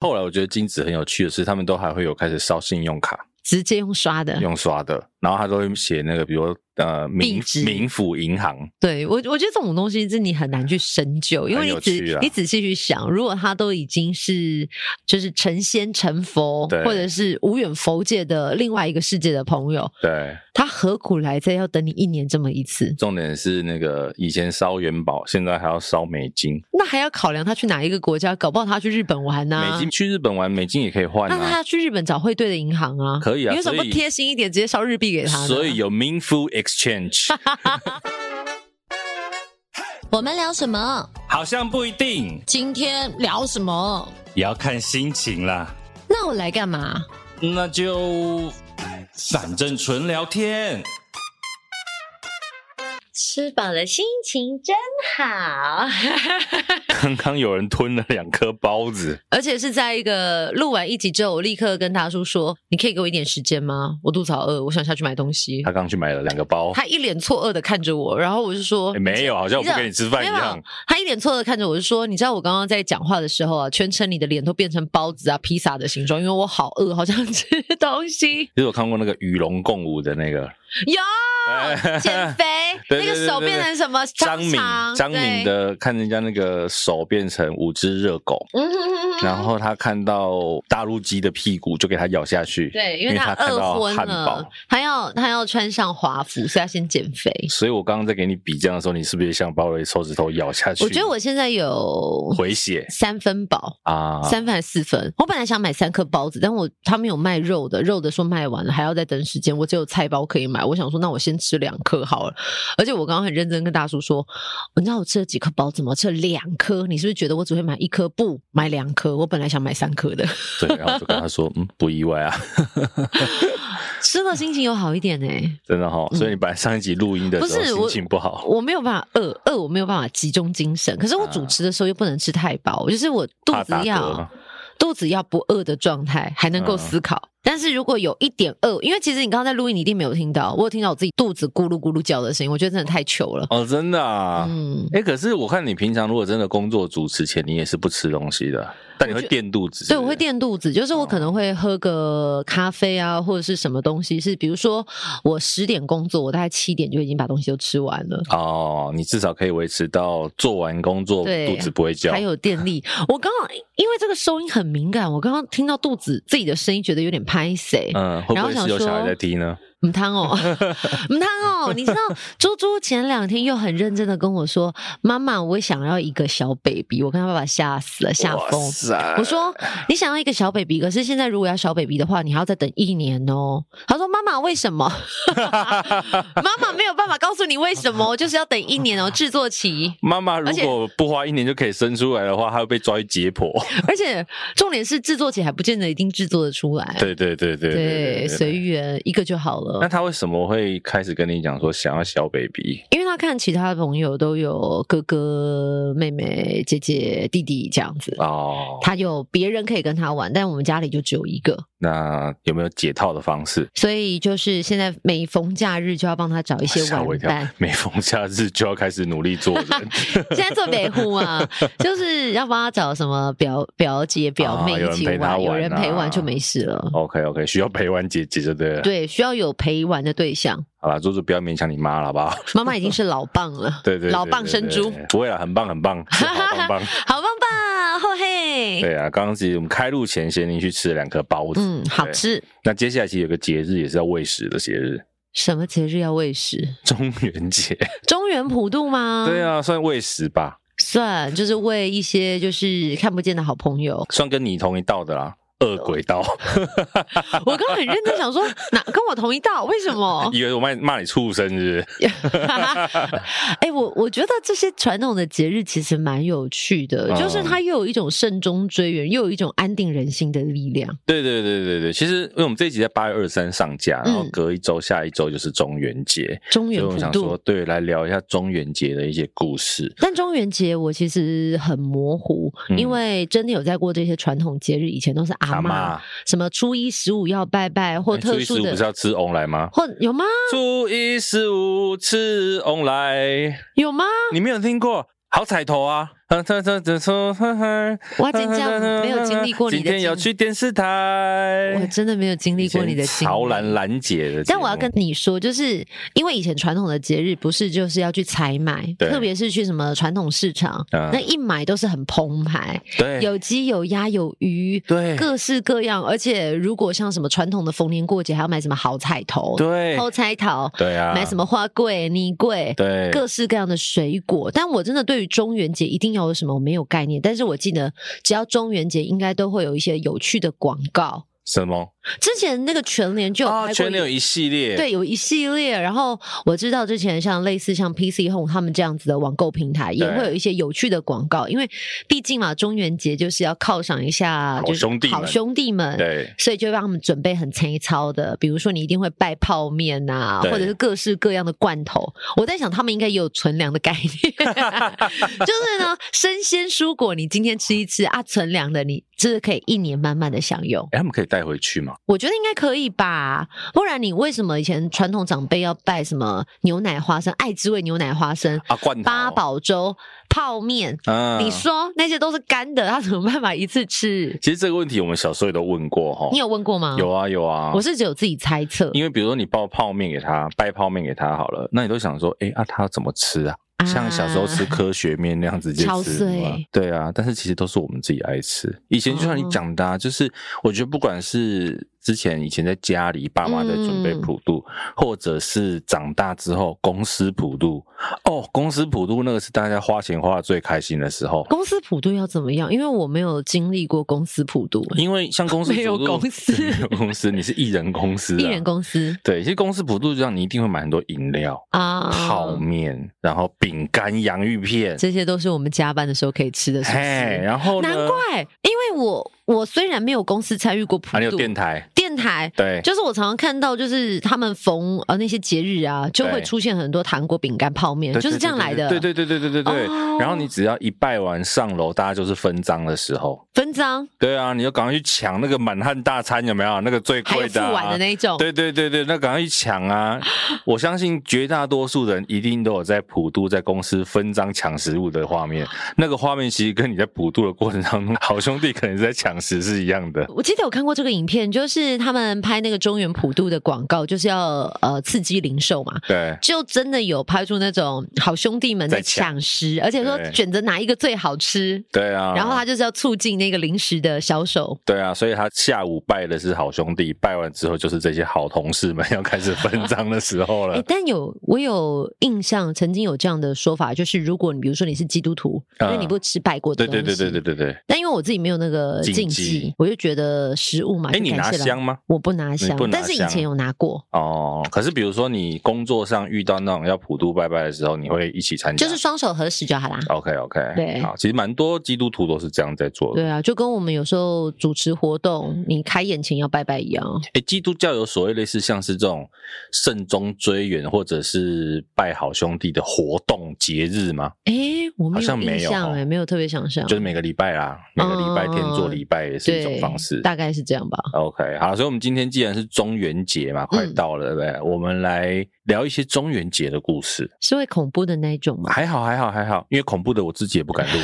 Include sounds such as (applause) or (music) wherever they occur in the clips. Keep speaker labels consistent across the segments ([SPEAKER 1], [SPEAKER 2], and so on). [SPEAKER 1] 后来我觉得金子很有趣的是，他们都还会有开始烧信用卡，
[SPEAKER 2] 直接用刷的。
[SPEAKER 1] 用刷的，然后他都会写那个，比如呃
[SPEAKER 2] 嗯地
[SPEAKER 1] 民
[SPEAKER 2] 址
[SPEAKER 1] 民府银行，
[SPEAKER 2] 对我，我觉得这种东西是你很难去深究，因为
[SPEAKER 1] 很
[SPEAKER 2] 你
[SPEAKER 1] 有趣啊
[SPEAKER 2] 仔
[SPEAKER 1] 啦
[SPEAKER 2] 你仔细去想，如果他都已经是就是成仙成佛，
[SPEAKER 1] 对
[SPEAKER 2] 或者是无远佛界的另外一个世界的朋友，
[SPEAKER 1] 对，
[SPEAKER 2] 他何苦来这要等你一年这么一次？
[SPEAKER 1] 重点是那个以前烧元宝，现在还要烧美金，
[SPEAKER 2] 那还要考量他去哪一个国家，搞不好他去日本玩呢、
[SPEAKER 1] 美金去日本玩，美金也可以换
[SPEAKER 2] 啊那
[SPEAKER 1] 啊
[SPEAKER 2] 他，去日本找汇兑的银行啊，
[SPEAKER 1] 可以啊
[SPEAKER 2] 你为什么
[SPEAKER 1] 所
[SPEAKER 2] 不
[SPEAKER 1] 以
[SPEAKER 2] 贴心一点，直接烧日币给他呢？
[SPEAKER 1] 所以有民府
[SPEAKER 2] (laughs)
[SPEAKER 1] exchange，
[SPEAKER 2] 我们聊什么？
[SPEAKER 1] 好像不一定，
[SPEAKER 2] 今天聊什么？
[SPEAKER 1] 也要看心情啦。
[SPEAKER 2] 那我来干嘛？
[SPEAKER 1] 那就反正纯聊天。
[SPEAKER 2] 吃饱了心情真好，
[SPEAKER 1] 刚刚有人吞了两颗包子，
[SPEAKER 2] (laughs) 而且是在一个录完一集之后，我立刻跟大叔说：“你可以给我一点时间吗？我肚子好饿，我想下去买东西。
[SPEAKER 1] 他刚去买了两个包，
[SPEAKER 2] 他一脸错愕的看着我，然后我就说：“
[SPEAKER 1] 诶哎没有，好像我不跟你吃饭
[SPEAKER 2] 没
[SPEAKER 1] 一
[SPEAKER 2] 有，
[SPEAKER 1] 样。
[SPEAKER 2] 他一脸错愕地看着我，就说：“你知道我刚刚在讲话的时候啊，全程你的脸都变成包子啊、披萨的形状，因为我好饿，好想吃东西。
[SPEAKER 1] 其实我看过那个与龙共舞的那个，
[SPEAKER 2] 有
[SPEAKER 1] 哎
[SPEAKER 2] 哦减肥
[SPEAKER 1] (laughs) ，对对
[SPEAKER 2] 那个手变成什么？
[SPEAKER 1] 张敏，
[SPEAKER 2] 长
[SPEAKER 1] 张敏，的看人家那个手变成五只热狗，
[SPEAKER 2] 对嗯哼哼哼
[SPEAKER 1] 然后他看到大陆鸡的屁股就给他咬下去，
[SPEAKER 2] 对，因
[SPEAKER 1] 因
[SPEAKER 2] 为
[SPEAKER 1] 为
[SPEAKER 2] 他
[SPEAKER 1] 他看到
[SPEAKER 2] 饿昏
[SPEAKER 1] 汉
[SPEAKER 2] 了
[SPEAKER 1] 堡，
[SPEAKER 2] 他要他要穿上华服，所以他先减肥。
[SPEAKER 1] 所以我刚刚在给你比较的时候，你是不是也想把我的手指头咬下去？
[SPEAKER 2] 我觉得我现在有
[SPEAKER 1] 回血
[SPEAKER 2] 三分饱，
[SPEAKER 1] 啊，
[SPEAKER 2] 三份还是四份？我本来想买三颗包子，但我他们有卖肉的，肉的说卖完了，还要再等时间。我只有菜包可以买，我想说那我先吃两颗好了。而且我刚刚很认真跟大叔说，你知道我吃了几颗包子吗？我吃了两颗。你是不是觉得我只会买一颗？不，买两颗。我本来想买三颗的， (laughs)
[SPEAKER 1] 对，然后我就跟他说，嗯，不意外啊，
[SPEAKER 2] 吃了心情有好一点呢、欸
[SPEAKER 1] 真的哈、所以你本来上一集录音的时
[SPEAKER 2] 嗯不是
[SPEAKER 1] 候
[SPEAKER 2] 我
[SPEAKER 1] 心情不好，
[SPEAKER 2] 我没有办法饿，饿我没有办法集中精神。可是我主持的时候又不能吃太饱，就是我肚
[SPEAKER 1] 啊怕
[SPEAKER 2] 子
[SPEAKER 1] 打嗝
[SPEAKER 2] 要
[SPEAKER 1] 吗
[SPEAKER 2] 肚子要不饿的状态还能够
[SPEAKER 1] 嗯
[SPEAKER 2] 思考。但是如果有一点饿，因为其实你刚刚在录音，你一定没有听到，我有听到我自己肚子咕噜咕噜叫的声音，我觉得真的太糗了。
[SPEAKER 1] 哦，真的啊。
[SPEAKER 2] 嗯，
[SPEAKER 1] 哎、可是我看你平常如果真的工作主持前，你也是不吃东西的，但你会垫肚子。
[SPEAKER 2] 对，我会
[SPEAKER 1] 是
[SPEAKER 2] 垫肚子，就是我可能会喝个咖啡啊，或者是什么东西。是比如说我十点工作，我大概七点就已经把东西都吃完了。
[SPEAKER 1] 不是。哦，你至少可以维持到做完工作
[SPEAKER 2] 对
[SPEAKER 1] 肚子不会叫
[SPEAKER 2] 还。有电力。我刚刚因为这个收音很敏感，我刚刚听到肚子自己的声音，觉得有点拍谁。
[SPEAKER 1] 嗯，会
[SPEAKER 2] 然
[SPEAKER 1] 不
[SPEAKER 2] 后
[SPEAKER 1] 会
[SPEAKER 2] 想
[SPEAKER 1] 是有小孩
[SPEAKER 2] 说
[SPEAKER 1] 在踢呢？
[SPEAKER 2] 唔
[SPEAKER 1] (laughs)
[SPEAKER 2] 汤哦，唔汤哦，你知道猪猪前两天又很认真的跟我说：“妈妈，我想要一个小 baby。”我跟他爸爸吓死了，吓
[SPEAKER 1] 哇
[SPEAKER 2] 疯。
[SPEAKER 1] 塞
[SPEAKER 2] 我说：“你想要一个小 baby，可是现在如果要小 baby 的话，你还要再等一年哦。”他说：“妈妈，为什么？ (laughs) 妈妈没有办法告诉你为什么，就是要等一年哦，制作期。”
[SPEAKER 1] 妈妈如
[SPEAKER 2] 而且
[SPEAKER 1] 果不花一年就可以生出来的话，她会被抓去解剖。 (laughs)
[SPEAKER 2] (laughs) 而且重点是制作起还不见得一定制作得出来。
[SPEAKER 1] 对对对对
[SPEAKER 2] 对，随。缘一个就好
[SPEAKER 1] 那
[SPEAKER 2] 了。
[SPEAKER 1] 她为什么会开始跟你讲说想要小 baby？
[SPEAKER 2] 因为他看其他的朋友都有哥哥、妹妹、姐姐、弟弟这样子，
[SPEAKER 1] 哦，
[SPEAKER 2] 他有别人可以跟他玩，但我们家里就只有一个，
[SPEAKER 1] 那有没有解套的方式？
[SPEAKER 2] 所以就是现在每逢假日就要帮他找一些
[SPEAKER 1] 吓我
[SPEAKER 2] 玩
[SPEAKER 1] 一跳 (laughs)
[SPEAKER 2] 伴。，
[SPEAKER 1] 每逢假日就要开始努力做人。
[SPEAKER 2] 现在做北户啊，就是要帮他找什么表表姐、表妹
[SPEAKER 1] 啊有
[SPEAKER 2] 一
[SPEAKER 1] 人
[SPEAKER 2] 起
[SPEAKER 1] 陪他
[SPEAKER 2] 玩，有
[SPEAKER 1] 玩
[SPEAKER 2] 人陪玩
[SPEAKER 1] 啊
[SPEAKER 2] 就没事了。
[SPEAKER 1] OK OK，需要陪玩姐姐就对了。，
[SPEAKER 2] 嗯对，需要有陪玩的对象。
[SPEAKER 1] 好啦，猪猪不要勉强你妈了，好不 (laughs) 好？
[SPEAKER 2] 妈妈已经是老棒了，
[SPEAKER 1] 对对对
[SPEAKER 2] 老棒生猪
[SPEAKER 1] 对，对对不会啦，很棒很
[SPEAKER 2] (laughs)
[SPEAKER 1] 棒，是好棒棒。
[SPEAKER 2] 好棒棒，后嘿，
[SPEAKER 1] 对啊，刚刚其实我们开录前先你去吃了两颗包子，
[SPEAKER 2] 嗯，好
[SPEAKER 1] 对。
[SPEAKER 2] 吃。
[SPEAKER 1] 那接下来其实有个节日也是要喂食的节
[SPEAKER 2] (laughs)
[SPEAKER 1] 日，
[SPEAKER 2] 什么节日要喂食？
[SPEAKER 1] 中元节。
[SPEAKER 2] 中原普渡吗？
[SPEAKER 1] 对，啊，算喂食吧，。
[SPEAKER 2] 算就是为一些就是看不见的好朋友
[SPEAKER 1] (laughs) 算跟你同一道的啦，
[SPEAKER 2] 哦
[SPEAKER 1] 恶鬼道。
[SPEAKER 2] 我刚刚很认真
[SPEAKER 1] (laughs)
[SPEAKER 2] 想说，哪跟我同一道？为什么？
[SPEAKER 1] 以为我骂骂你畜生是
[SPEAKER 2] 哎、我我觉得这些传统的节日其实蛮有趣的，
[SPEAKER 1] 嗯
[SPEAKER 2] 就是它又有一种慎终追远，又有一种安定人心的力量。
[SPEAKER 1] 对对对对对，其实因为我们这一集在八月二十三上架，然后
[SPEAKER 2] 嗯
[SPEAKER 1] 隔一周下一周就是中元节，
[SPEAKER 2] 中
[SPEAKER 1] 所以
[SPEAKER 2] 原
[SPEAKER 1] 我们
[SPEAKER 2] 普
[SPEAKER 1] 想说，
[SPEAKER 2] 渡。
[SPEAKER 1] 对，来聊一下中元节的一些故事。
[SPEAKER 2] 但中元节我其实很模糊，
[SPEAKER 1] 嗯
[SPEAKER 2] 因为真的有在过这些传统节日，以前都是阿妈
[SPEAKER 1] 嬷，
[SPEAKER 2] 什么初一十五要拜拜，或
[SPEAKER 1] 哎初
[SPEAKER 2] 特
[SPEAKER 1] 一十
[SPEAKER 2] 殊
[SPEAKER 1] 五不
[SPEAKER 2] 的，
[SPEAKER 1] 是要吃翁来吗？
[SPEAKER 2] 或有吗？
[SPEAKER 1] 初一十五吃翁来，
[SPEAKER 2] 有吗？
[SPEAKER 1] 你没有听过？好彩头啊！他他他他说，哈哈
[SPEAKER 2] 哇，真这没有经历过你
[SPEAKER 1] 今
[SPEAKER 2] 的
[SPEAKER 1] 天
[SPEAKER 2] 经
[SPEAKER 1] 要去电视台，
[SPEAKER 2] 我真的没有经历过你的
[SPEAKER 1] 以前
[SPEAKER 2] 经
[SPEAKER 1] 潮
[SPEAKER 2] 历
[SPEAKER 1] 男兰姐的节目，
[SPEAKER 2] 但我要跟你说，就是因为以前传统的节日不是就是要去采买，
[SPEAKER 1] 对
[SPEAKER 2] 特别是去什么传统市场，
[SPEAKER 1] 啊
[SPEAKER 2] 那一买都是很澎湃，
[SPEAKER 1] 对
[SPEAKER 2] 有鸡有鸭有鱼，
[SPEAKER 1] 对
[SPEAKER 2] 各式各样。而且如果像什么传统的逢年过节，还要买什么好彩头、
[SPEAKER 1] 对
[SPEAKER 2] 偷彩头，
[SPEAKER 1] 对啊，
[SPEAKER 2] 买什么花柜、泥柜。
[SPEAKER 1] 对
[SPEAKER 2] 各式各样的水果，但我真的对于中元节一定要有什么我没有概念，但是我记得只要中元节应该都会有一些有趣的广告。
[SPEAKER 1] 什么
[SPEAKER 2] 之前那个全联就有拍
[SPEAKER 1] 啊，
[SPEAKER 2] 过
[SPEAKER 1] 全
[SPEAKER 2] 一
[SPEAKER 1] 联有一系列
[SPEAKER 2] 对，有一系列。然后我知道之前像类似像 PC Home 他们这样子的网购平台，也
[SPEAKER 1] 对
[SPEAKER 2] 会有一些有趣的广告，因为毕竟嘛，中元节就是要犒赏一下
[SPEAKER 1] 好
[SPEAKER 2] 就是
[SPEAKER 1] 兄弟
[SPEAKER 2] 好
[SPEAKER 1] 们
[SPEAKER 2] 兄弟们。
[SPEAKER 1] 对哎
[SPEAKER 2] 所以就让他们准备很粗糙的，比如说你一定会拜泡面呐、
[SPEAKER 1] 对
[SPEAKER 2] 或者是各式各样的罐头。我在想，他们应该也有存粮的概念， (laughs) 就是呢，生鲜蔬果你今天吃一吃啊，存粮的你就是可以一年慢慢的享用。
[SPEAKER 1] 哎、他们可以带回去吗？
[SPEAKER 2] 我觉得应该可以吧，不然你为什么以前传统长辈要拜什么牛奶花生、爱滋味牛奶花生、
[SPEAKER 1] 啊，罐头
[SPEAKER 2] 八，宝粥、泡面？
[SPEAKER 1] 嗯，
[SPEAKER 2] 你说那些都是干的，他怎么办法一次吃？
[SPEAKER 1] 其实这个问题我们小时候也都问过哈，
[SPEAKER 2] 你有问过吗？
[SPEAKER 1] 哦有，啊有啊，
[SPEAKER 2] 我是只有自己猜测。
[SPEAKER 1] 因为比如说你包泡面给他，掰泡面给他好了，那你都想说，哎、啊他怎么吃啊？
[SPEAKER 2] 啊
[SPEAKER 1] 像小时候吃科学面那样直接
[SPEAKER 2] 敲
[SPEAKER 1] 吃
[SPEAKER 2] 碎哦
[SPEAKER 1] 嘛，对啊，但是其实都是我们自己爱吃。以前就像你讲的、啊，就是我觉得不管是之前以前在家里爸妈在准备
[SPEAKER 2] 嗯
[SPEAKER 1] 普渡，或者是长大之后公司普渡，哦，公司普渡那个是大家花钱花的最开心的时候，
[SPEAKER 2] 公司普渡要怎么样？因为我没有经历过公司普渡，
[SPEAKER 1] 因为像公司
[SPEAKER 2] 没有
[SPEAKER 1] 普渡
[SPEAKER 2] 公
[SPEAKER 1] (laughs)
[SPEAKER 2] 司
[SPEAKER 1] 没有公司，你是艺人公司、啊，
[SPEAKER 2] 艺人公司
[SPEAKER 1] 对，其实公司普渡就让你一定会买很多饮料、
[SPEAKER 2] 啊，
[SPEAKER 1] 泡面，然后饼干、洋芋片，
[SPEAKER 2] 这些都是我们加班的时候可以吃的，是不
[SPEAKER 1] 嘿，
[SPEAKER 2] 是？
[SPEAKER 1] 然后呢
[SPEAKER 2] 难怪，因为我我虽然没有公司参与过普
[SPEAKER 1] 还啊有
[SPEAKER 2] 渡，
[SPEAKER 1] 电台，
[SPEAKER 2] 电台
[SPEAKER 1] 对，
[SPEAKER 2] 就是我常常看到，就是他们逢呃那些节日啊，就会
[SPEAKER 1] 对
[SPEAKER 2] 出现很多糖果、饼干、泡面，
[SPEAKER 1] 对
[SPEAKER 2] 就是这样来的。
[SPEAKER 1] 对对对对对对对对。
[SPEAKER 2] 哦
[SPEAKER 1] 然后你只要一拜完上楼，大家就是分赃的时候。
[SPEAKER 2] 分赃
[SPEAKER 1] 对啊，你就赶快去抢那个满汉大餐，有没有？那个最
[SPEAKER 2] 还有
[SPEAKER 1] 贵
[SPEAKER 2] 付
[SPEAKER 1] 的、啊。
[SPEAKER 2] 碗的那一种，
[SPEAKER 1] 对对对对，那赶快去抢
[SPEAKER 2] (laughs)
[SPEAKER 1] 啊！我相信绝大多数人一定都有在普渡在公司分赃抢食物的画面，那个画面其实跟你在普渡的过程当中，好兄弟可能是在抢食是一样的。
[SPEAKER 2] 我记得有看过这个影片，就是他们拍那个中原普渡的广告，就是要呃刺激零售嘛。
[SPEAKER 1] 对
[SPEAKER 2] 就真的有拍出那种好兄弟们在
[SPEAKER 1] 在抢
[SPEAKER 2] 抢食，而且说
[SPEAKER 1] 对
[SPEAKER 2] 选择哪一个最好吃，
[SPEAKER 1] 对啊，
[SPEAKER 2] 然后他就是要促进那个零食的销售。
[SPEAKER 1] 对啊，所以他下午拜的是好兄弟，拜完之后就是这些好同事们 (laughs) 要开始分赃的时候
[SPEAKER 2] 哎
[SPEAKER 1] 了，。
[SPEAKER 2] 但有我有印象，曾经有这样的说法，就是如果你比如说你是基督徒，因为
[SPEAKER 1] 嗯
[SPEAKER 2] 哎你不吃拜过的
[SPEAKER 1] 对
[SPEAKER 2] 东西，
[SPEAKER 1] 对对对对对对。
[SPEAKER 2] 但因为我自己没有那个
[SPEAKER 1] 禁
[SPEAKER 2] 禁
[SPEAKER 1] 忌
[SPEAKER 2] 忌，我就觉得食物嘛，
[SPEAKER 1] 哎，
[SPEAKER 2] 就
[SPEAKER 1] 你
[SPEAKER 2] 感
[SPEAKER 1] 拿
[SPEAKER 2] 谢了
[SPEAKER 1] 香？吗？
[SPEAKER 2] 我不拿香，
[SPEAKER 1] 你不拿
[SPEAKER 2] 但是以
[SPEAKER 1] 香
[SPEAKER 2] 前有拿过，
[SPEAKER 1] 哦，可是比如说你工作上遇到那种要普渡拜拜的时候，你会一起参加？
[SPEAKER 2] 就是双手合十就好啦。
[SPEAKER 1] OK OK，
[SPEAKER 2] (laughs) 对
[SPEAKER 1] 好，其实蛮多基督徒都是这样在做的。
[SPEAKER 2] 对啊，就跟我们有时候主持活动，你开演前要拜拜一样。
[SPEAKER 1] 诶，哎基督教有所谓类似像是这种慎终追远或者是拜好兄弟的活动节日吗？
[SPEAKER 2] 哎，我没
[SPEAKER 1] 好像
[SPEAKER 2] 有印
[SPEAKER 1] 没有
[SPEAKER 2] 象
[SPEAKER 1] 哦
[SPEAKER 2] 哎，没有特别想象，
[SPEAKER 1] 就是每个礼拜啦，每个礼拜天
[SPEAKER 2] 嗯
[SPEAKER 1] 做礼拜也是一种
[SPEAKER 2] 对
[SPEAKER 1] 方式。
[SPEAKER 2] 大概是这样吧。
[SPEAKER 1] OK，好，所以我们今天既然是中元节嘛，
[SPEAKER 2] 嗯
[SPEAKER 1] 快到了，对不对？我们来聊一些中元节的故事。
[SPEAKER 2] 是会恐怖的那
[SPEAKER 1] (laughs)
[SPEAKER 2] 一种吗？
[SPEAKER 1] 还好，还好，还好，因为恐怖的我自己也不敢
[SPEAKER 2] (laughs)
[SPEAKER 1] 录。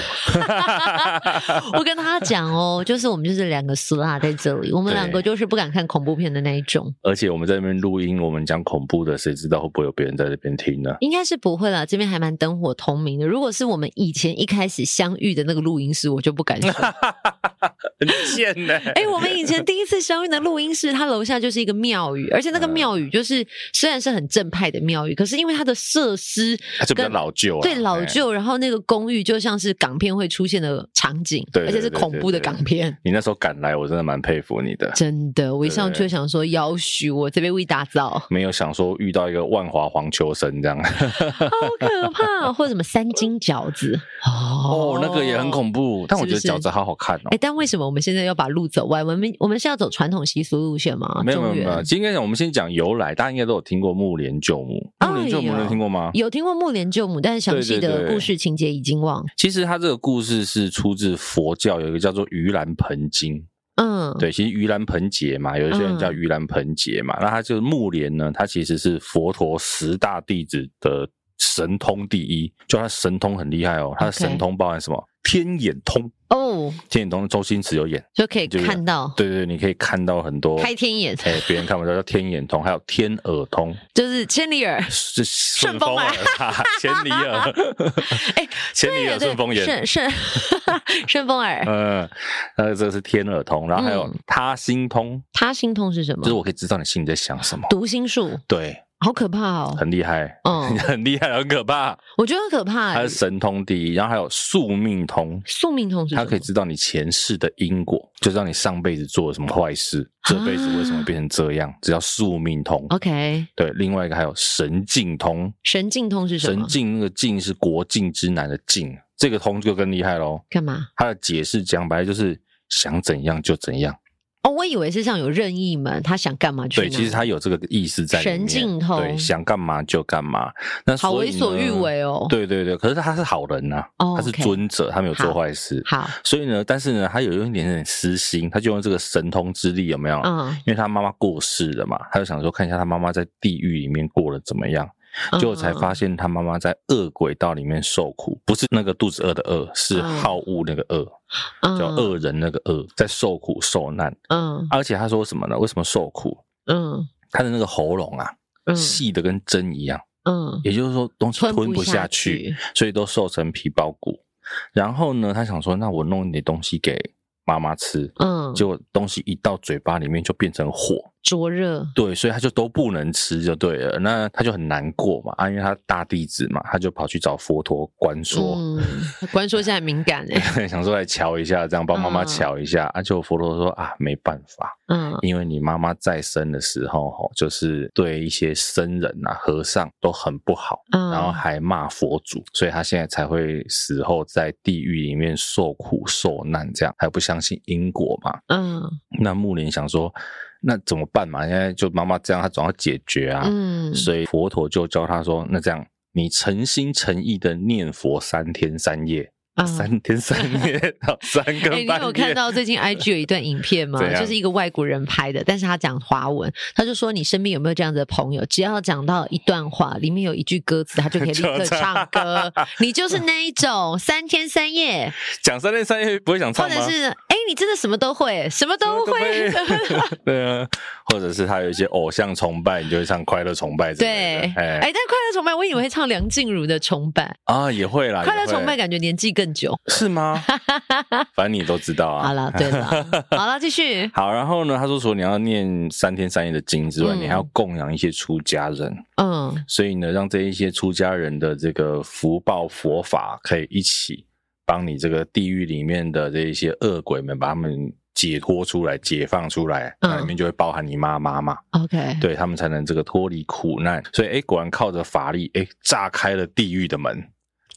[SPEAKER 2] 我跟他讲哦，就是我们就是两个苏辣在这里，我们
[SPEAKER 1] 对
[SPEAKER 2] 两个就是不敢看恐怖片的那一种，
[SPEAKER 1] 而且我们在那边录音，我们讲恐怖的，谁知道会不会有别人在这边听
[SPEAKER 2] (laughs)
[SPEAKER 1] 呢？
[SPEAKER 2] 应该是不会啦。这边还蛮灯火通明的。如果是我们以前一开始相遇的那个录音室，我就不敢
[SPEAKER 1] (laughs)
[SPEAKER 2] 说。
[SPEAKER 1] 很贱呢、
[SPEAKER 2] 哎、我们以前第一次相遇的录音室，它楼下就是一个庙宇，而且那
[SPEAKER 1] 嗯
[SPEAKER 2] 个庙宇就是虽然是很正派的庙宇，可是因为它的设施
[SPEAKER 1] 它就比较
[SPEAKER 2] 跟
[SPEAKER 1] 老旧、啊，
[SPEAKER 2] 对老
[SPEAKER 1] 哎。
[SPEAKER 2] 旧，然后那个公寓就像是港片会出现的场景，
[SPEAKER 1] 对对
[SPEAKER 2] 而且是恐怖的港片。
[SPEAKER 1] 你那时候赶来，我真的蛮佩服你的。
[SPEAKER 2] (laughs) 真的，我一上去
[SPEAKER 1] 对
[SPEAKER 2] 就想说，要许我这边为打造， (laughs) 好
[SPEAKER 1] 没有想说遇到一个万华黄秋生这样，
[SPEAKER 2] 可怕，或者什么三斤饺子
[SPEAKER 1] (laughs) 哦，
[SPEAKER 2] 哦
[SPEAKER 1] 那个也很恐怖，但我觉得
[SPEAKER 2] 是不
[SPEAKER 1] 饺
[SPEAKER 2] 是
[SPEAKER 1] 子好好看哦
[SPEAKER 2] 哎、。但为什么我们现在要把路走歪？我们我们是要走传统习俗路线吗？
[SPEAKER 1] 没有没有
[SPEAKER 2] 哎中
[SPEAKER 1] 没
[SPEAKER 2] 原
[SPEAKER 1] 有，今天我们先讲由来，大家应该都有听过木莲救母，木莲救母
[SPEAKER 2] 哎呦
[SPEAKER 1] 能听过吗？
[SPEAKER 2] 有听过木莲救母，但是详细
[SPEAKER 1] 对对
[SPEAKER 2] 的
[SPEAKER 1] 对
[SPEAKER 2] 故事情节已经忘。
[SPEAKER 1] 其实它这个故事是出自佛教，有一个叫做盂兰盆经。
[SPEAKER 2] 嗯，
[SPEAKER 1] 对，其实盂兰盆节嘛，有一些人叫
[SPEAKER 2] 嗯
[SPEAKER 1] 盂兰盆节嘛，那它就是木莲呢，它其实是佛陀十大弟子的神通第一，就他神通很厉害哦，他的
[SPEAKER 2] OK
[SPEAKER 1] 神通包含什么？天眼通，
[SPEAKER 2] 哦，
[SPEAKER 1] 天眼通周星驰有演，
[SPEAKER 2] 就可以
[SPEAKER 1] 就这样
[SPEAKER 2] 看到
[SPEAKER 1] 对对，你可以看到很多，
[SPEAKER 2] 开天眼，
[SPEAKER 1] 哎，别人看不到叫天眼通，还有天耳通，
[SPEAKER 2] 就是千里眼。
[SPEAKER 1] 是顺
[SPEAKER 2] 风耳
[SPEAKER 1] 耳，哈千里耳， (laughs)
[SPEAKER 2] 哎，
[SPEAKER 1] 千里耳
[SPEAKER 2] 对
[SPEAKER 1] 顺风眼，
[SPEAKER 2] 顺顺顺 (laughs) 风耳。
[SPEAKER 1] 嗯， (laughs) 呃，这是天耳通，然后还有
[SPEAKER 2] 嗯
[SPEAKER 1] 他心通，
[SPEAKER 2] 他心痛是什
[SPEAKER 1] 就是
[SPEAKER 2] 么？
[SPEAKER 1] 我可以知道你心里在想什么，
[SPEAKER 2] 读心术，
[SPEAKER 1] 对，
[SPEAKER 2] 好可怕哦。
[SPEAKER 1] 很厉害。 (laughs)
[SPEAKER 2] 嗯，
[SPEAKER 1] 很厉害，很可怕。
[SPEAKER 2] 我觉得很可
[SPEAKER 1] (laughs)
[SPEAKER 2] 怕
[SPEAKER 1] 它
[SPEAKER 2] 欸
[SPEAKER 1] 是。神通第一，然后还有宿命通，
[SPEAKER 2] 宿命通是什
[SPEAKER 1] 它
[SPEAKER 2] 么？
[SPEAKER 1] 可以知道你前世的因果，就知道你上辈子做了什么坏事，这辈子为什么
[SPEAKER 2] 啊
[SPEAKER 1] 变成这样，这叫宿命通。
[SPEAKER 2] 哦 OK，
[SPEAKER 1] 对，另外一个还有神境通，
[SPEAKER 2] 神境通是什
[SPEAKER 1] 神
[SPEAKER 2] 么？
[SPEAKER 1] 境那个境是国境之南的境，这个通就更厉害喽。
[SPEAKER 2] 干嘛？
[SPEAKER 1] 它的解释讲白就是想怎样就怎样。
[SPEAKER 2] 哦，我以为是像有任意门，他想干嘛去哪
[SPEAKER 1] 对，
[SPEAKER 2] 里。
[SPEAKER 1] 其实它有这个意思在里面。
[SPEAKER 2] 神境通
[SPEAKER 1] 对，想干嘛就干嘛。那
[SPEAKER 2] 好
[SPEAKER 1] 所以
[SPEAKER 2] 为所
[SPEAKER 1] 呢
[SPEAKER 2] 欲为哦。
[SPEAKER 1] 对对对，可是他是好人呐、
[SPEAKER 2] 哦
[SPEAKER 1] 他是
[SPEAKER 2] OK
[SPEAKER 1] 尊者，他没有做
[SPEAKER 2] 好
[SPEAKER 1] 坏事。
[SPEAKER 2] 好，
[SPEAKER 1] 所以呢，但是呢，他有一点点私心，他就用这个神通之力，有没有？
[SPEAKER 2] 嗯，
[SPEAKER 1] 因为他妈妈过世了嘛，他就想说看一下他妈妈在地狱里面过得怎么样。
[SPEAKER 2] 嗯
[SPEAKER 1] 结果才发现他妈妈在恶鬼道里面受苦，不是那个肚子饿的饿，是
[SPEAKER 2] 嗯
[SPEAKER 1] 好恶那个恶，叫
[SPEAKER 2] 嗯
[SPEAKER 1] 恶人那个恶，在受苦受难。
[SPEAKER 2] 嗯
[SPEAKER 1] 而且他说什么呢？为什么受苦？
[SPEAKER 2] 嗯
[SPEAKER 1] 他的那个喉咙啊，
[SPEAKER 2] 嗯
[SPEAKER 1] 细的跟针一样，
[SPEAKER 2] 嗯，
[SPEAKER 1] 也就是说东西吞
[SPEAKER 2] 不
[SPEAKER 1] 不下去。
[SPEAKER 2] 去。
[SPEAKER 1] 所以都瘦成皮包骨。然后呢，他想说，那我弄一点东西给妈妈吃，
[SPEAKER 2] 嗯，
[SPEAKER 1] 结果东西一到嘴巴里面就变成火，
[SPEAKER 2] 灼热。
[SPEAKER 1] 对，所以他就都不能吃就对了。那他就很难过嘛，啊，因为他大弟子嘛，他就跑去找佛陀关说。
[SPEAKER 2] 嗯，关说现在敏感
[SPEAKER 1] (laughs)
[SPEAKER 2] 哎。
[SPEAKER 1] 想说来瞧一下，这样帮妈妈
[SPEAKER 2] 嗯
[SPEAKER 1] 瞧一下。啊，就佛陀说啊，没办法，
[SPEAKER 2] 嗯
[SPEAKER 1] 因为你妈妈在生的时候，吼，就是对一些僧人啊、和尚都很不好，
[SPEAKER 2] 嗯，
[SPEAKER 1] 然后还骂佛祖，所以他现在才会死后在地狱里面受苦受难，这样还不相信因果嘛？
[SPEAKER 2] 嗯
[SPEAKER 1] 那木林想说，那怎么办嘛？现在就妈妈这样，他总要解决啊。
[SPEAKER 2] 嗯，
[SPEAKER 1] 所以佛陀就教他说，那这样你诚心诚意的念佛三天三夜，(laughs)
[SPEAKER 2] 嗯
[SPEAKER 1] 三天三夜到三
[SPEAKER 2] (laughs) 哎，
[SPEAKER 1] 更
[SPEAKER 2] 你
[SPEAKER 1] 半
[SPEAKER 2] 有看
[SPEAKER 1] 夜。
[SPEAKER 2] 到最近 IG 有一段影片吗
[SPEAKER 1] (laughs) 怎？样
[SPEAKER 2] 就是一个外国人拍的，但是他讲华文，他就说你身边有没有这样子的朋友？只要讲到一段话，里面有一句歌词，他就可以立刻
[SPEAKER 1] (laughs) 就
[SPEAKER 2] 唱歌。 (laughs) 你就是那一种三天三夜，
[SPEAKER 1] 讲三天三夜不会想
[SPEAKER 2] 或
[SPEAKER 1] 唱吗？
[SPEAKER 2] 者是哎，你真的什么都会，什么都会。
[SPEAKER 1] 什 (laughs) 对啊，或者是他有一些偶像崇拜，你就会唱《快乐崇拜》之类
[SPEAKER 2] (laughs) 对，
[SPEAKER 1] 的。
[SPEAKER 2] 哎，但快乐崇拜，我以为会唱梁静茹的崇拜，
[SPEAKER 1] 啊，也会啦，
[SPEAKER 2] 快乐
[SPEAKER 1] 也会
[SPEAKER 2] 崇拜感觉年纪更久。
[SPEAKER 1] 是
[SPEAKER 2] (laughs)
[SPEAKER 1] 吗？反正你都知道啊。
[SPEAKER 2] 好了，
[SPEAKER 1] (laughs)
[SPEAKER 2] 对了，好了，继续。
[SPEAKER 1] 好然后呢，他说除了你要念三天三夜的经之外，
[SPEAKER 2] 嗯
[SPEAKER 1] 你还要供养一些出家人，
[SPEAKER 2] 嗯
[SPEAKER 1] 所以呢，让这一些出家人的这个福报佛法可以一起帮你这个地狱里面的这一些恶鬼们，把他们解脱出来、解放出来，
[SPEAKER 2] 嗯
[SPEAKER 1] 那里面就会包含你妈妈嘛，
[SPEAKER 2] ，OK，
[SPEAKER 1] 对他们才能这个脱离苦难。所以，哎，果然靠着法力，哎，炸开了地狱的门，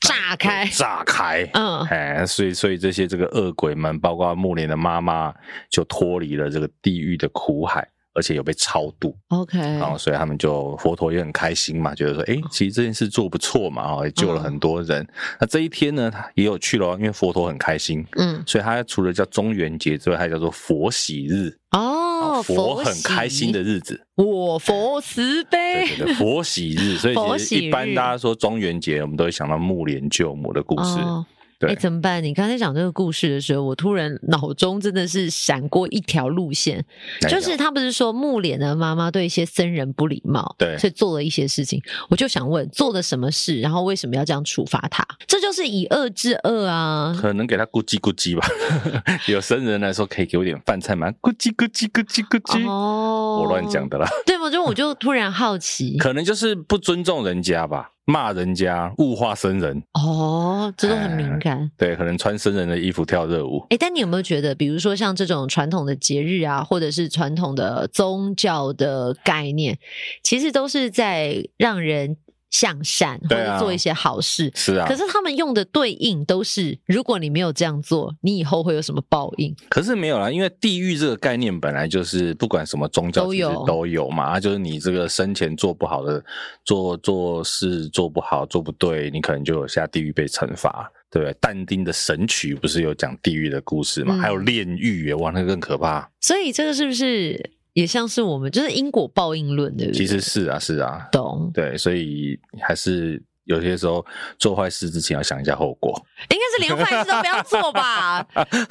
[SPEAKER 2] 炸开
[SPEAKER 1] 对，炸开，
[SPEAKER 2] 嗯
[SPEAKER 1] 哎，所以所以这些这个恶鬼们，包括木莲的妈妈，就脱离了这个地狱的苦海，而且有被超度，
[SPEAKER 2] ，OK，
[SPEAKER 1] 然后所以他们就佛陀也很开心嘛，觉得说，哎，
[SPEAKER 2] 哦
[SPEAKER 1] 其实这件事做不错嘛，哦，也救
[SPEAKER 2] 嗯
[SPEAKER 1] 了很多人。那这一天呢，他也有去了，因为佛陀很开心，
[SPEAKER 2] 嗯，
[SPEAKER 1] 所以他除了叫中元节之外，还叫做佛喜日，
[SPEAKER 2] 哦，
[SPEAKER 1] 佛很
[SPEAKER 2] 喜
[SPEAKER 1] 开心的日子，
[SPEAKER 2] 我佛慈悲
[SPEAKER 1] 对对
[SPEAKER 2] (laughs)
[SPEAKER 1] 对，佛喜日。所以
[SPEAKER 2] 佛
[SPEAKER 1] 其
[SPEAKER 2] 喜
[SPEAKER 1] 实一般
[SPEAKER 2] 日
[SPEAKER 1] 大家说中元节，我们都会想到木莲救母的故事，
[SPEAKER 2] 哦
[SPEAKER 1] 对
[SPEAKER 2] 哎，怎么办？你刚才讲这个故事的时候，我突然脑中真的是闪过一条路线，
[SPEAKER 1] 那
[SPEAKER 2] 就
[SPEAKER 1] 一样
[SPEAKER 2] 是他不是说木莲的妈妈对一些僧人不礼貌，
[SPEAKER 1] 对
[SPEAKER 2] 所以做了一些事情。我就想问，做了什么事？然后为什么要这样处罚他？这就是以恶制恶啊！
[SPEAKER 1] 可能给他咕叽咕叽吧。 (laughs) 有生人来说，可以给我点饭菜吗？咕叽咕叽咕叽咕叽，
[SPEAKER 2] 哦，
[SPEAKER 1] 我乱讲，的啦。
[SPEAKER 2] 对吗？就我就突然好奇，
[SPEAKER 1] 可能就是不尊重人家吧，骂人家，物化生人。
[SPEAKER 2] 哦，这都很
[SPEAKER 1] 哎
[SPEAKER 2] 敏感。
[SPEAKER 1] 对，可能穿生人的衣服跳热舞。
[SPEAKER 2] 哎，但你有没有觉得，比如说像这种传统的节日啊，或者是传统的宗教的概念，其实都是在让人向善或
[SPEAKER 1] 对
[SPEAKER 2] 者
[SPEAKER 1] 啊
[SPEAKER 2] 做一些好事。
[SPEAKER 1] 是啊，
[SPEAKER 2] 可是他们用的对应都是，如果你没有这样做，你以后会有什么报应？
[SPEAKER 1] 可是没有啦，因为地狱这个概念本来就是不管什么宗教
[SPEAKER 2] 都
[SPEAKER 1] 其实
[SPEAKER 2] 有
[SPEAKER 1] 都有嘛，啊，就是你这个生前做不好的做做事做不好做不对，你可能就有下地狱被惩罚，对不对？但丁的《神曲》不是有讲地狱的故事嘛？
[SPEAKER 2] 嗯
[SPEAKER 1] 还有炼狱耶，哇，那个更可怕。
[SPEAKER 2] 所以这个是不是也像是我们就是因果报应论，对不对？
[SPEAKER 1] 其实是啊，是啊，
[SPEAKER 2] 懂，
[SPEAKER 1] 对，所以还是有些时候做坏事之前要想一下后果。
[SPEAKER 2] 应该是连坏事都不要
[SPEAKER 1] (laughs)
[SPEAKER 2] 做吧？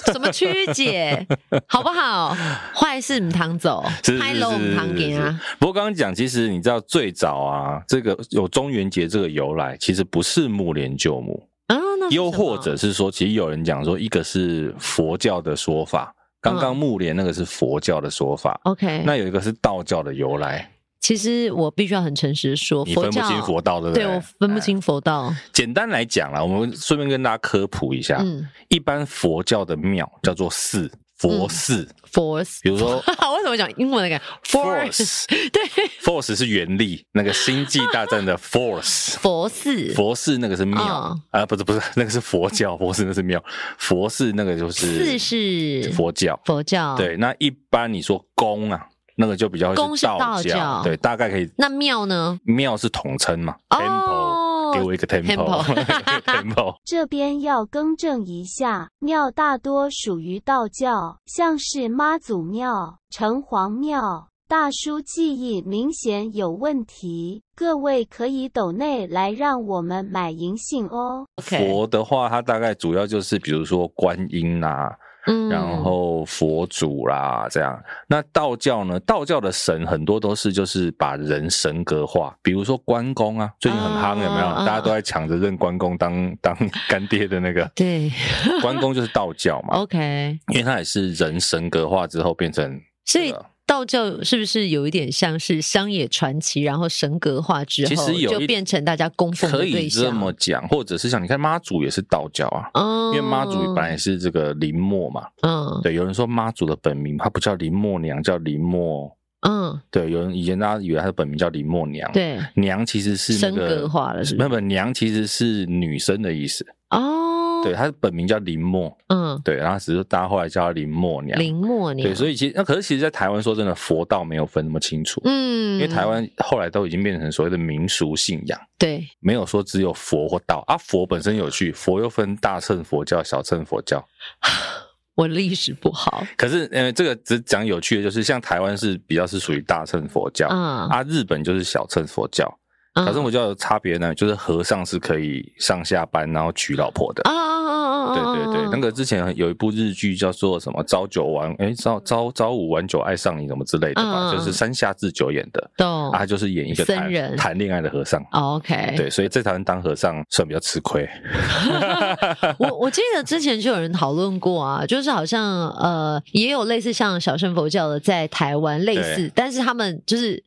[SPEAKER 2] 什么曲解，好不好？坏事唔躺走
[SPEAKER 1] 是，
[SPEAKER 2] 拍
[SPEAKER 1] 是
[SPEAKER 2] 楼唔躺
[SPEAKER 1] 是
[SPEAKER 2] 给
[SPEAKER 1] 是
[SPEAKER 2] 啊。
[SPEAKER 1] 是不过刚刚讲，其实你知道最早啊，这个有中元节这个由来，其实不是木莲救母，
[SPEAKER 2] 啊，那是
[SPEAKER 1] 又
[SPEAKER 2] 什
[SPEAKER 1] 或
[SPEAKER 2] 么
[SPEAKER 1] 者是说，其实有人讲说，一个是佛教的说法，刚刚木莲那个是佛教的说法，
[SPEAKER 2] OK，
[SPEAKER 1] 那有一个是道教的由来，
[SPEAKER 2] 其实我必须要很诚实的说，
[SPEAKER 1] 你分
[SPEAKER 2] 哦佛
[SPEAKER 1] 不
[SPEAKER 2] 教
[SPEAKER 1] 清佛道，对不
[SPEAKER 2] 对我分不
[SPEAKER 1] 哎
[SPEAKER 2] 清佛道。
[SPEAKER 1] 简单来讲啦，我们顺便跟大家科普一下，
[SPEAKER 2] 嗯，
[SPEAKER 1] 一般佛教的庙叫做寺，佛寺，
[SPEAKER 2] 嗯 force，
[SPEAKER 1] 比如
[SPEAKER 2] (laughs)
[SPEAKER 1] 说
[SPEAKER 2] 为什么讲英文的感觉 force
[SPEAKER 1] force，
[SPEAKER 2] (laughs) 对
[SPEAKER 1] ，force 是原力，那个星际大战的 force。
[SPEAKER 2] 佛寺
[SPEAKER 1] 佛寺那个是庙啊、
[SPEAKER 2] 嗯
[SPEAKER 1] 不是不是，那个是佛教，佛寺那是庙，佛寺那个就是
[SPEAKER 2] 寺是
[SPEAKER 1] 佛教。
[SPEAKER 2] 佛教，，
[SPEAKER 1] 对，那一般你说宫啊，那个就比较是
[SPEAKER 2] 宫是
[SPEAKER 1] 道
[SPEAKER 2] 道教
[SPEAKER 1] 对，大概可以
[SPEAKER 2] 那庙呢？
[SPEAKER 1] 庙是统称嘛、t e m p l e
[SPEAKER 2] 哦
[SPEAKER 1] 给我一个 tempo，tempo (laughs)
[SPEAKER 2] tempo (laughs)
[SPEAKER 1] tempo
[SPEAKER 3] 这边要更正一下，庙大多属于道教，像是妈祖庙、城隍庙。大叔记忆明显有问题，各位可以抖内来让我们买银杏哦。
[SPEAKER 2] ，OK，
[SPEAKER 1] 佛的话，它大概主要就是比如说观音啊啦、
[SPEAKER 2] 嗯
[SPEAKER 1] 然后佛祖啦，这样。那道教呢？道教的神很多都是就是把人神格化，比如说关公啊，最近很
[SPEAKER 2] 啊
[SPEAKER 1] 夯，有没有？
[SPEAKER 2] 啊
[SPEAKER 1] 大家都在抢着认关公当
[SPEAKER 2] (laughs)
[SPEAKER 1] 当干爹的那个
[SPEAKER 2] 对
[SPEAKER 1] 关公就是道教
[SPEAKER 2] 哦
[SPEAKER 1] 嘛，
[SPEAKER 2] ，OK，
[SPEAKER 1] 因为他也是人神格化之后变成
[SPEAKER 2] 所
[SPEAKER 1] 这
[SPEAKER 2] 以
[SPEAKER 1] 个。
[SPEAKER 2] 道教是不是有一点像是乡野传奇，然后神格化之
[SPEAKER 1] 其
[SPEAKER 2] 后
[SPEAKER 1] 实有
[SPEAKER 2] 就
[SPEAKER 1] 一
[SPEAKER 2] 变成大家供奉的
[SPEAKER 1] 可
[SPEAKER 2] 对
[SPEAKER 1] 以
[SPEAKER 2] 象？
[SPEAKER 1] 这么讲，或者是像你看妈祖也是道教啊，
[SPEAKER 2] 嗯，
[SPEAKER 1] 因为妈祖本来也是这个林默嘛。
[SPEAKER 2] 嗯
[SPEAKER 1] 对，有人说妈祖的本名她不叫林默娘，叫林默。
[SPEAKER 2] 嗯
[SPEAKER 1] 对，有人以前大家以为她的本名叫林默娘。
[SPEAKER 2] 对
[SPEAKER 1] 娘其实是那个
[SPEAKER 2] 神格化了是不是
[SPEAKER 1] 不不，娘其实是女生的意思。
[SPEAKER 2] 哦，
[SPEAKER 1] 对，啊她本名叫林默，
[SPEAKER 2] 嗯，
[SPEAKER 1] 对，然后只是大家后来叫她林默娘。
[SPEAKER 2] 林默娘，
[SPEAKER 1] 对，所以其实那可是其实，在台湾说真的，佛道没有分那么清楚，
[SPEAKER 2] 嗯，
[SPEAKER 1] 因为台湾后来都已经变成所谓的民俗信仰，
[SPEAKER 2] 对
[SPEAKER 1] 没有说只有佛或道啊。佛本身有趣，佛又分大乘佛教、小乘佛教。
[SPEAKER 2] 我历史不好，
[SPEAKER 1] 可是呃，这个只讲有趣的，就是像台湾是比较是属于大乘佛教，
[SPEAKER 2] 嗯，
[SPEAKER 1] 啊，日本就是小乘佛教。
[SPEAKER 2] 嗯
[SPEAKER 1] 小乘佛教的差别呢，就是和尚是可以上下班然后娶老婆的。
[SPEAKER 2] 啊啊啊啊！
[SPEAKER 1] 对对对，那个之前有一部日剧叫做什么
[SPEAKER 2] 嗯
[SPEAKER 1] “朝九晚”哎，朝朝朝五晚九爱上你什么之类的吧，
[SPEAKER 2] 嗯嗯嗯
[SPEAKER 1] 就是山下智久演的，
[SPEAKER 2] 懂
[SPEAKER 1] 啊，他就是演一个
[SPEAKER 2] 僧
[SPEAKER 1] 谈
[SPEAKER 2] 人
[SPEAKER 1] 谈恋爱的和尚。
[SPEAKER 2] OK，
[SPEAKER 1] 对，所以在台湾当和尚算比较吃亏。
[SPEAKER 2] 我我记得之前就有人讨论过啊，就是好像呃，也有类似像小乘佛教的在台湾类似，但是他们就是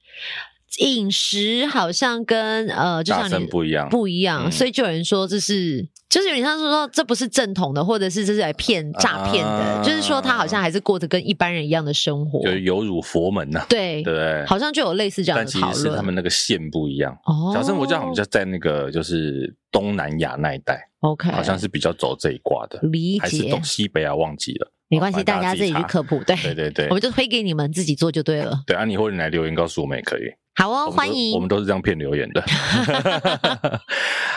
[SPEAKER 2] 饮食好像跟呃，就
[SPEAKER 1] 大
[SPEAKER 2] 像
[SPEAKER 1] 乘
[SPEAKER 2] 你
[SPEAKER 1] 不一样，
[SPEAKER 2] 不一样，
[SPEAKER 1] 嗯
[SPEAKER 2] 所以就有人说这是。就是有点像是说这不是正统的，或者是这是来骗诈骗的，
[SPEAKER 1] 啊
[SPEAKER 2] 就是说他好像还是过得跟一般人一样的生活，
[SPEAKER 1] 就是有辱佛门呐、
[SPEAKER 2] 对，
[SPEAKER 1] 对不对？
[SPEAKER 2] 哎好像就有类似这样
[SPEAKER 1] 但
[SPEAKER 2] 的
[SPEAKER 1] 其
[SPEAKER 2] 讨
[SPEAKER 1] 实是
[SPEAKER 2] 论。
[SPEAKER 1] 他们那个县不一样。
[SPEAKER 2] 哦，
[SPEAKER 1] 小乘佛教我们就在那个就是东南亚那一带，
[SPEAKER 2] OK，
[SPEAKER 1] 好像是比较走这一挂的，
[SPEAKER 2] 理
[SPEAKER 1] 还是
[SPEAKER 2] 解
[SPEAKER 1] 东，西北啊，忘记了。
[SPEAKER 2] 没关
[SPEAKER 1] 好
[SPEAKER 2] 系，
[SPEAKER 1] 反正
[SPEAKER 2] 大家自己去
[SPEAKER 1] 查
[SPEAKER 2] 科普，对，
[SPEAKER 1] 对对对
[SPEAKER 2] 我，们就推给你们自己做就对了。
[SPEAKER 1] 对啊，你或者你来留言告诉我们也可以。
[SPEAKER 2] 好
[SPEAKER 1] 我
[SPEAKER 2] 哦，
[SPEAKER 1] 们都
[SPEAKER 2] 欢迎。
[SPEAKER 1] 我们都是这样骗留言的。 (laughs)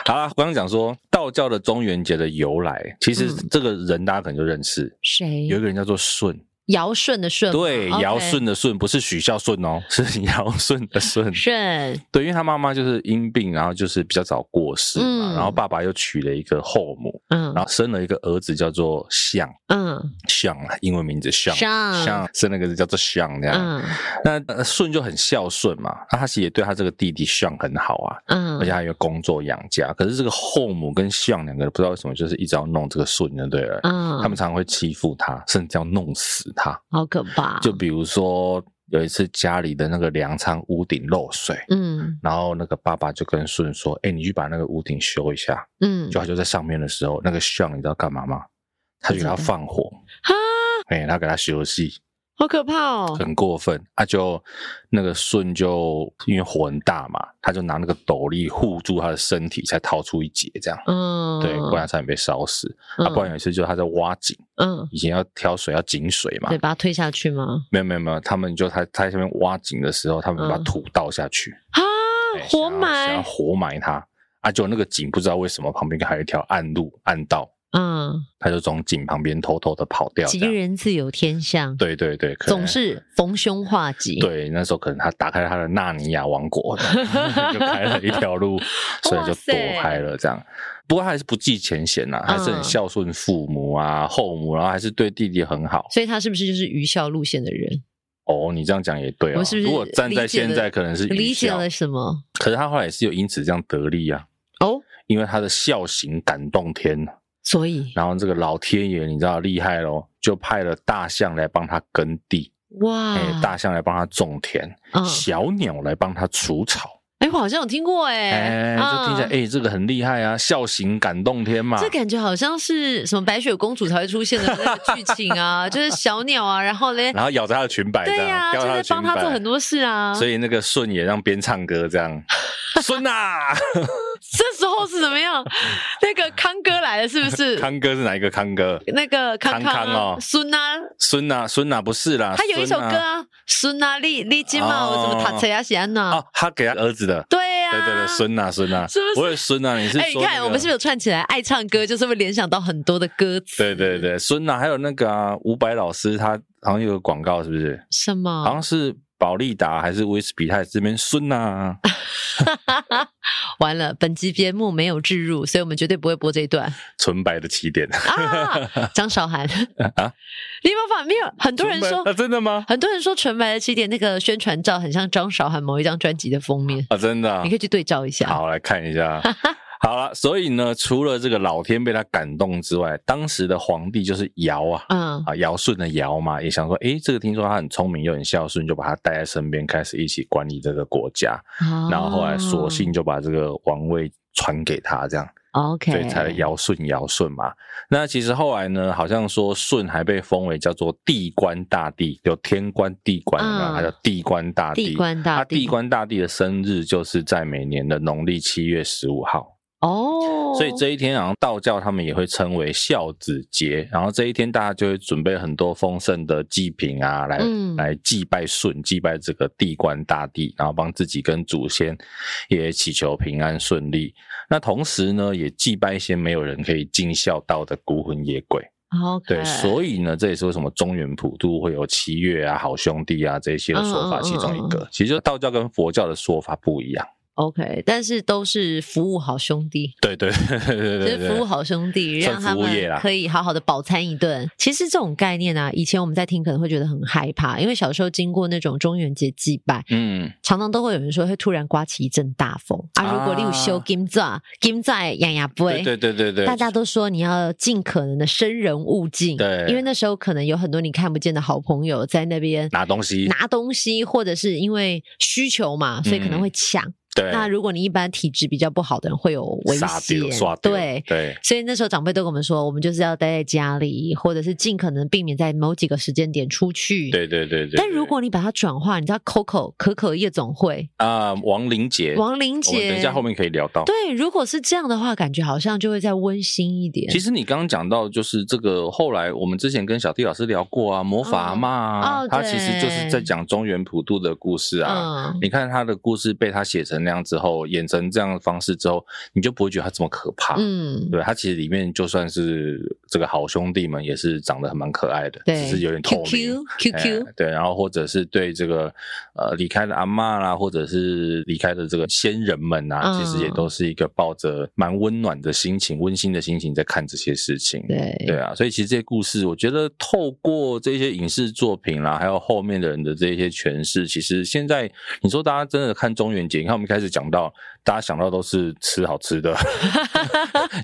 [SPEAKER 1] 好啦，刚刚讲说道教的中元节的由来，其实
[SPEAKER 2] 嗯
[SPEAKER 1] 这个人大家可能就认识，
[SPEAKER 2] 谁
[SPEAKER 1] 有一？个人叫做舜，
[SPEAKER 2] 尧舜的舜吗，
[SPEAKER 1] 对，
[SPEAKER 2] OK
[SPEAKER 1] 尧舜的舜，不是许孝顺哦，是尧舜的
[SPEAKER 2] (laughs)
[SPEAKER 1] 舜。
[SPEAKER 2] 舜，
[SPEAKER 1] 对，因为他妈妈就是因病，然后就是比较早过世嘛，
[SPEAKER 2] 嗯
[SPEAKER 1] 然后爸爸又娶了一个后母，
[SPEAKER 2] 嗯
[SPEAKER 1] 然后生了一个儿子叫做象，
[SPEAKER 2] 嗯
[SPEAKER 1] 象啊，英文名字象，
[SPEAKER 2] 象
[SPEAKER 1] 象生了个字叫做象这样。
[SPEAKER 2] 嗯
[SPEAKER 1] 那呃舜就很孝顺嘛，那他其实也对他这个弟弟象很好啊，
[SPEAKER 2] 嗯，
[SPEAKER 1] 而且他有工作养家。可是这个后母跟象两个人不知道为什么就是一直要弄这个舜，就对了。
[SPEAKER 2] 嗯，
[SPEAKER 1] 他们常常会欺负他，甚至要弄死他。
[SPEAKER 2] 好可怕，
[SPEAKER 1] 就比如说有一次家里的那个粮仓屋顶漏水，
[SPEAKER 2] 嗯
[SPEAKER 1] 然后那个爸爸就跟舜说：“哎、你去把那个屋顶修一下。”
[SPEAKER 2] 嗯
[SPEAKER 1] 就他就在上面的时候，那个象你知道干嘛吗？他就给他放火，
[SPEAKER 2] 哈，
[SPEAKER 1] 哎、他给他休息，
[SPEAKER 2] 好可怕哦，
[SPEAKER 1] 很过分。他就那个舜就因为火很大嘛，他就拿那个斗笠护住他的身体，才逃出一劫这样。
[SPEAKER 2] 嗯，
[SPEAKER 1] 对，不然他差点被烧死。啊，不然有一次就是他在挖井，
[SPEAKER 2] 嗯，
[SPEAKER 1] 以前要挑水要井水嘛
[SPEAKER 2] 对，，把它推下去吗？
[SPEAKER 1] 没有没有没有，他们就他他在下面挖井的时候，他们把
[SPEAKER 2] 嗯
[SPEAKER 1] 土倒下去，
[SPEAKER 2] 啊
[SPEAKER 1] 哎，
[SPEAKER 2] 活
[SPEAKER 1] 想要想要
[SPEAKER 2] 埋，
[SPEAKER 1] 活埋它。啊，就那个井不知道为什么旁边还有一条暗路暗道，
[SPEAKER 2] 嗯，
[SPEAKER 1] 他就从井旁边偷偷的跑掉。
[SPEAKER 2] 吉
[SPEAKER 1] 这样
[SPEAKER 2] 人自有天相，
[SPEAKER 1] 对对对，可能
[SPEAKER 2] 总是逢凶化吉。，
[SPEAKER 1] 对，那时候可能他打开了他的纳尼亚王国， (laughs) 就开了一条
[SPEAKER 2] (laughs)
[SPEAKER 1] 路，所以就躲开了这样。不过他还是不计前嫌呐、还是
[SPEAKER 2] 嗯
[SPEAKER 1] 很孝顺父母啊、后母，然后还是对弟弟很好。
[SPEAKER 2] 所以他是不是就是愚孝路线的人？
[SPEAKER 1] 哦，你这样讲也对哦。
[SPEAKER 2] 我是不是
[SPEAKER 1] 如果站在现在，可能是
[SPEAKER 2] 理
[SPEAKER 1] 愚
[SPEAKER 2] 解
[SPEAKER 1] 孝，
[SPEAKER 2] 了什么？
[SPEAKER 1] 可是他后来也是有因此这样得利啊，
[SPEAKER 2] 哦，
[SPEAKER 1] 因为他的孝行感动天，(laughs)
[SPEAKER 2] 所以
[SPEAKER 1] 然后这个老天爷你知道厉害咯，就派了大象来帮他耕地，
[SPEAKER 2] 哇
[SPEAKER 1] 哎、，大象来帮他种田，
[SPEAKER 2] 啊嗯，
[SPEAKER 1] 小鸟来帮他除草。
[SPEAKER 2] 哎，我好像有听过
[SPEAKER 1] 哎、
[SPEAKER 2] 哎，
[SPEAKER 1] 就听起来，哎、
[SPEAKER 2] 嗯
[SPEAKER 1] 这个很厉害啊，孝行感动天嘛。
[SPEAKER 2] 这感觉好像是什么白雪公主才会出现的那个剧情啊， (laughs) 就是小鸟啊，然后嘞，
[SPEAKER 1] (laughs) 然后咬着他的裙摆，
[SPEAKER 2] 对
[SPEAKER 1] 这样
[SPEAKER 2] 呀，就
[SPEAKER 1] 叼他
[SPEAKER 2] 在
[SPEAKER 1] 的裙
[SPEAKER 2] 帮他
[SPEAKER 1] 摆
[SPEAKER 2] 做很多事啊。
[SPEAKER 1] 所以那个舜也让边唱歌这
[SPEAKER 2] (laughs)
[SPEAKER 1] 样，舜啊，
[SPEAKER 2] 这时候是怎
[SPEAKER 1] (laughs)
[SPEAKER 2] 么样？那个康哥来了，是不是？
[SPEAKER 1] 康哥是哪一个康哥？
[SPEAKER 2] 那个康
[SPEAKER 1] 康康
[SPEAKER 2] 啊
[SPEAKER 1] 哦
[SPEAKER 2] 孙啊，
[SPEAKER 1] 孙啊，孙啊，不是啦，
[SPEAKER 2] 他有一首歌
[SPEAKER 1] 孙啊
[SPEAKER 2] 啊，孙啊，你你今嘛有什么塔车啊喜安呐？
[SPEAKER 1] 哦，他给他儿子的，
[SPEAKER 2] 对呀，
[SPEAKER 1] 对对对，孙啊，孙啊，
[SPEAKER 2] 是不是
[SPEAKER 1] 我有孙啊，你是
[SPEAKER 2] 哎，你
[SPEAKER 1] 说那
[SPEAKER 2] 看
[SPEAKER 1] 个
[SPEAKER 2] 我们是不是有串起来？爱唱歌就是会联想到很多的歌词。
[SPEAKER 1] 对对对，孙啊，还有那个啊伍佰老师，他好像有个广告，是不是？
[SPEAKER 2] 什
[SPEAKER 1] 好
[SPEAKER 2] 么？
[SPEAKER 1] 像是宝利达还是威士比，他也是这边孙啊，
[SPEAKER 2] 完了，本集节目没有置入，所以我们绝对不会播这一段
[SPEAKER 1] 纯白的起点。 (laughs)
[SPEAKER 2] 啊。张韶涵， (laughs) 你有没有发没有？很多人说
[SPEAKER 1] 啊纯白啊，真的吗？
[SPEAKER 2] 很多人说《纯白的起点》那个宣传照很像张韶涵某一张专辑的封面，
[SPEAKER 1] 啊，真的啊、
[SPEAKER 2] 你可以去对照一下。
[SPEAKER 1] 好，来看一
[SPEAKER 2] (laughs)
[SPEAKER 1] 下。好了，所以呢，除了这个老天被他感动之外，当时的皇帝就是尧啊，
[SPEAKER 2] 嗯
[SPEAKER 1] 啊，尧舜的尧嘛，也想说，诶，这个听说他很聪明又很孝顺，就把他带在身边，开始一起管理这个国家。
[SPEAKER 2] 哦
[SPEAKER 1] 然后后来索性就把这个王位传给他，这样，
[SPEAKER 2] 哦 OK，
[SPEAKER 1] 所以才尧舜尧舜嘛。那其实后来呢，好像说舜还被封为叫做地官大帝，有天官、地官，有没有？
[SPEAKER 2] 嗯
[SPEAKER 1] 他叫地官大帝。
[SPEAKER 2] 地官大
[SPEAKER 1] 他
[SPEAKER 2] 帝，
[SPEAKER 1] 啊地官大帝的生日就是在每年的农历七月十五号，
[SPEAKER 2] 哦，
[SPEAKER 1] 所以这一天好像道教他们也会称为孝子节。然后这一天大家就会准备很多丰盛的祭品啊，来、
[SPEAKER 2] 嗯
[SPEAKER 1] 来祭拜舜，祭拜这个地官大帝，然后帮自己跟祖先也祈求平安顺利。那同时呢，也祭拜一些没有人可以尽孝道的孤魂野鬼。
[SPEAKER 2] OK，
[SPEAKER 1] 对，所以呢，这也是为什么中原普渡会有七月啊、好兄弟啊这些的说
[SPEAKER 2] 嗯嗯
[SPEAKER 1] 法
[SPEAKER 2] 嗯
[SPEAKER 1] 其中一个。其实道教跟佛教的说法不一样。
[SPEAKER 2] OK，但是都是服务好兄弟。
[SPEAKER 1] 对对对对
[SPEAKER 2] 就
[SPEAKER 1] 对
[SPEAKER 2] 是
[SPEAKER 1] 对，
[SPEAKER 2] 服务好兄弟，
[SPEAKER 1] 算
[SPEAKER 2] 让他
[SPEAKER 1] 服务
[SPEAKER 2] 们
[SPEAKER 1] 业啦
[SPEAKER 2] 可以好好的饱餐一顿。其实这种概念啊，以前我们在听可能会觉得很害怕，因为小时候经过那种中元节祭拜，
[SPEAKER 1] 嗯，
[SPEAKER 2] 常常都会有人说会突然刮起一阵大风啊。如果
[SPEAKER 1] 啊
[SPEAKER 2] 你有修金钻，金钻养牙
[SPEAKER 1] 对
[SPEAKER 2] 杯，
[SPEAKER 1] 对对对对，
[SPEAKER 2] 大家都说你要尽可能的生人勿近，
[SPEAKER 1] 对
[SPEAKER 2] 因为那时候可能有很多你看不见的好朋友在那边
[SPEAKER 1] 拿东西，
[SPEAKER 2] 拿东西，或者是因为需求嘛，所以可能会抢。
[SPEAKER 1] 嗯对，
[SPEAKER 2] 那如果你一般体质比较不好的人，会有危
[SPEAKER 1] 杀
[SPEAKER 2] 险
[SPEAKER 1] 掉刷，掉
[SPEAKER 2] 对。
[SPEAKER 1] 对
[SPEAKER 2] 所以那时候长辈都跟我们说，我们就是要待在家里，或者是尽可能避免在某几个时间点出去。
[SPEAKER 1] 对对对对。
[SPEAKER 2] 但如果你把它转化，你知道 Coco 可可夜总会、
[SPEAKER 1] 啊，王林杰，
[SPEAKER 2] 王林
[SPEAKER 1] 我们
[SPEAKER 2] 杰，
[SPEAKER 1] 等一下后面可以聊到。
[SPEAKER 2] 对，如果是这样的话，感觉好像就会再温馨一点。
[SPEAKER 1] 其实你刚刚讲到，就是这个后来我们之前跟小弟老师聊过啊，魔法阿嬷
[SPEAKER 2] 哦
[SPEAKER 1] 啊，
[SPEAKER 2] 哦
[SPEAKER 1] 他其实就是在讲中原普渡的故事啊。
[SPEAKER 2] 嗯，
[SPEAKER 1] 你看他的故事被他写成那样之后，演成这样的方式之后，你就不会觉得他这么可怕。
[SPEAKER 2] 嗯，
[SPEAKER 1] 对，他其实里面就算是这个好兄弟们，也是长得很蛮可爱的，
[SPEAKER 2] 对，
[SPEAKER 1] 只是有点透明。
[SPEAKER 2] Q Q Q
[SPEAKER 1] 哎对，然后或者是对这个呃离开的阿嬷啦，或者是离开的这个先人们啊，
[SPEAKER 2] 嗯
[SPEAKER 1] 其实也都是一个抱着蛮温暖的心情、温馨的心情在看这些事情。
[SPEAKER 2] 对
[SPEAKER 1] 对啊，所以其实这些故事，我觉得透过这些影视作品啦，还有后面的人的这些诠释，其实现在你说大家真的看中元节，你看我们一开始讲到，大家想到都是吃好吃
[SPEAKER 2] (laughs)
[SPEAKER 1] 的， (laughs)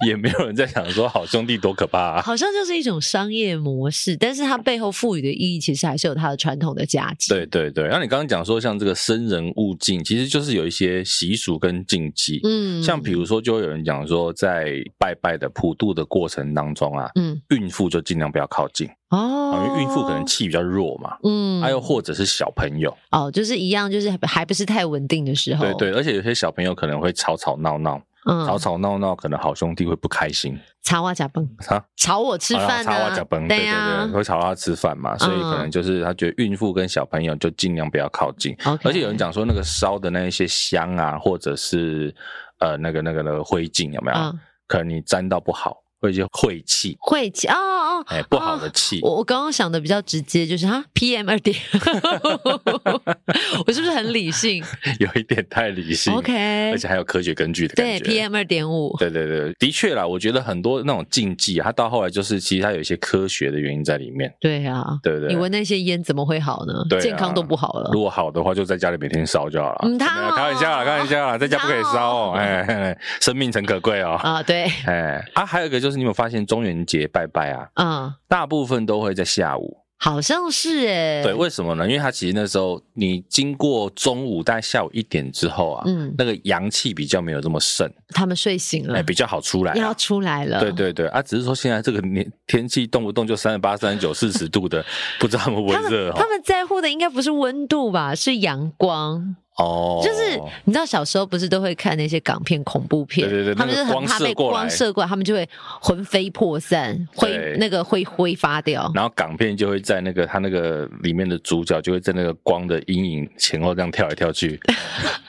[SPEAKER 1] 也没有人在想说好兄弟多可怕、
[SPEAKER 2] (laughs)
[SPEAKER 1] 啊。
[SPEAKER 2] 好像就是一种商业模式，但是它背后赋予的意义其实还是有它的传统的价值。
[SPEAKER 1] 对，对对，那你刚刚讲说像这个生人勿近，其实就是有一些习俗跟禁忌，
[SPEAKER 2] 嗯，
[SPEAKER 1] 像比如说就会有人讲说，在拜拜的普渡的过程当中啊，
[SPEAKER 2] 嗯
[SPEAKER 1] 孕妇就尽量不要靠近，啊
[SPEAKER 2] 哦，
[SPEAKER 1] 因为孕妇可能气比较弱嘛。
[SPEAKER 2] 嗯，
[SPEAKER 1] 还有或者是小朋友，
[SPEAKER 2] 哦，就是一样，就是还不是太稳定的时候，
[SPEAKER 1] 对对，而且有些小朋友可能会吵吵闹闹，
[SPEAKER 2] 哦嗯，
[SPEAKER 1] 吵吵闹闹，可能好兄弟会不开心
[SPEAKER 2] 吵我假崩，
[SPEAKER 1] 啊，
[SPEAKER 2] 吵我吃饭啊，
[SPEAKER 1] 吵我脚崩，对
[SPEAKER 2] 呀嗯
[SPEAKER 1] 对对，会吵到他吃饭嘛，所以可能就是他觉得孕妇跟小朋友就尽量不要靠近，
[SPEAKER 2] ，OK，
[SPEAKER 1] 而且有人讲说，那个烧的那一些香啊，或者是呃那个那个那个灰烬有没有？
[SPEAKER 2] 嗯
[SPEAKER 1] 可能你沾到不好，会就晦气，
[SPEAKER 2] 晦气哦哦，
[SPEAKER 1] 哎，不好的气。
[SPEAKER 2] 我我刚刚想的比较直接，就是哈 PM 二点， (laughs) 我是不是很
[SPEAKER 1] (laughs)
[SPEAKER 2] 理性
[SPEAKER 1] 有一点太理性
[SPEAKER 2] ？OK，
[SPEAKER 1] 而且还有科学根据的感
[SPEAKER 2] 对
[SPEAKER 1] 觉。
[SPEAKER 2] PM 二点五，
[SPEAKER 1] 对对对，的确啦，我觉得很多那种禁忌啊，它到后来就是其实它有一些科学的原因在里面，
[SPEAKER 2] 对啊，
[SPEAKER 1] 对不对？
[SPEAKER 2] 你闻那些烟怎么会好呢？
[SPEAKER 1] 对啊
[SPEAKER 2] 健康都不好了
[SPEAKER 1] 如。果好的话，就在家里每天烧就好了。
[SPEAKER 2] 嗯他
[SPEAKER 1] 没
[SPEAKER 2] 哦
[SPEAKER 1] 有开玩笑啦，开玩笑啦，在家不可以烧哦，
[SPEAKER 2] 他哦
[SPEAKER 1] 哎，哎 (laughs) 哎生命诚可贵哦。
[SPEAKER 2] 啊，对，
[SPEAKER 1] 哎啊，还有一个就是，你有没有发现中元节拜拜啊，
[SPEAKER 2] 嗯，
[SPEAKER 1] 大部分都会在下午。
[SPEAKER 2] 好像是哎，
[SPEAKER 1] 对，为什么呢？因为它其实那时候你经过中午，大概下午一点之后啊，
[SPEAKER 2] 嗯，
[SPEAKER 1] 那个阳气比较没有这么盛，
[SPEAKER 2] 他们睡醒了
[SPEAKER 1] 哎，，比较好出来啊。
[SPEAKER 2] 嗯要出来了，
[SPEAKER 1] 对对对啊，只是说现在这个年天气动不动就三十八、三十九、四十度的，不知道他们
[SPEAKER 2] 他
[SPEAKER 1] 温热
[SPEAKER 2] 们
[SPEAKER 1] 哦
[SPEAKER 2] 他。们在乎的应该不是温度吧，是阳光。
[SPEAKER 1] 哦，
[SPEAKER 2] 就是你知道小时候不是都会看那些港片、恐怖片，
[SPEAKER 1] 对对对
[SPEAKER 2] 他们就是
[SPEAKER 1] 那个
[SPEAKER 2] 很
[SPEAKER 1] 光
[SPEAKER 2] 怕
[SPEAKER 1] 射
[SPEAKER 2] 被
[SPEAKER 1] 过
[SPEAKER 2] 光
[SPEAKER 1] 来
[SPEAKER 2] 射过来，他们就会魂飞魄散，会
[SPEAKER 1] 对
[SPEAKER 2] 那个会挥发掉。
[SPEAKER 1] 然后港片就会在那个他那个里面的主角就会在那个光的阴影前后这样跳来跳
[SPEAKER 2] (laughs)
[SPEAKER 1] 去，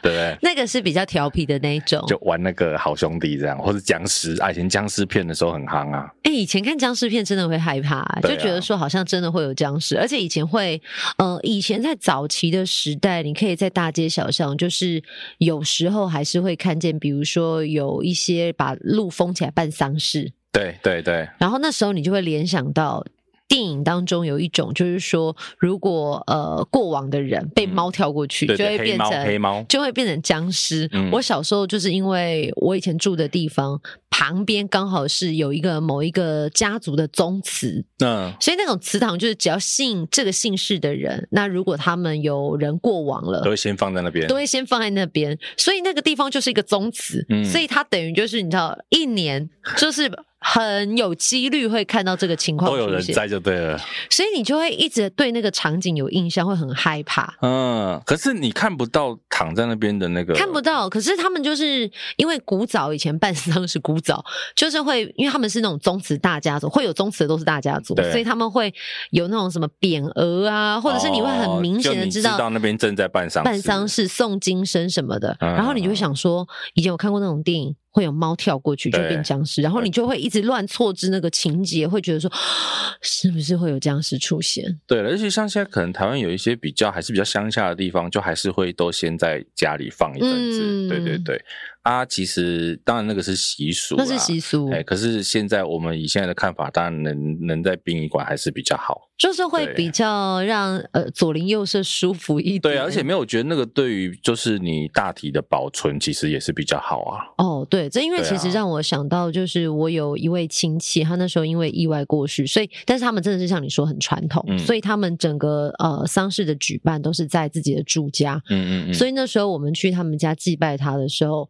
[SPEAKER 1] 对不对？
[SPEAKER 2] 那个是比较调皮的那一种。
[SPEAKER 1] 就玩那个好兄弟这样，或者僵尸啊，以前僵尸片的时候很夯啊，
[SPEAKER 2] 哎、以前看僵尸片真的会害怕、
[SPEAKER 1] 对
[SPEAKER 2] 就
[SPEAKER 1] 啊
[SPEAKER 2] 觉得说好像真的会有僵尸，而且以前会，呃，以前在早期的时代，你可以在大街小巷，就是有时候还是会看见，比如说有一些把路封起来办丧事，
[SPEAKER 1] 对对对，
[SPEAKER 2] 然后那时候你就会联想到电影当中有一种，就是说，如果呃过往的人被
[SPEAKER 1] 嗯
[SPEAKER 2] 猫跳过去，
[SPEAKER 1] 对
[SPEAKER 2] 就会
[SPEAKER 1] 对黑
[SPEAKER 2] 变
[SPEAKER 1] 猫
[SPEAKER 2] 成
[SPEAKER 1] 黑猫，
[SPEAKER 2] 就会变成僵尸。
[SPEAKER 1] 嗯
[SPEAKER 2] 我小时候就是因为我以前住的地方旁边刚好是有一个某一个家族的宗祠，
[SPEAKER 1] 嗯
[SPEAKER 2] 所以那种祠堂就是只要姓这个姓氏的人，那如果他们有人过往了
[SPEAKER 1] 都。会先放在那边
[SPEAKER 2] 都，会先放在那边，所以那个地方就是一个宗祠，
[SPEAKER 1] 嗯
[SPEAKER 2] 所以它等于就是你知道，一年就是很有几率会看到这个情况
[SPEAKER 1] 都有
[SPEAKER 2] 出
[SPEAKER 1] 人
[SPEAKER 2] 现，
[SPEAKER 1] 在就对了，
[SPEAKER 2] 所以你就会一直对那个场景有印象，会很害怕。
[SPEAKER 1] 嗯，可是你看不到躺在那边的那个，
[SPEAKER 2] 看不到，可是他们就是因为古早以前办丧事，古早就是会，因为他们是那种宗祠大家族，会有宗祠的都是大家族，
[SPEAKER 1] 对
[SPEAKER 2] 所以他们会有那种什么匾额啊，或者是你会很明显
[SPEAKER 1] 哦就
[SPEAKER 2] 的
[SPEAKER 1] 你知
[SPEAKER 2] 道
[SPEAKER 1] 那边正在办丧
[SPEAKER 2] 办丧
[SPEAKER 1] 事，
[SPEAKER 2] 事、诵经声什么的，
[SPEAKER 1] 嗯
[SPEAKER 2] 然后你就会想说，以前我看过那种电影，会有猫跳过去就
[SPEAKER 1] 对
[SPEAKER 2] 变僵尸，然后你就会一直乱错置那个情节，会觉得说 (gasps) 是不是会有僵尸出现？
[SPEAKER 1] 对了，而且像现在可能台湾有一些比较还是比较乡下的地方，就还是会都先在家里放一阵子，
[SPEAKER 2] 嗯
[SPEAKER 1] 对对对。啊，其实当然那个是习俗啦，
[SPEAKER 2] 那是习俗，
[SPEAKER 1] 哎、可是现在我们以现在的看法，当然能能在殡仪馆还是比较好。
[SPEAKER 2] 就是会
[SPEAKER 1] 对
[SPEAKER 2] 比较让呃左邻右舍舒服一点。
[SPEAKER 1] 对啊，而且没有我觉得那个对于就是你大体的保存，其实也是比较好啊。
[SPEAKER 2] 哦，对，这因为
[SPEAKER 1] 对
[SPEAKER 2] 其实
[SPEAKER 1] 啊
[SPEAKER 2] 让我想到，就是我有一位亲戚，他那时候因为意外过世，所以但是他们真的是像你说很传统，
[SPEAKER 1] 嗯
[SPEAKER 2] 所以他们整个呃丧事的举办都是在自己的住家，
[SPEAKER 1] 嗯嗯嗯，
[SPEAKER 2] 所
[SPEAKER 1] 以
[SPEAKER 2] 以那时候我们去他们家祭拜他的时候，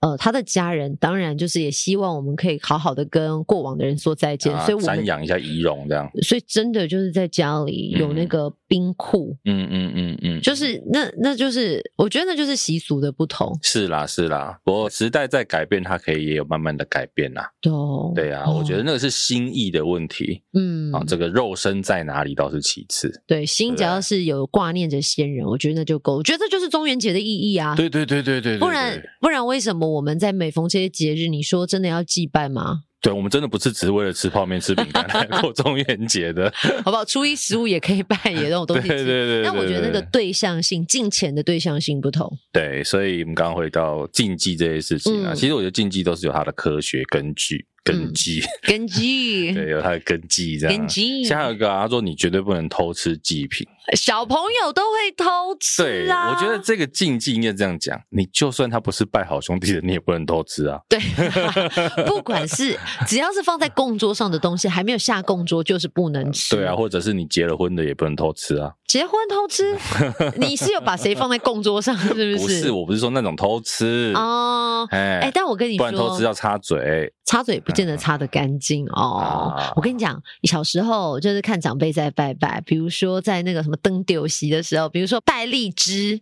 [SPEAKER 2] 呃，他的家人当然就是也希望我们可以好好的跟过往的人说再见，所以我
[SPEAKER 1] 啊瞻
[SPEAKER 2] 们
[SPEAKER 1] 仰一下仪容这样。
[SPEAKER 2] 所以真的就是在家里有那
[SPEAKER 1] 嗯
[SPEAKER 2] 个冰库，
[SPEAKER 1] 嗯嗯嗯嗯，
[SPEAKER 2] 就是那那就是我觉得那就是习俗的不同，
[SPEAKER 1] 是啦是啦，不过时代在改变，它可以也有慢慢的改变啦。
[SPEAKER 2] 哦，
[SPEAKER 1] 对啊，我觉得
[SPEAKER 2] 哦
[SPEAKER 1] 那个是心意的问题
[SPEAKER 2] 嗯
[SPEAKER 1] 啊，这个肉身在哪里倒是其次。
[SPEAKER 2] 对，心
[SPEAKER 1] 对
[SPEAKER 2] 只要是有挂念着先人，我觉得那就够。我觉得这就是中元节的意义啊。
[SPEAKER 1] 对对对对对对，
[SPEAKER 2] 不然
[SPEAKER 1] 对
[SPEAKER 2] 不然，为什么我们在每逢这些节日，你说真的要祭拜吗？
[SPEAKER 1] 对我们真的不是只是为了吃泡面、吃饼干来
[SPEAKER 2] (laughs)
[SPEAKER 1] 过中元节的。
[SPEAKER 2] 好不好？初一十五也可以拜，也那种东
[SPEAKER 1] 对
[SPEAKER 2] 西。
[SPEAKER 1] 对对对，
[SPEAKER 2] 但我觉得那
[SPEAKER 1] 对
[SPEAKER 2] 个对象性、敬钱的对象性不同。
[SPEAKER 1] 对，所以我们刚刚回到禁忌这些事情啊，
[SPEAKER 2] 嗯
[SPEAKER 1] 其实我觉得禁忌都是有它的科学根据、根基，
[SPEAKER 2] 根
[SPEAKER 1] (laughs)
[SPEAKER 2] 基，
[SPEAKER 1] 对，有它的根基这样。
[SPEAKER 2] 嗯根基，
[SPEAKER 1] 像还有一个、啊，他说你绝对不能偷吃祭品。
[SPEAKER 2] 小朋友都会偷吃
[SPEAKER 1] 对，
[SPEAKER 2] 啊。 (laughs)
[SPEAKER 1] 我觉得这个禁忌应该这样讲，你就算他不是拜好兄弟的，你也不能偷吃
[SPEAKER 2] (laughs)
[SPEAKER 1] 啊。
[SPEAKER 2] 对，不管是只要是放在供桌上的东西，还没有下供桌，就是不能吃。
[SPEAKER 1] 对啊，，或者是你结了婚的也不能偷吃啊。
[SPEAKER 2] 结婚偷
[SPEAKER 1] (laughs)
[SPEAKER 2] 吃，你是有把谁放在供桌上，是不是？
[SPEAKER 1] 不是，我不是说那种偷吃，
[SPEAKER 2] 哦。
[SPEAKER 1] 哎、
[SPEAKER 2] 哎、但我跟你
[SPEAKER 1] 不
[SPEAKER 2] 说，
[SPEAKER 1] 然偷吃要插嘴。
[SPEAKER 2] 擦嘴不见得擦得干净哦。
[SPEAKER 1] 啊
[SPEAKER 2] 我跟你讲，小时候就是看长辈在拜拜，比如说在那个什么灯丢席的时候，比如说拜荔枝，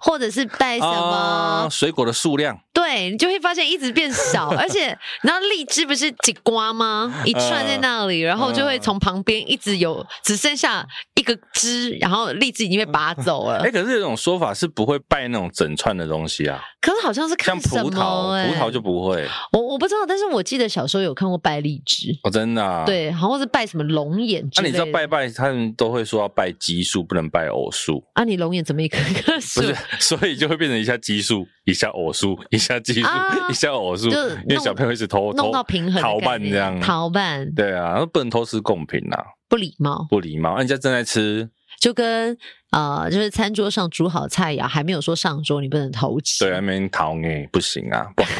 [SPEAKER 2] 或者是带哎什么
[SPEAKER 1] 啊，水果的数量，
[SPEAKER 2] 对你就会发现一直变少，而且你知道荔枝不是几瓜吗？一串
[SPEAKER 1] 嗯
[SPEAKER 2] 在那里，然后就会从旁边一直有只剩下一个枝，然后荔枝已经被拔走了。
[SPEAKER 1] 哎、可是有种说法是不会拜那种整串的东西啊，
[SPEAKER 2] 可是好像是
[SPEAKER 1] 像
[SPEAKER 2] 看
[SPEAKER 1] 葡
[SPEAKER 2] 什么、
[SPEAKER 1] 萄，
[SPEAKER 2] 欸？
[SPEAKER 1] 葡萄就不会
[SPEAKER 2] 我我不知道，但是我记得小时候有看过拜荔枝，
[SPEAKER 1] 哦，真的、啊。。
[SPEAKER 2] 对，好像是拜什么龙眼之
[SPEAKER 1] 那、
[SPEAKER 2] 类
[SPEAKER 1] 你知
[SPEAKER 2] 的。
[SPEAKER 1] 道拜拜，他们都会说要拜奇数，不能拜偶数，
[SPEAKER 2] 啊，你龙眼怎么一棵棵树
[SPEAKER 1] 不？是， (laughs) 所以就会变成一下奇数，一下偶
[SPEAKER 2] (laughs)
[SPEAKER 1] 数，一下奇数，
[SPEAKER 2] 啊
[SPEAKER 1] (laughs) 一下偶数，
[SPEAKER 2] 就
[SPEAKER 1] 因为
[SPEAKER 2] 弄
[SPEAKER 1] 小朋友一直偷
[SPEAKER 2] 弄
[SPEAKER 1] 偷
[SPEAKER 2] 到平衡的
[SPEAKER 1] 逃
[SPEAKER 2] 概
[SPEAKER 1] 办
[SPEAKER 2] 念
[SPEAKER 1] 这样，
[SPEAKER 2] 逃办
[SPEAKER 1] 对啊，那不能偷吃贡品啊，
[SPEAKER 2] 不礼貌，
[SPEAKER 1] 不礼貌。人家正在吃，
[SPEAKER 2] 就跟呃，就是餐桌上煮好菜肴，还没有说上桌，你不能偷吃。
[SPEAKER 1] 对，那边逃哎，不行啊，不好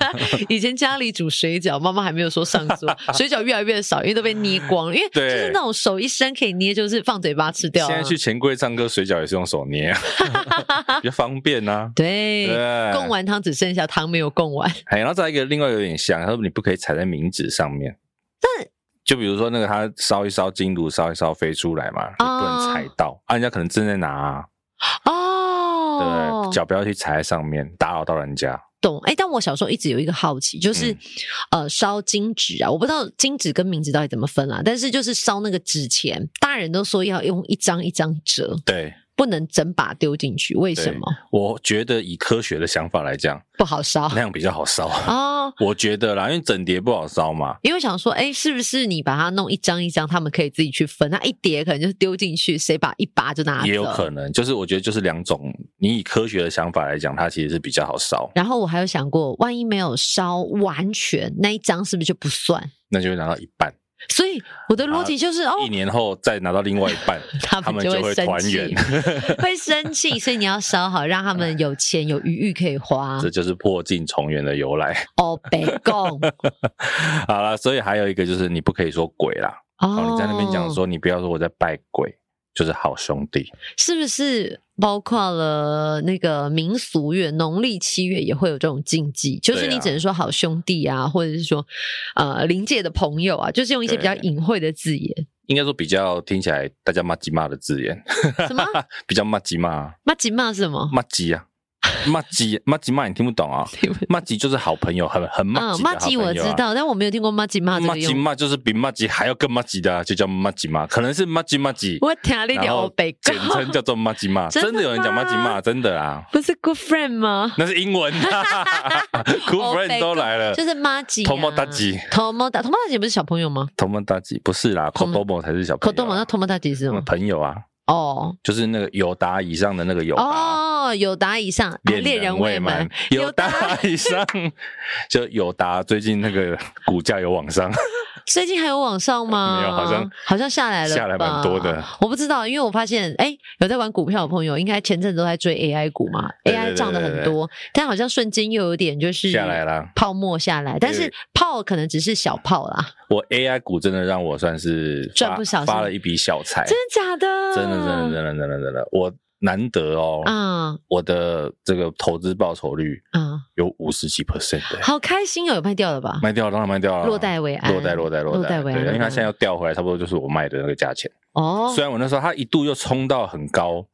[SPEAKER 1] 啊、
[SPEAKER 2] 以前家里煮水饺，妈妈还没有说上桌，水饺越来越少，因为都被捏光了，因为就
[SPEAKER 1] 对
[SPEAKER 2] 是那种手一伸可以捏，就是放嘴巴吃掉、啊。
[SPEAKER 1] 现在去钱柜唱歌，水饺也是用手捏、
[SPEAKER 2] (laughs)
[SPEAKER 1] 啊，比较方便啊。
[SPEAKER 2] 对，
[SPEAKER 1] 对
[SPEAKER 2] 贡丸汤只剩下汤没有贡丸，
[SPEAKER 1] 哎，然后再一个，另外有点像，他说你不可以踩在名纸上面。
[SPEAKER 2] 但
[SPEAKER 1] 就比如说那个他烧一烧金炉，烧一烧飞出来嘛，你不
[SPEAKER 2] 哦
[SPEAKER 1] 能踩到啊，人家可能正在拿、啊，对不
[SPEAKER 2] 哦，
[SPEAKER 1] 对？脚不要去踩在上面，打扰到人家。
[SPEAKER 2] 懂哎、但我小时候一直有一个好奇，就是、
[SPEAKER 1] 嗯
[SPEAKER 2] 呃烧金纸啊，我不知道金纸跟冥纸到底怎么分啊，但是就是烧那个纸钱，大人都说要用一张一张折，
[SPEAKER 1] 对，
[SPEAKER 2] 不能整把丢进去，为什么
[SPEAKER 1] 我觉得以科学的想法来讲，
[SPEAKER 2] 不好烧
[SPEAKER 1] 那样比较好烧。 (laughs)
[SPEAKER 2] 哦，
[SPEAKER 1] 我觉得啦，因为整碟不好烧嘛，
[SPEAKER 2] 因为想说，哎，是不是你把它弄一张一张，他们可以自己去分？那一叠可能就是丢进去，谁把一拔就拿走。
[SPEAKER 1] 也有可能，就是我觉得就是两种，你以科学的想法来讲，它其实是比较好烧，
[SPEAKER 2] 然后我还有想过，万一没有烧完全那一张，是不是就不算？
[SPEAKER 1] 那就会拿到一半，
[SPEAKER 2] 所以我的逻辑就是，哦，
[SPEAKER 1] 啊一年后再拿到另外一半，
[SPEAKER 2] (laughs) 他
[SPEAKER 1] 他
[SPEAKER 2] 们
[SPEAKER 1] 们
[SPEAKER 2] 就
[SPEAKER 1] 就
[SPEAKER 2] 会
[SPEAKER 1] 会
[SPEAKER 2] 生
[SPEAKER 1] 团
[SPEAKER 2] 气 (laughs)
[SPEAKER 1] 圆， (laughs)
[SPEAKER 2] 会生气，所以你要烧好，让他们有钱有余裕可以花
[SPEAKER 1] 这。就是破镜重圆的由来。 (laughs)
[SPEAKER 2] 哦，北贡
[SPEAKER 1] 好了，所以还有一个就是你不可以说鬼啦， (laughs) 哦，
[SPEAKER 2] 哦，
[SPEAKER 1] 你在那边讲，说你不要说我在拜鬼，就是好兄弟，
[SPEAKER 2] 是不是包括了那个民俗月、农历七月也会有这种禁忌？就是
[SPEAKER 1] 对啊
[SPEAKER 2] 你只能说好兄弟啊，或者是说呃临界的朋友啊，就是用一些比较
[SPEAKER 1] 对
[SPEAKER 2] 隐晦的字眼，
[SPEAKER 1] 应该说比较听起来大家骂鸡骂的字眼，(laughs)
[SPEAKER 2] 什么
[SPEAKER 1] 比较骂鸡骂
[SPEAKER 2] 骂吉骂是什么？
[SPEAKER 1] 骂鸡啊，骂鸡骂鸡骂你听不懂啊，骂鸡就是好朋友，很很骂
[SPEAKER 2] 嗯，
[SPEAKER 1] 鸡、
[SPEAKER 2] 骂吉我知。道，但我没有听过骂吉骂这
[SPEAKER 1] 啊骂
[SPEAKER 2] 个
[SPEAKER 1] 吉
[SPEAKER 2] 用。
[SPEAKER 1] 骂就是比骂吉还要更骂吉的、啊，就叫骂吉骂，可能是骂吉骂吉，
[SPEAKER 2] 我听了一
[SPEAKER 1] 然
[SPEAKER 2] 点
[SPEAKER 1] 后
[SPEAKER 2] 欧北
[SPEAKER 1] 简
[SPEAKER 2] 贡，
[SPEAKER 1] 称叫做骂吉骂，
[SPEAKER 2] 真的
[SPEAKER 1] 真的有人讲骂吉
[SPEAKER 2] 吗
[SPEAKER 1] 骂，真的啦，
[SPEAKER 2] (laughs) 不是 good friend 吗？
[SPEAKER 1] 那是英文、啊、，Cool
[SPEAKER 2] (laughs) 欧北
[SPEAKER 1] friend 都
[SPEAKER 2] 贡
[SPEAKER 1] 来了，
[SPEAKER 2] 就是妈吉、啊，
[SPEAKER 1] 头毛大吉，
[SPEAKER 2] 头毛大，头毛大姐不是小朋友吗？
[SPEAKER 1] 同门大吉不是啦
[SPEAKER 2] 同
[SPEAKER 1] ，Kodomo 才是小朋
[SPEAKER 2] 可
[SPEAKER 1] 友啊，
[SPEAKER 2] 多嗯毛那头毛大姐是什么
[SPEAKER 1] 嗯？朋友啊，
[SPEAKER 2] 哦
[SPEAKER 1] 就是那个友达以上的那个友达，
[SPEAKER 2] 哦，有达以上，啊恋人未满，，
[SPEAKER 1] 友达以上 (laughs) 就友达最近那个股价有往上，
[SPEAKER 2] 最近还有往上吗？
[SPEAKER 1] 没有好像
[SPEAKER 2] 好像下来了吧，
[SPEAKER 1] 下来蛮多的
[SPEAKER 2] 我不知道，因为我发现，哎、有在玩股票的朋友，应该前阵子都在追 AI 股嘛
[SPEAKER 1] 对对对
[SPEAKER 2] ，AI 涨的很多，但好像瞬间又有点就是
[SPEAKER 1] 下来啦
[SPEAKER 2] 泡沫下来，但是泡可能只是小泡啦，
[SPEAKER 1] 我 AI 股真的让我算是发
[SPEAKER 2] 赚不少
[SPEAKER 1] 发
[SPEAKER 2] 是
[SPEAKER 1] 了一笔小财，
[SPEAKER 2] 真的假的？
[SPEAKER 1] 哎真的真的真的
[SPEAKER 2] 的
[SPEAKER 1] 真的真的真的，我难得哦，
[SPEAKER 2] 啊
[SPEAKER 1] 我的这个投资报酬率
[SPEAKER 2] 啊，
[SPEAKER 1] 有五十几 percent 的，
[SPEAKER 2] 好开心哦，有卖掉了吧？
[SPEAKER 1] 卖掉了，当然卖掉了，
[SPEAKER 2] 落袋为安
[SPEAKER 1] 啊落袋落袋
[SPEAKER 2] 落袋为安
[SPEAKER 1] 对，因为它现在要调回来，差不多就是我卖的那个价钱。
[SPEAKER 2] 哦
[SPEAKER 1] 虽，然我那时候它一度又冲到很高，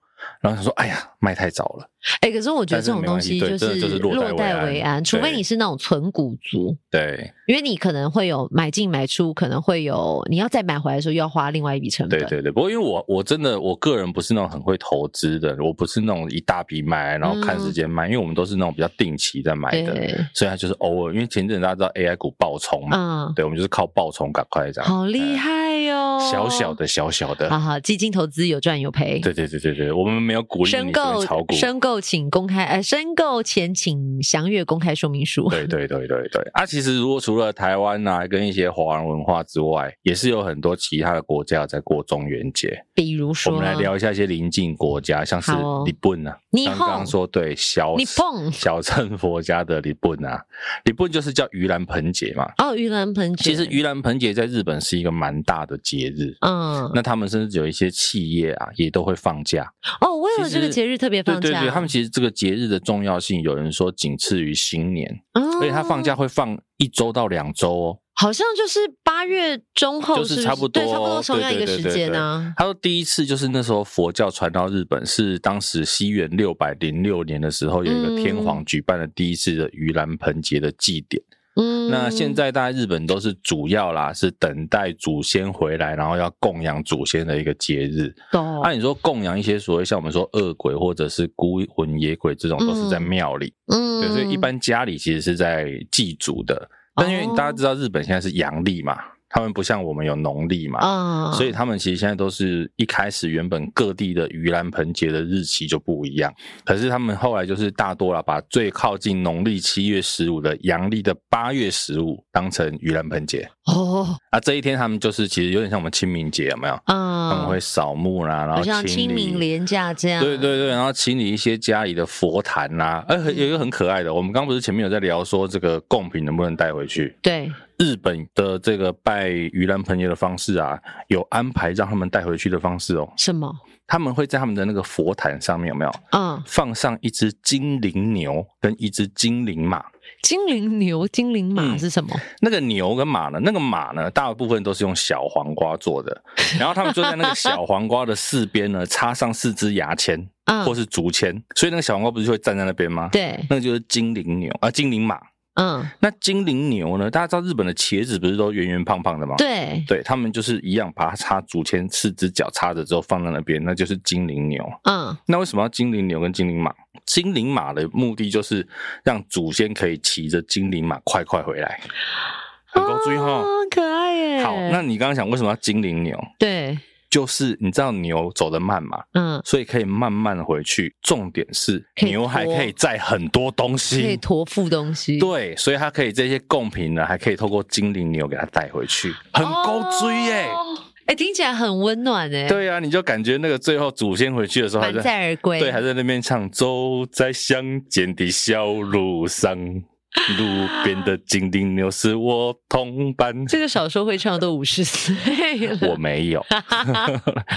[SPEAKER 1] 然后想说，哎呀，卖太早了，
[SPEAKER 2] 哎、可是我觉
[SPEAKER 1] 但
[SPEAKER 2] 得
[SPEAKER 1] 是
[SPEAKER 2] 这种
[SPEAKER 1] 没
[SPEAKER 2] 东
[SPEAKER 1] 关系
[SPEAKER 2] 西
[SPEAKER 1] 对
[SPEAKER 2] 就
[SPEAKER 1] 真的就是落袋为
[SPEAKER 2] 落袋
[SPEAKER 1] 安
[SPEAKER 2] 为安，除非
[SPEAKER 1] 对
[SPEAKER 2] 你是那种存股族，
[SPEAKER 1] 对
[SPEAKER 2] 因为你可能会有买进买出，可能会有你要再买回来的时候又要花另外一笔成本。
[SPEAKER 1] 对对对。不过因为我我真的我个人不是那种很会投资的，我不是那种一大笔买然后看时间卖，因为我们都是那种比较定期在买的，
[SPEAKER 2] 嗯对
[SPEAKER 1] 所以它就是偶尔。因为前阵子大家知道 AI 股爆冲嘛，
[SPEAKER 2] 嗯，
[SPEAKER 1] 对，我们就是靠爆冲赶快这样，
[SPEAKER 2] 好厉害哟、
[SPEAKER 1] 呃，小小，的小小的
[SPEAKER 2] 好，好，基金投资有赚有赔。
[SPEAKER 1] 对对对对对，我们没有鼓励你
[SPEAKER 2] 申
[SPEAKER 1] 去炒
[SPEAKER 2] 购
[SPEAKER 1] 股。
[SPEAKER 2] 申购请公开，呃，申购前请详阅公开说明书。
[SPEAKER 1] 对对对对对，啊，其实如果除了台湾呐、啊、跟一些华人文化之外，也是有很多其他的国家在过中元节。
[SPEAKER 2] 比如
[SPEAKER 1] 我
[SPEAKER 2] 说，
[SPEAKER 1] 们来聊一下一些邻近国家，像是
[SPEAKER 2] 好哦
[SPEAKER 1] 日本啊，
[SPEAKER 2] 日
[SPEAKER 1] 刚
[SPEAKER 2] 本
[SPEAKER 1] 刚说对小
[SPEAKER 2] 日本
[SPEAKER 1] 小乘佛家的日本啊，日本就是叫盂兰盆节嘛。
[SPEAKER 2] 哦，盂兰盆节，
[SPEAKER 1] 其实盂兰盆节在日本是一个蛮大的节日，
[SPEAKER 2] 嗯，
[SPEAKER 1] 那他们甚至有一些企业啊也都会放假。
[SPEAKER 2] 哦，为了
[SPEAKER 1] 其
[SPEAKER 2] 这个
[SPEAKER 1] 实
[SPEAKER 2] 节日特别
[SPEAKER 1] 对
[SPEAKER 2] 放假，
[SPEAKER 1] 对对，他们其实这个节日的重要性，有人说仅次于新年，
[SPEAKER 2] 哦，
[SPEAKER 1] 而且他放假会放一周到两周哦。
[SPEAKER 2] 好像就是八月中后，
[SPEAKER 1] 就是是
[SPEAKER 2] 不
[SPEAKER 1] 差不多
[SPEAKER 2] 对，差不多同样一个时间啊。
[SPEAKER 1] 他说第一次就是那时候佛教传到日本，是当时西元六百零六年的时候，有一个天皇举办了第一次的盂兰盆节的祭典。
[SPEAKER 2] 嗯，
[SPEAKER 1] 那现在大概日本都是主要啦，是等待祖先回来，然后要供养祖先的一个节日。
[SPEAKER 2] 懂
[SPEAKER 1] 按、，理说供养一些所谓像我们说恶鬼或者是孤魂野鬼这种，都是在庙里。
[SPEAKER 2] 嗯，
[SPEAKER 1] 对，所以一般家里其实是在祭祖的。但因为
[SPEAKER 2] 哦
[SPEAKER 1] 大家知道日本现在是阳历嘛，他们不像我们有农历嘛。
[SPEAKER 2] 啊，
[SPEAKER 1] 所以他们其实现在都是一开始原本各地的盂兰盆节的日期就不一样，可是他们后来就是大多了把最靠近农历七月十五的阳历的八月十五当成盂兰盆节
[SPEAKER 2] 哦
[SPEAKER 1] 啊，这一天他们就是其实有点像我们清明节有没有？他
[SPEAKER 2] 啊，
[SPEAKER 1] 们会扫墓啦，然
[SPEAKER 2] 好
[SPEAKER 1] 后
[SPEAKER 2] 像清明
[SPEAKER 1] 理。
[SPEAKER 2] 廉价这样，
[SPEAKER 1] 对对对，然后清理一些家里的佛坛啦、哎，很有一个很可爱的，我们刚刚不是前面有在聊说这个贡品能不能带回去？
[SPEAKER 2] 对，
[SPEAKER 1] 日本的这个拜盂兰盆节的方式啊，有安排让他们带回去的方式哦。
[SPEAKER 2] 什么
[SPEAKER 1] 他们会在他们的那个佛坛上面有没有
[SPEAKER 2] 啊？
[SPEAKER 1] 放上一只精灵牛跟一只精灵马？
[SPEAKER 2] 精灵牛、精灵马
[SPEAKER 1] 嗯
[SPEAKER 2] 是什么？
[SPEAKER 1] 那个牛跟马呢？那个马呢，大部分都是用小黄瓜做的，然后他们就在那个小黄瓜的四边呢插上四只牙签
[SPEAKER 2] 啊，
[SPEAKER 1] 或是竹签，所以那个小黄瓜不是会站在那边吗？
[SPEAKER 2] 对，
[SPEAKER 1] 那个就是精灵牛啊，精灵马。
[SPEAKER 2] 嗯，
[SPEAKER 1] 那精灵牛呢？大家知道日本的茄子不是都圆圆胖胖的吗？
[SPEAKER 2] 对，
[SPEAKER 1] 对他们就是一样，把它插竹签，四只脚插着之后放在那边，那就是精灵牛。
[SPEAKER 2] 嗯，
[SPEAKER 1] 那为什么要精灵牛跟精灵马？精灵马的目的就是让祖先可以骑着精灵马快快回来，很够注意哈
[SPEAKER 2] 啊。可爱耶。
[SPEAKER 1] 好，那你刚刚讲为什么要精灵牛？
[SPEAKER 2] 对，
[SPEAKER 1] 就是你知道牛走得慢嘛，
[SPEAKER 2] 嗯，
[SPEAKER 1] 所以可以慢慢回去。重点是
[SPEAKER 2] 可以
[SPEAKER 1] 牛还
[SPEAKER 2] 拖
[SPEAKER 1] 可以载很多东
[SPEAKER 2] 可以
[SPEAKER 1] 西，
[SPEAKER 2] 驮负东西，，
[SPEAKER 1] 对，所以它可以这些贡品呢，还可以透过精灵牛给它带回去，很够追耶、
[SPEAKER 2] 哦。哎，听起来很温暖哎。，
[SPEAKER 1] 对啊，你就感觉那个最后祖先回去的时候还
[SPEAKER 2] 满
[SPEAKER 1] 在
[SPEAKER 2] 载而归。
[SPEAKER 1] 对，还在那边唱《走在乡间的小路上》，路边的精灵牛是我同
[SPEAKER 2] (laughs)
[SPEAKER 1] 伴。
[SPEAKER 2] 这个小说会唱都五十岁了，
[SPEAKER 1] 我没
[SPEAKER 2] (laughs)
[SPEAKER 1] 有，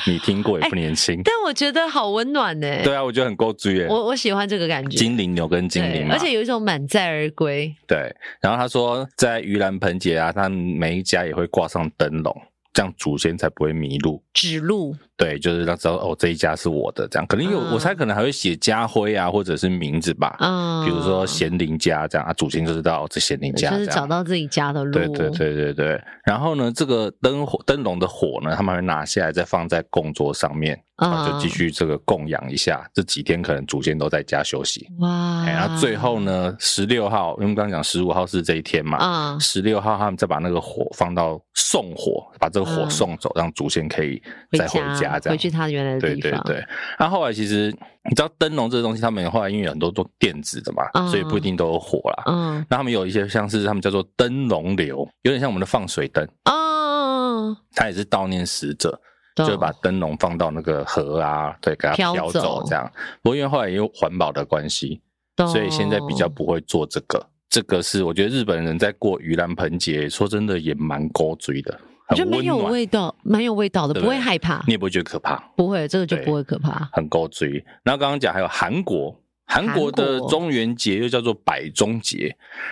[SPEAKER 1] 你听过也不年轻。
[SPEAKER 2] 但我觉得好温暖呢、
[SPEAKER 1] 对啊，我觉得很够追耶。
[SPEAKER 2] 哎我我喜欢这个感觉，
[SPEAKER 1] 精灵牛跟精灵啊
[SPEAKER 2] 对
[SPEAKER 1] 嘛，
[SPEAKER 2] 而且有一种满载而归。
[SPEAKER 1] 对。然后他说，在盂兰盆节啊，他们每一家也会挂上灯笼，这样祖先才不会迷路。
[SPEAKER 2] 指路
[SPEAKER 1] 对，就是让知道哦，这一家是我的，这样可能有，
[SPEAKER 2] 嗯
[SPEAKER 1] 我猜可能还会写家徽啊，或者是名字吧。
[SPEAKER 2] 啊，
[SPEAKER 1] 比如说贤陵家这样啊，祖先就知道哦这贤陵家
[SPEAKER 2] 就
[SPEAKER 1] 这
[SPEAKER 2] 是找
[SPEAKER 1] 样。
[SPEAKER 2] 到自己家的路。
[SPEAKER 1] 对对，对对对，然后呢，这个灯火灯笼的火呢，他们还会拿下来再放在供桌上面，
[SPEAKER 2] 嗯
[SPEAKER 1] 然后就继续这个供养一下。这几天可能祖先都在家休息。
[SPEAKER 2] 哇。
[SPEAKER 1] 哎，然后最后呢，十六号，因为我们刚刚讲十五号是这一天嘛，
[SPEAKER 2] 啊，
[SPEAKER 1] 十六号他们再把那个火放到送火，把这个火
[SPEAKER 2] 嗯
[SPEAKER 1] 送走，让祖先可以再回家
[SPEAKER 2] 家
[SPEAKER 1] 这样。
[SPEAKER 2] 去他原来的
[SPEAKER 1] 对
[SPEAKER 2] 地
[SPEAKER 1] 对
[SPEAKER 2] 方。
[SPEAKER 1] 对，那、后来其实你知道灯笼这个东西，他们后来因为有很多都电子的嘛，
[SPEAKER 2] 嗯
[SPEAKER 1] 所以不一定都有火啦。
[SPEAKER 2] 嗯
[SPEAKER 1] 那他们有一些像是他们叫做灯笼流，有点像我们的放水灯，
[SPEAKER 2] 啊，
[SPEAKER 1] 它也是悼念死者，
[SPEAKER 2] 懂
[SPEAKER 1] 就把灯笼放到那个河啊，对，给它
[SPEAKER 2] 嗯飘
[SPEAKER 1] 飘
[SPEAKER 2] 走
[SPEAKER 1] 走这样。不过因为后来也有环保的关系，所以现在
[SPEAKER 2] 哦
[SPEAKER 1] 比较不会做这个。这个是我觉得日本人在过盂兰盆节，说真的也蛮勾追的，
[SPEAKER 2] 懂我觉
[SPEAKER 1] 很
[SPEAKER 2] 得蛮
[SPEAKER 1] 温
[SPEAKER 2] 有
[SPEAKER 1] 暖，
[SPEAKER 2] 味道，蛮有味道的，
[SPEAKER 1] 对
[SPEAKER 2] 不
[SPEAKER 1] 不对
[SPEAKER 2] 会害怕
[SPEAKER 1] 你，也不会觉得可怕。
[SPEAKER 2] 不会，这个就
[SPEAKER 1] 对
[SPEAKER 2] 不会可怕。
[SPEAKER 1] 很够追。然后刚刚讲还有韩国，韩国的中元节又叫做百中节，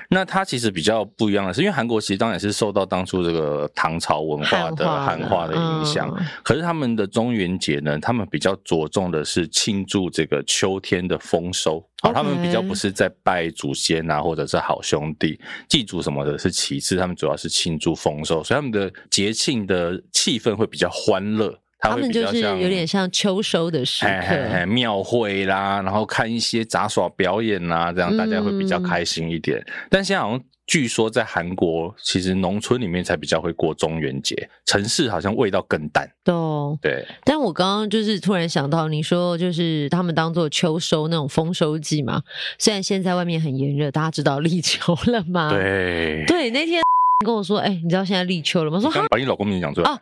[SPEAKER 1] 那它其实比较不一样的是，因为韩国其实当然也是受到当初这个唐朝文化的汉化的影响，
[SPEAKER 2] 嗯
[SPEAKER 1] 可是他们的中元节呢，他们比较着重的是庆祝这个秋天的丰收，好，
[SPEAKER 2] OK
[SPEAKER 1] 他们比较不是在拜祖先啊，或者是好兄弟、祭祖什么的，是其次，他们主要是庆祝丰收，所以他们的节庆的气氛会比较欢乐。它
[SPEAKER 2] 他
[SPEAKER 1] 会
[SPEAKER 2] 们
[SPEAKER 1] 比
[SPEAKER 2] 就
[SPEAKER 1] 较
[SPEAKER 2] 是
[SPEAKER 1] 像
[SPEAKER 2] 有点像秋收的时
[SPEAKER 1] 嘿嘿嘿，
[SPEAKER 2] 刻，
[SPEAKER 1] 庙会啦，然后看一些杂耍表演啦，这样
[SPEAKER 2] 嗯
[SPEAKER 1] 大家会比较开心一点。但现在好像据说在韩国，其实农村里面才比较会过中元节，城市好像味道更淡。
[SPEAKER 2] 懂。
[SPEAKER 1] 对，
[SPEAKER 2] 哦但我刚刚就是突然想到，你说就是他们当做秋收那种丰收季嘛，虽然现在外面很炎热，大家知道立秋了吗？
[SPEAKER 1] 对。
[SPEAKER 2] 啊对，那天 (laughs) 跟我说，哎、你知道现在立秋了吗？我说
[SPEAKER 1] 你刚把你老公名字讲出来，
[SPEAKER 2] 哦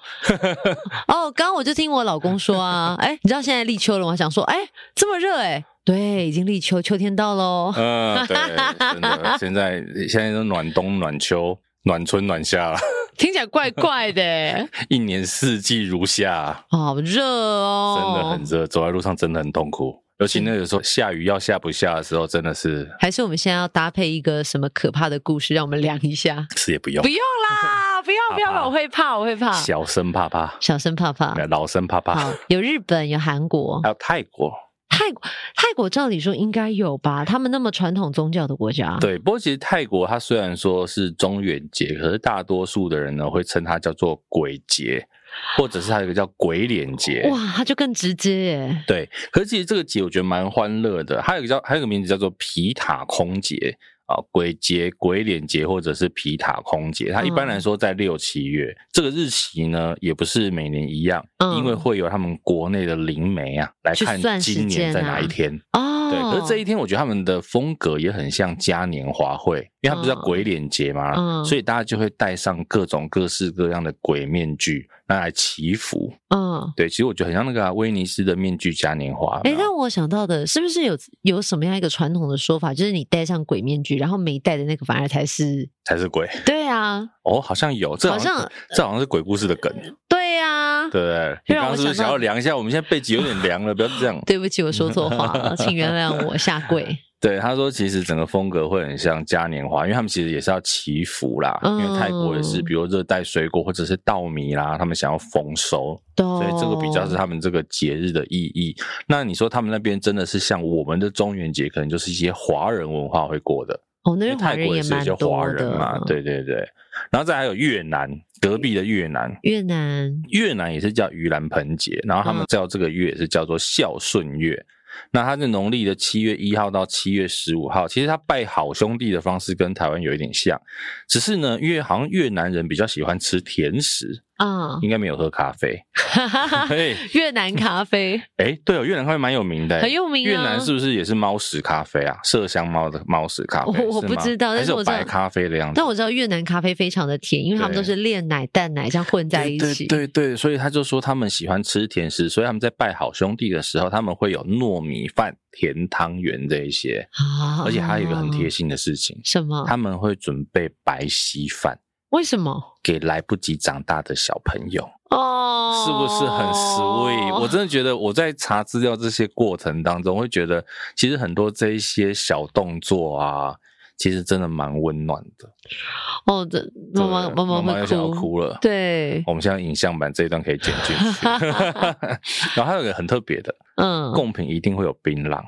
[SPEAKER 2] 哦，刚刚我就听我老公说啊，哎、你知道现在立秋了吗？想说，哎、这么热哎、对，已经立秋，秋天到
[SPEAKER 1] (laughs)
[SPEAKER 2] 喽。
[SPEAKER 1] 嗯、对，真的，现在
[SPEAKER 2] (laughs)
[SPEAKER 1] 现在都暖冬、暖秋、暖春、暖夏了， (laughs)
[SPEAKER 2] 听起来怪怪的、欸，
[SPEAKER 1] 一年四季如夏，啊
[SPEAKER 2] 好热
[SPEAKER 1] 真的
[SPEAKER 2] 哦，
[SPEAKER 1] 很热，走在路上真的很痛苦。尤其那个时候下雨要下不下的时候，真的是
[SPEAKER 2] 还是我们现在要搭配一个什么可怕的故事，让我们量一下？
[SPEAKER 1] 死也不用
[SPEAKER 2] 不，用
[SPEAKER 1] (laughs)
[SPEAKER 2] 啦，不要不要
[SPEAKER 1] 怕
[SPEAKER 2] 了，
[SPEAKER 1] 怕
[SPEAKER 2] 我会怕，我会怕。
[SPEAKER 1] 小生怕怕，
[SPEAKER 2] 小声怕怕。
[SPEAKER 1] 老生怕怕
[SPEAKER 2] 好，，有日本，有
[SPEAKER 1] (laughs)
[SPEAKER 2] 韩国，
[SPEAKER 1] 还有泰国。
[SPEAKER 2] 泰国泰国照理说应该有吧？他们那么传统宗教的国家，，
[SPEAKER 1] 对，不过其实泰国它虽然说是中元节，可是大多数的人呢会称它叫做鬼节，或者是它有一个叫鬼脸节。
[SPEAKER 2] 哇，他就更直接耶。
[SPEAKER 1] 对，可是其实这个节我觉得蛮欢乐的，还有一个叫还有一个名字叫做皮塔空节啊，鬼节、鬼脸节或者是皮塔空节。它一般
[SPEAKER 2] 嗯
[SPEAKER 1] 来说在六七月，这个日期呢也不是每年一样，
[SPEAKER 2] 嗯
[SPEAKER 1] 因为会有他们国内的灵媒啊来
[SPEAKER 2] 去
[SPEAKER 1] 看
[SPEAKER 2] 算时
[SPEAKER 1] 今年
[SPEAKER 2] 间
[SPEAKER 1] 在哪一
[SPEAKER 2] 啊
[SPEAKER 1] 天。
[SPEAKER 2] 哦，
[SPEAKER 1] 对，可是这一天我觉得他们的风格也很像嘉年华会，因为他们不是叫
[SPEAKER 2] 嗯
[SPEAKER 1] 鬼脸节嘛，
[SPEAKER 2] 嗯
[SPEAKER 1] 所以大家就会戴上各种各式各样的鬼面具，那来祈福。
[SPEAKER 2] 嗯。
[SPEAKER 1] 对，其实我觉得很像那个啊、威尼斯的面具嘉年华。
[SPEAKER 2] 哎，
[SPEAKER 1] 有没有
[SPEAKER 2] 让我想到的是不是有有什么样一个传统的说法，就是你戴上鬼面具，然后没戴的那个反而才是
[SPEAKER 1] 才是鬼
[SPEAKER 2] 对啊，
[SPEAKER 1] 哦，好像有，这好像
[SPEAKER 2] 好像
[SPEAKER 1] 这好像是鬼故事的梗，
[SPEAKER 2] 对啊，
[SPEAKER 1] 对不对？你
[SPEAKER 2] (laughs) 就
[SPEAKER 1] 刚
[SPEAKER 2] 让
[SPEAKER 1] 刚
[SPEAKER 2] 我
[SPEAKER 1] 是不是想
[SPEAKER 2] 想到
[SPEAKER 1] 要量一下？我们现在背脊有点凉了，不要
[SPEAKER 2] (laughs)
[SPEAKER 1] 这样。
[SPEAKER 2] 对不起，我说错话了，请原谅我，下跪。
[SPEAKER 1] 对，他说其实整个风格会很像嘉年华，因为他们其实也是要祈福啦，因
[SPEAKER 2] 嗯
[SPEAKER 1] 为泰国也是，比如热带水果或者是稻米啦，他们想要丰收，(laughs) 所
[SPEAKER 2] 所
[SPEAKER 1] 以这个比
[SPEAKER 2] 哦
[SPEAKER 1] 较是他们这个节日的意义。那你说他们那边真的是像我们的中元节，可能就是一些华人文化会过的，
[SPEAKER 2] 哦，那
[SPEAKER 1] 因为
[SPEAKER 2] 边华
[SPEAKER 1] 泰
[SPEAKER 2] 人
[SPEAKER 1] 国也
[SPEAKER 2] 也
[SPEAKER 1] 是有
[SPEAKER 2] 蛮
[SPEAKER 1] 些华
[SPEAKER 2] 多
[SPEAKER 1] 人
[SPEAKER 2] 的嗯
[SPEAKER 1] 嘛，，对对对。然后再还有越南，隔壁的越南。
[SPEAKER 2] 越南
[SPEAKER 1] 越南也是叫盂兰盆节，然后他
[SPEAKER 2] 嗯
[SPEAKER 1] 们叫这个月也是叫做孝顺月。那它是农历的七月一号到七月十五号，其实他拜好兄弟的方式跟台湾有一点像，只是呢，因为好像越南人比较喜欢吃甜食，
[SPEAKER 2] 啊，
[SPEAKER 1] 应该没有喝咖啡。 (laughs) 嘿，
[SPEAKER 2] 越南咖啡
[SPEAKER 1] 哎， (laughs) 对哦，越南咖啡蛮有名的，
[SPEAKER 2] 很有名啊。
[SPEAKER 1] 越南是不是也是猫屎咖啡啊？麝香猫的猫屎咖啡是吗，
[SPEAKER 2] 我我不知道但
[SPEAKER 1] 还
[SPEAKER 2] 是
[SPEAKER 1] 是有
[SPEAKER 2] 我知道
[SPEAKER 1] 白咖啡的样子
[SPEAKER 2] 但。我知道越南咖啡非常的甜，因为他们都是炼奶、淡奶这样混在一起。
[SPEAKER 1] 对对对对，所以他就说他们喜欢吃甜食，所以他们在拜好兄弟的时候，他们会有糯米饭、甜汤圆这一些。
[SPEAKER 2] 啊，
[SPEAKER 1] 而且还有一个很贴心的事情，
[SPEAKER 2] 什么？
[SPEAKER 1] 他们会准备白稀饭
[SPEAKER 2] 为什么？
[SPEAKER 1] 给来不及长大的小朋友，
[SPEAKER 2] 哦，
[SPEAKER 1] 是不是很 sweet？我真的觉得我在查资料这些过程当中，会觉得其实很多这一些小动作啊，其实真的蛮温暖的。
[SPEAKER 2] 哦，这妈妈
[SPEAKER 1] 对
[SPEAKER 2] 妈
[SPEAKER 1] 妈
[SPEAKER 2] 会
[SPEAKER 1] 又想要哭了。
[SPEAKER 2] 对，
[SPEAKER 1] 我们现在影像版这一段可以剪进去。 (laughs) 然后还有一个很特别的，
[SPEAKER 2] 嗯，
[SPEAKER 1] 贡品一定会有槟榔。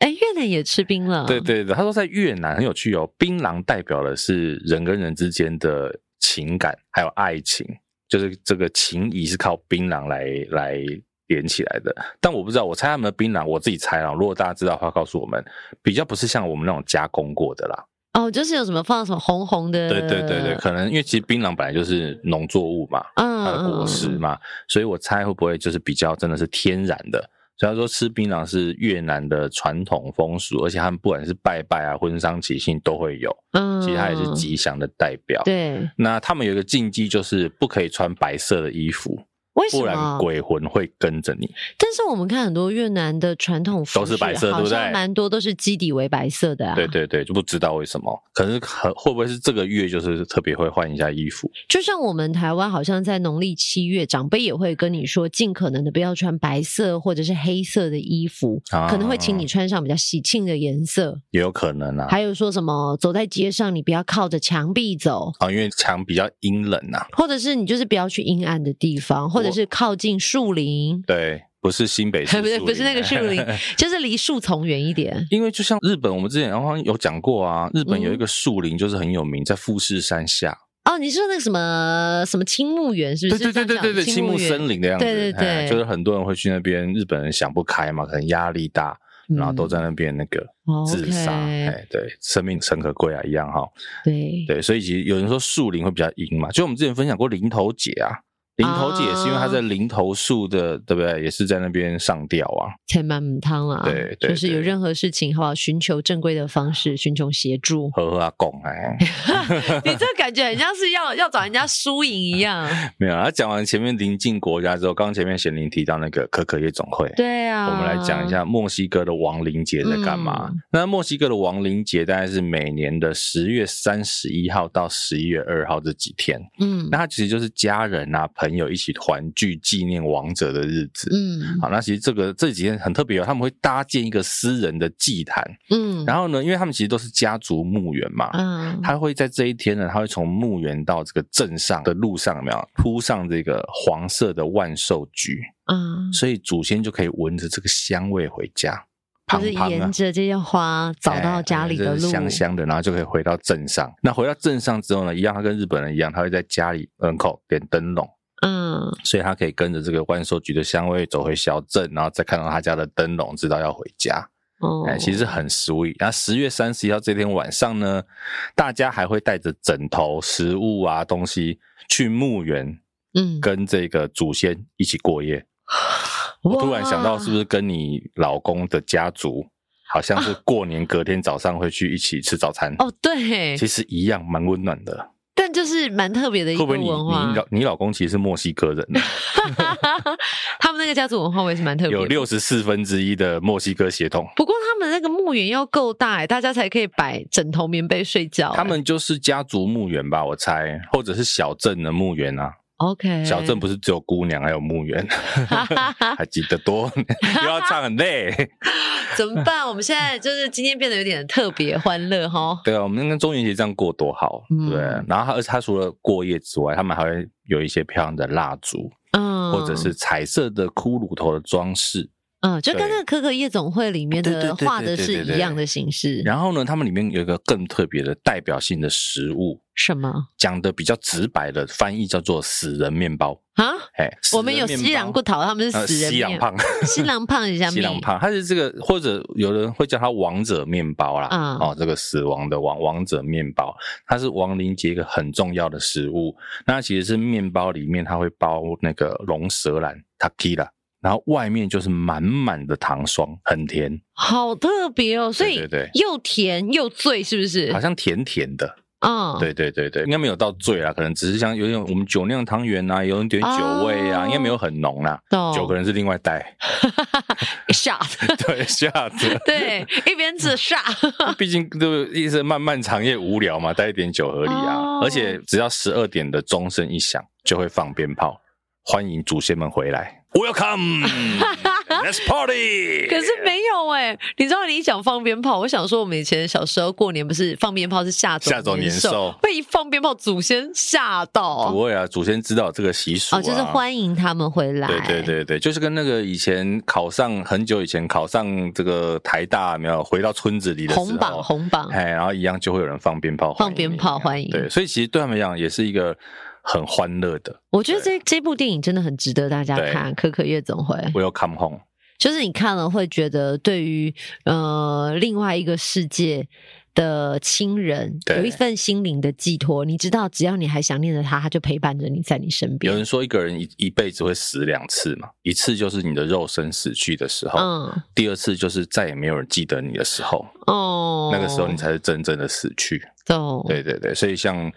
[SPEAKER 2] 哎，越南也吃槟榔，
[SPEAKER 1] 对，对对，他说在越南很有趣哦，槟榔代表的是人跟人之间的情感，还有爱情，就是这个情谊是靠槟榔来来。连起来的，但我不知道，我猜他们的槟榔，我自己猜啦。如果大家知道的话，告诉我们，比较不是像我们那种加工过的啦。
[SPEAKER 2] 哦，就是有什么放什么红红的，
[SPEAKER 1] 对对对对，可能因为其实槟榔本来就是农作物嘛，
[SPEAKER 2] 嗯，
[SPEAKER 1] 它的
[SPEAKER 2] 嗯
[SPEAKER 1] 果实，嘛，所以我猜会不会就是比较真的是天然的。虽然说吃槟榔是越南的传统风俗，而且他们不管是拜拜啊、婚丧喜庆都会有，
[SPEAKER 2] 嗯，
[SPEAKER 1] 其实它也是吉祥的代表。
[SPEAKER 2] 对，
[SPEAKER 1] 那他们有一个禁忌，就是不可以穿白色的衣服，
[SPEAKER 2] 为什
[SPEAKER 1] 不
[SPEAKER 2] 么
[SPEAKER 1] 然？鬼魂会跟着你。
[SPEAKER 2] 但是我们看很多越南的传统服
[SPEAKER 1] 都是
[SPEAKER 2] 饰
[SPEAKER 1] 白色
[SPEAKER 2] 好
[SPEAKER 1] 对不
[SPEAKER 2] 像
[SPEAKER 1] 对
[SPEAKER 2] 蛮多都是基底为白色的啊。
[SPEAKER 1] 对，对对，就不知道为什么，可是可会不会是这个月就是特别会换一下衣服？
[SPEAKER 2] 就像我们台湾，好像在农历七月，长辈也会跟你说，尽可能的不要穿白色或者是黑色的衣服，
[SPEAKER 1] 啊
[SPEAKER 2] 可能会请你穿上比较喜庆的颜色。
[SPEAKER 1] 也有可能啊。
[SPEAKER 2] 还有说什么走在街上，你不要靠着墙壁走。
[SPEAKER 1] 啊，因为墙比较阴冷啊呐、
[SPEAKER 2] 或者是你就是不要去阴暗的地方，或者是靠近树林，
[SPEAKER 1] 对，不是新北市，
[SPEAKER 2] (laughs)
[SPEAKER 1] 啊
[SPEAKER 2] 不是不是那个树
[SPEAKER 1] (laughs)
[SPEAKER 2] 林，就是离树丛远一点。
[SPEAKER 1] 因为就像日本，我们之前好像有讲过啊，日本有一
[SPEAKER 2] 嗯
[SPEAKER 1] 个树林就是很有名，在富士山下。
[SPEAKER 2] 哦，你说那个什么什么青木园是不
[SPEAKER 1] 对
[SPEAKER 2] 是？
[SPEAKER 1] 对对对对对，青木
[SPEAKER 2] 园
[SPEAKER 1] 森林的样子。
[SPEAKER 2] 对对对
[SPEAKER 1] 哎就是很多人会去那边，日本人想不开嘛，可能压力大，然后都在那边那个
[SPEAKER 2] 嗯
[SPEAKER 1] 自杀。
[SPEAKER 2] OK
[SPEAKER 1] 哎，对，生命诚可贵啊，一样哈。
[SPEAKER 2] 对
[SPEAKER 1] 对，所以其实有人说树林会比较阴嘛，就我们之前分享过林头姐啊。林头姐也是因为
[SPEAKER 2] 哦
[SPEAKER 1] 她在林头树的，对不对？也是在那边上吊啊。
[SPEAKER 2] 才蛮母汤啦。
[SPEAKER 1] 对对
[SPEAKER 2] 就是有
[SPEAKER 1] 对。
[SPEAKER 2] 任何事情，好不好？寻求正规的方式，寻求协助
[SPEAKER 1] (laughs) 呵呵啊，拱哎，
[SPEAKER 2] 你这感觉很像是要要找人家输赢一
[SPEAKER 1] (laughs)
[SPEAKER 2] 样。
[SPEAKER 1] 没有啊。他讲完前面邻近国家之后，刚刚前面贤玲提到那个可可夜总会，
[SPEAKER 2] 对啊，
[SPEAKER 1] 我们来讲一。下墨西哥的亡灵节在干嘛。
[SPEAKER 2] 嗯
[SPEAKER 1] 那墨西哥的亡灵节大概是每年的十月三十一号到十一月二号这几天，
[SPEAKER 2] 嗯
[SPEAKER 1] 那它其实就是家人啊、朋朋友一起团聚纪念亡者的日子。
[SPEAKER 2] 嗯
[SPEAKER 1] 好，那其实这个这几天很特别哦，他们会搭建一个私人的祭坛，
[SPEAKER 2] 嗯，
[SPEAKER 1] 然后呢，因为他们其实都是家族墓园嘛，
[SPEAKER 2] 嗯，
[SPEAKER 1] 他会在这一天呢，他会从墓园到这个镇上的路上，有没有铺上这个黄色的万寿菊，
[SPEAKER 2] 嗯，
[SPEAKER 1] 所以祖先就可以闻着这个香味回家，
[SPEAKER 4] 就
[SPEAKER 1] 旁
[SPEAKER 4] 是
[SPEAKER 1] 旁
[SPEAKER 4] 沿
[SPEAKER 1] 啊。
[SPEAKER 4] 着这些花找到家里的
[SPEAKER 1] 哎
[SPEAKER 4] 路，
[SPEAKER 1] 就是香香的，然后就可以回到镇上。那回到镇上之后呢，一样，他跟日本人一样，他会在家里门口点灯笼，
[SPEAKER 2] 嗯，
[SPEAKER 1] 所以他可以跟着这个万寿菊的香味走回小镇，然后再看到他家的灯笼，知道要回家。
[SPEAKER 2] 哦，
[SPEAKER 1] 哎，其实很 sweet。然后十月三十一号这天晚上呢，大家还会带着枕头、食物啊东西去墓园，
[SPEAKER 2] 嗯，
[SPEAKER 1] 跟这个祖先一起过夜。我突然想到，是不
[SPEAKER 2] 是？
[SPEAKER 1] 是跟你老公的家族，好像是过年隔天早上会去一起吃早餐？
[SPEAKER 2] 啊哦，对，
[SPEAKER 1] 其实一样，蛮温暖的。
[SPEAKER 2] 但就是蛮特别的一
[SPEAKER 1] 会
[SPEAKER 2] 个
[SPEAKER 1] 不会你
[SPEAKER 2] 文化
[SPEAKER 1] 你。 (laughs) 老你老公其实是墨西哥人呢，
[SPEAKER 2] 他们那个家族文化我也是蛮特别的。
[SPEAKER 1] 有六十四分之一的墨西哥血统。
[SPEAKER 2] 不过他们那个墓园要够大、欸，大家才可以摆枕头、棉被睡觉欸、
[SPEAKER 1] 他们就是家族墓园吧，我猜，或者是小镇的墓园啊。
[SPEAKER 2] OK
[SPEAKER 1] 小镇不是只有姑娘，还有墓园，还记得多， (laughs) 又要唱很累。
[SPEAKER 2] (laughs) 怎么办？我们现在就是今天变得有点特别欢乐哈。
[SPEAKER 1] 对啊，我们跟中元节这样过多好，
[SPEAKER 2] 嗯
[SPEAKER 1] 对。啊然后他，而且他除了过夜之外，他们还会有一些漂亮的蜡烛，(laughs)
[SPEAKER 2] 嗯，
[SPEAKER 1] 或者是彩色的骷髅头的装饰。
[SPEAKER 2] 嗯，就跟
[SPEAKER 1] 对
[SPEAKER 2] 那个可可夜总会里面
[SPEAKER 1] 对对
[SPEAKER 2] 的
[SPEAKER 1] 对对
[SPEAKER 2] 画的
[SPEAKER 1] 对
[SPEAKER 2] 是
[SPEAKER 1] 对
[SPEAKER 2] 一
[SPEAKER 1] 对
[SPEAKER 2] 样的形式。
[SPEAKER 1] 然后呢，他们里面有一个更特别的代表性的食物，
[SPEAKER 2] 什么
[SPEAKER 1] 讲的比较直白的翻译叫做“死人面包
[SPEAKER 2] 啊？”。
[SPEAKER 1] 哎，
[SPEAKER 2] 我们有西
[SPEAKER 1] 朗
[SPEAKER 2] 洋不讨，他们是
[SPEAKER 1] 呃，
[SPEAKER 2] 死人
[SPEAKER 1] 西
[SPEAKER 2] 面。
[SPEAKER 1] 洋胖，
[SPEAKER 2] (laughs) 西洋胖一下面，
[SPEAKER 1] (laughs) 西朗胖，它是这个，或者有人会叫它王者面包啦，
[SPEAKER 2] 嗯
[SPEAKER 1] 哦，这个死亡的王王者面包，它是亡灵节一个很重要的食物。那它其实是面包里面它会包那个龙舌兰 （takila），然后外面就是满满的糖霜，很甜，
[SPEAKER 2] 好特别哦。所以
[SPEAKER 1] 对对
[SPEAKER 2] 又甜又醉，是不是？
[SPEAKER 1] 好像甜甜的。
[SPEAKER 2] 嗯，
[SPEAKER 1] 对对对对，应该没有到醉啦，可能只是像有点我们酒酿汤圆啊，有人点酒味啊，
[SPEAKER 2] 哦
[SPEAKER 1] 应该没有很浓啦。
[SPEAKER 2] 懂，
[SPEAKER 1] 酒可能是另外带， (laughs)
[SPEAKER 2] 吓的，
[SPEAKER 1] 对，吓子。 (laughs)
[SPEAKER 2] 对，一边吃吓，
[SPEAKER 1] 毕竟就一直漫漫长夜无聊嘛，带一点酒合理啊。
[SPEAKER 2] 哦
[SPEAKER 1] 而且只要十二点的钟声一响，就会放鞭炮，欢迎祖先们回来。Welcome，Let's party。
[SPEAKER 2] (laughs) 可是没有哎、你知道你一讲放鞭炮，我想说我们以前小时候过年不是放鞭炮是吓走
[SPEAKER 1] 吓走年兽
[SPEAKER 2] 被一放鞭炮祖先吓到哦
[SPEAKER 1] 不会啊，祖先知道这个习俗、啊、
[SPEAKER 4] 哦，就是。欢迎他们回来，
[SPEAKER 1] 对对对对，就是跟那个以前考上很久以前考上这个台大没有回到村子里的时候，
[SPEAKER 2] 红榜红榜，
[SPEAKER 1] 哎，然后一样就会有人放鞭炮，
[SPEAKER 2] 放鞭炮欢迎
[SPEAKER 1] 对，所以其实对他们来讲也是一个很欢乐的
[SPEAKER 2] 我觉得这这部电影真的很值得大家
[SPEAKER 1] 对
[SPEAKER 2] 看，《可可夜总会》。
[SPEAKER 1] Welcome home。
[SPEAKER 2] 就是你看了会觉得对于呃另外一个世界的亲人
[SPEAKER 1] 对
[SPEAKER 2] 有一份心灵的寄托。你知道，只要你还想念着他，他就陪伴着你在你身
[SPEAKER 1] 有
[SPEAKER 2] 边
[SPEAKER 1] 人。说一个人一一辈子会死两次嘛，一次就是你的肉身死去的时候，
[SPEAKER 2] 嗯
[SPEAKER 1] 第二次就是再也没有人记得你的时候，
[SPEAKER 2] 哦，
[SPEAKER 1] 那个时候你才是真正的死去。
[SPEAKER 2] 懂。
[SPEAKER 1] 对对对，所以像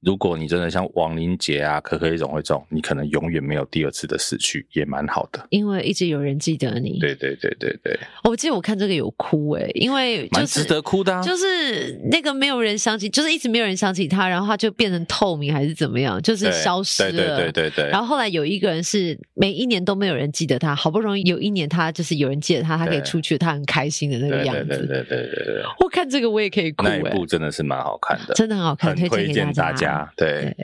[SPEAKER 1] 如果你真的像亡灵节啊、可可夜总会这种，你可能永远没有第二次的死去，也蛮好的。
[SPEAKER 2] 因为一直有人记得你，
[SPEAKER 1] 对对对对对，
[SPEAKER 2] 哦我记得我看这个有哭诶、因为就
[SPEAKER 1] 蛮
[SPEAKER 2] 是
[SPEAKER 1] 值得哭的、啊。
[SPEAKER 2] 就是那个没有人想起，就是一直没有人想起他，然后他就变成透明还是怎么样，就是
[SPEAKER 1] 对
[SPEAKER 2] 消失了。
[SPEAKER 1] 对对对对对。
[SPEAKER 2] 然后后来有一个人是每一年都没有人记得他，好不容易有一年他就是有人记得他，他可以
[SPEAKER 1] 对
[SPEAKER 2] 出去，他很开心的那个
[SPEAKER 1] 对
[SPEAKER 2] 样
[SPEAKER 1] 对对对
[SPEAKER 2] 子。
[SPEAKER 1] 对对对对，
[SPEAKER 2] 我看这个我也可以哭、
[SPEAKER 1] 那
[SPEAKER 2] 欸
[SPEAKER 1] 一，部真的是蛮好看的，
[SPEAKER 2] 真的很好看，
[SPEAKER 1] 很推
[SPEAKER 2] 推荐
[SPEAKER 1] 荐
[SPEAKER 2] 给
[SPEAKER 1] 大家。。对，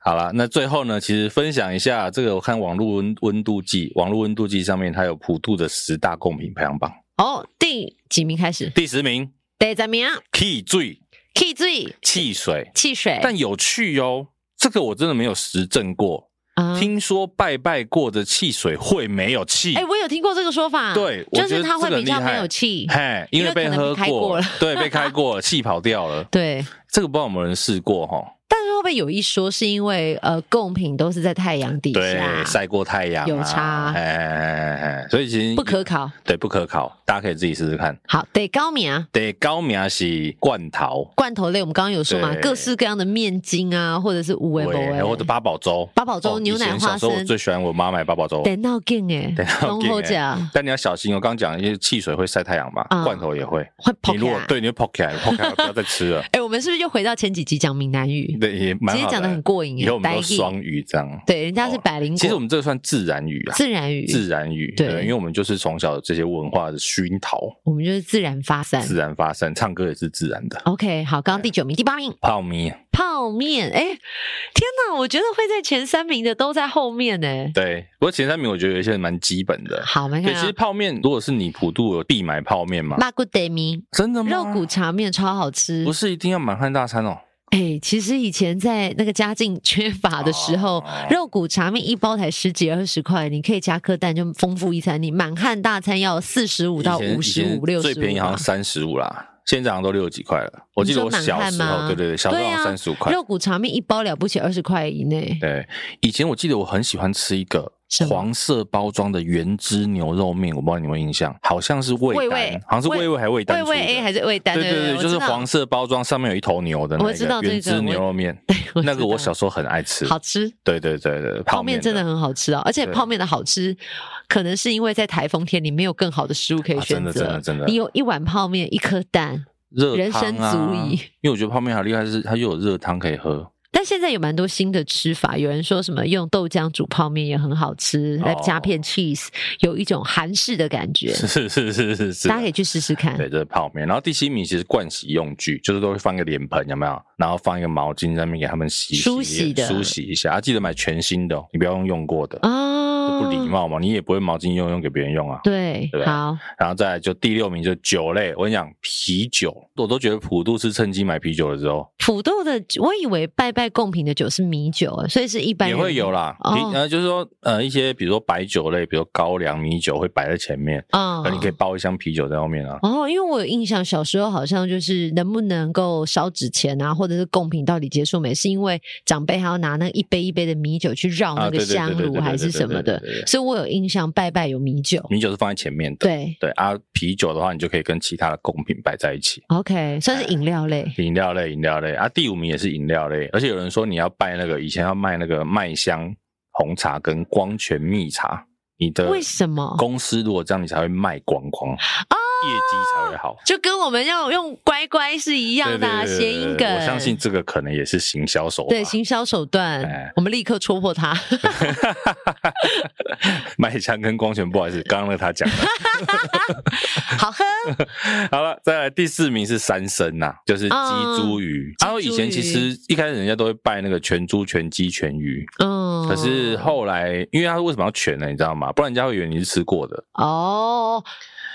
[SPEAKER 1] 好了，那最后呢，其实分享一下这个，我看网络温温度计，网络温度计上面它有普渡的十大贡品排行榜，
[SPEAKER 2] 哦，第几名开始？
[SPEAKER 1] 第十名
[SPEAKER 2] 第十名啊
[SPEAKER 1] 汽醉
[SPEAKER 2] 汽水，
[SPEAKER 1] 汽水，
[SPEAKER 2] 汽水。
[SPEAKER 1] 但有趣哦，这个我真的没有实证过，
[SPEAKER 2] 啊
[SPEAKER 1] 听说拜拜过的汽水会没有气
[SPEAKER 2] 哎、。我有听过这个说法，
[SPEAKER 1] 对我
[SPEAKER 2] 就
[SPEAKER 1] 觉
[SPEAKER 2] 是
[SPEAKER 1] 得
[SPEAKER 2] 它
[SPEAKER 1] 这个
[SPEAKER 2] 会
[SPEAKER 1] 很
[SPEAKER 2] 比
[SPEAKER 1] 厉
[SPEAKER 2] 较
[SPEAKER 1] 害
[SPEAKER 2] 没有气。
[SPEAKER 1] 嘿，因为被
[SPEAKER 2] 因为可
[SPEAKER 1] 喝
[SPEAKER 2] 能被开过了
[SPEAKER 1] 对，被开过了，气跑掉
[SPEAKER 2] (laughs)
[SPEAKER 1] 了。
[SPEAKER 2] 对，
[SPEAKER 1] 这个不知道有没有人试过哈？
[SPEAKER 2] 但是会不会有一说是因为呃，贡品都是在太阳底
[SPEAKER 1] 对
[SPEAKER 2] 下，，
[SPEAKER 1] 晒过太阳啊
[SPEAKER 2] 有差
[SPEAKER 1] 哎哎哎哎，所以其实
[SPEAKER 2] 不可，考？
[SPEAKER 1] 对，不可考，大家可以自己试试看。
[SPEAKER 2] 好，得高名啊。
[SPEAKER 1] 得高名是罐头，
[SPEAKER 2] 罐头类，我们刚刚有说嘛，
[SPEAKER 1] 对
[SPEAKER 2] 各式各样的面筋啊，或者是五味
[SPEAKER 1] 对，
[SPEAKER 2] 博
[SPEAKER 1] 或者八宝粥，
[SPEAKER 2] 八宝粥
[SPEAKER 1] 哦
[SPEAKER 2] 牛奶
[SPEAKER 1] 以前小时候
[SPEAKER 2] 花生
[SPEAKER 1] 我最喜欢我妈买八宝粥，
[SPEAKER 2] 等到劲哎
[SPEAKER 1] 等，到
[SPEAKER 2] 龙
[SPEAKER 1] 劲
[SPEAKER 2] 后
[SPEAKER 1] 欸
[SPEAKER 2] 甲
[SPEAKER 1] 但你要小心哦。刚刚讲，因为汽水会晒太阳嘛，
[SPEAKER 2] 嗯
[SPEAKER 1] 罐头也会。
[SPEAKER 2] 会跑啊
[SPEAKER 1] 你如果
[SPEAKER 2] 开。 (laughs)
[SPEAKER 1] 对，你会泡起来，泡起来不要再吃了。
[SPEAKER 2] 哎，我们是不是又回到前几集讲闽南语？
[SPEAKER 1] 对，也也蛮
[SPEAKER 2] 其实
[SPEAKER 1] 好
[SPEAKER 2] 讲的很过瘾耶啊
[SPEAKER 1] 以后我们
[SPEAKER 2] 白
[SPEAKER 1] 都
[SPEAKER 2] 语
[SPEAKER 1] 双语这样。
[SPEAKER 2] 对，人家是百灵果，
[SPEAKER 1] 其实我们这个算自然语啊，
[SPEAKER 2] 自然语，
[SPEAKER 1] 自然语
[SPEAKER 2] 对
[SPEAKER 1] 因为我们就是从小这些文化的熏陶，
[SPEAKER 2] 我们就是自然发散。
[SPEAKER 1] 自然发生，唱歌也是自然的。
[SPEAKER 2] OK，好，刚刚第九名，第八名
[SPEAKER 1] 泡面，
[SPEAKER 2] 泡面。哎，天哪，我觉得会在前三名的都在后面呢。
[SPEAKER 1] 对，不过前三名我觉得有一些蛮基本的。
[SPEAKER 2] 好，我们
[SPEAKER 1] 对，
[SPEAKER 2] 看
[SPEAKER 1] 其实
[SPEAKER 2] 看
[SPEAKER 1] 泡面，如果是你普渡有必买泡面嘛？
[SPEAKER 2] 马古德米
[SPEAKER 1] 真的吗？
[SPEAKER 2] 肉骨茶面超好吃
[SPEAKER 1] 不。是一定要满汉大餐哦。
[SPEAKER 2] 哎，其实以前在那个家境缺乏的时候。
[SPEAKER 1] 哦
[SPEAKER 2] 肉骨茶面一包才十几二十块，你可以加颗蛋就丰富一餐。你满汉大餐要四十五到
[SPEAKER 1] 以前
[SPEAKER 2] 五十
[SPEAKER 1] 以前
[SPEAKER 2] 五、六十
[SPEAKER 1] 最
[SPEAKER 2] 五，
[SPEAKER 1] 便宜好像三十五啦，现在好像都六十几块了。我记得我小
[SPEAKER 2] 你
[SPEAKER 1] 时
[SPEAKER 2] 说满汉
[SPEAKER 1] 候，
[SPEAKER 2] 吗
[SPEAKER 1] 对对对，小时候好像
[SPEAKER 2] 对啊
[SPEAKER 1] 三十五块。
[SPEAKER 2] 肉骨茶面一包了不起二十块以内，
[SPEAKER 1] 对，以前我记得我很喜欢吃一个
[SPEAKER 2] 什么
[SPEAKER 1] 黄色包装的原汁牛肉面，我不知道你们有没有印象，好像是
[SPEAKER 2] 味
[SPEAKER 1] 味丹，
[SPEAKER 2] 味
[SPEAKER 1] 好像是
[SPEAKER 2] 味
[SPEAKER 1] 味味还是味丹
[SPEAKER 2] 味
[SPEAKER 1] 出的
[SPEAKER 2] 味 A 还是味丹？
[SPEAKER 1] 对
[SPEAKER 2] 对
[SPEAKER 1] 对，就是黄，色包装，上面有一头牛的那
[SPEAKER 2] 我知道
[SPEAKER 1] 个
[SPEAKER 2] 这
[SPEAKER 1] 原
[SPEAKER 2] 个
[SPEAKER 1] 汁
[SPEAKER 2] 我
[SPEAKER 1] 牛肉面，
[SPEAKER 2] 我知道
[SPEAKER 1] 那个我小时候很爱吃
[SPEAKER 2] 知道。好吃。
[SPEAKER 1] 对对对对，
[SPEAKER 2] 泡
[SPEAKER 1] 面
[SPEAKER 2] 面真的很好吃啊，而且
[SPEAKER 1] 对
[SPEAKER 2] 泡面的好吃，可能是因为在台风天你没有更好的食物可以
[SPEAKER 1] 啊
[SPEAKER 2] 选
[SPEAKER 1] 真的
[SPEAKER 2] 择，
[SPEAKER 1] 真的真的
[SPEAKER 2] 你有一碗泡面，一颗蛋，
[SPEAKER 1] 热
[SPEAKER 2] 人
[SPEAKER 1] 汤
[SPEAKER 2] 生
[SPEAKER 1] 啊
[SPEAKER 2] 足矣
[SPEAKER 1] 因为我觉得泡面好厉害，是它又有热汤可以喝。
[SPEAKER 2] 但现在有蛮多新的吃法，有人说什么用豆浆煮泡面也很好吃，
[SPEAKER 1] 哦
[SPEAKER 2] 来加片 cheese，有一种韩式的感觉，
[SPEAKER 1] 是是是是是，
[SPEAKER 2] 大家可以去试试看。
[SPEAKER 1] 对，这是泡面。然后第七名其实盥洗用具，就是都会放一个脸盆，有没有？然后放一个毛巾在那边给他们洗
[SPEAKER 2] 梳洗的
[SPEAKER 1] 梳洗一下。啊，记得买全新的、哦，你不要用用过的，
[SPEAKER 2] 啊，
[SPEAKER 1] 这不礼貌嘛。你也不会毛巾用用给别人用啊。
[SPEAKER 2] 对
[SPEAKER 1] 对，
[SPEAKER 2] 好，
[SPEAKER 1] 然后再来就第六名就酒类，我跟你讲，啤酒，我都觉得普渡是趁机买啤酒的时候
[SPEAKER 2] 土豆的，我以为拜拜贡品的酒是米酒，所以是一般
[SPEAKER 1] 也
[SPEAKER 2] 人
[SPEAKER 1] 会有啦。
[SPEAKER 2] 哦
[SPEAKER 1] 啤呃，就是说呃一些比如说白酒类，比如高粱、米酒会摆在前面，
[SPEAKER 2] 啊
[SPEAKER 1] 那、你可以包一箱啤酒在后面啊。
[SPEAKER 2] 哦，因为我有印象，小时候好像就是能不能够烧纸钱啊，或者是贡品到底结束没，是因为长辈还要拿那一杯一杯的米酒去绕
[SPEAKER 1] 啊
[SPEAKER 2] 那个
[SPEAKER 1] 对对对
[SPEAKER 2] 香
[SPEAKER 1] 对对
[SPEAKER 2] 炉
[SPEAKER 1] 对
[SPEAKER 2] 还是
[SPEAKER 1] 对对
[SPEAKER 2] 什么
[SPEAKER 1] 对
[SPEAKER 2] 的
[SPEAKER 1] 对对对，
[SPEAKER 2] 所以我有印象拜拜有米
[SPEAKER 1] (laughs)
[SPEAKER 2] 酒。
[SPEAKER 1] 米酒是放在前面的，
[SPEAKER 2] 对
[SPEAKER 1] 对啊，啤酒的话你就可以跟其他的贡品摆在一起。
[SPEAKER 2] ，OK，算是饮料类
[SPEAKER 1] 饮料类，饮料类啊，第五名也是饮料类，而且有人说你要拜那个以前要卖那个麦香红茶跟光泉蜜茶，你的
[SPEAKER 2] 为什么
[SPEAKER 1] 呃
[SPEAKER 2] 哦
[SPEAKER 1] 公司如果这样你才会卖光光业绩才会好。
[SPEAKER 2] 就跟我们要用乖乖是一样的啊
[SPEAKER 1] 对对对
[SPEAKER 2] 谐音
[SPEAKER 1] 对
[SPEAKER 2] 梗。
[SPEAKER 1] 我相信这个可能也是行销手法，
[SPEAKER 2] 对行销手段
[SPEAKER 1] 哎，
[SPEAKER 2] 我们立刻戳
[SPEAKER 1] (laughs)
[SPEAKER 2] 破它。
[SPEAKER 1] 麦香跟光泉，不好意思，刚刚那个他讲的。
[SPEAKER 2] 好喝，
[SPEAKER 1] 好了，再来第四名是三牲呐、就是鸡、猪、鱼。
[SPEAKER 2] 嗯
[SPEAKER 1] 然后以前
[SPEAKER 2] 鸡
[SPEAKER 1] 其
[SPEAKER 2] 猪鱼
[SPEAKER 1] 实一开始人家都会拜那个全猪、全鸡、全鱼，
[SPEAKER 2] 嗯，
[SPEAKER 1] 可是后来，因为他为什么要全呢？你知道吗？不然人家会以为你是吃过的。
[SPEAKER 2] 哦，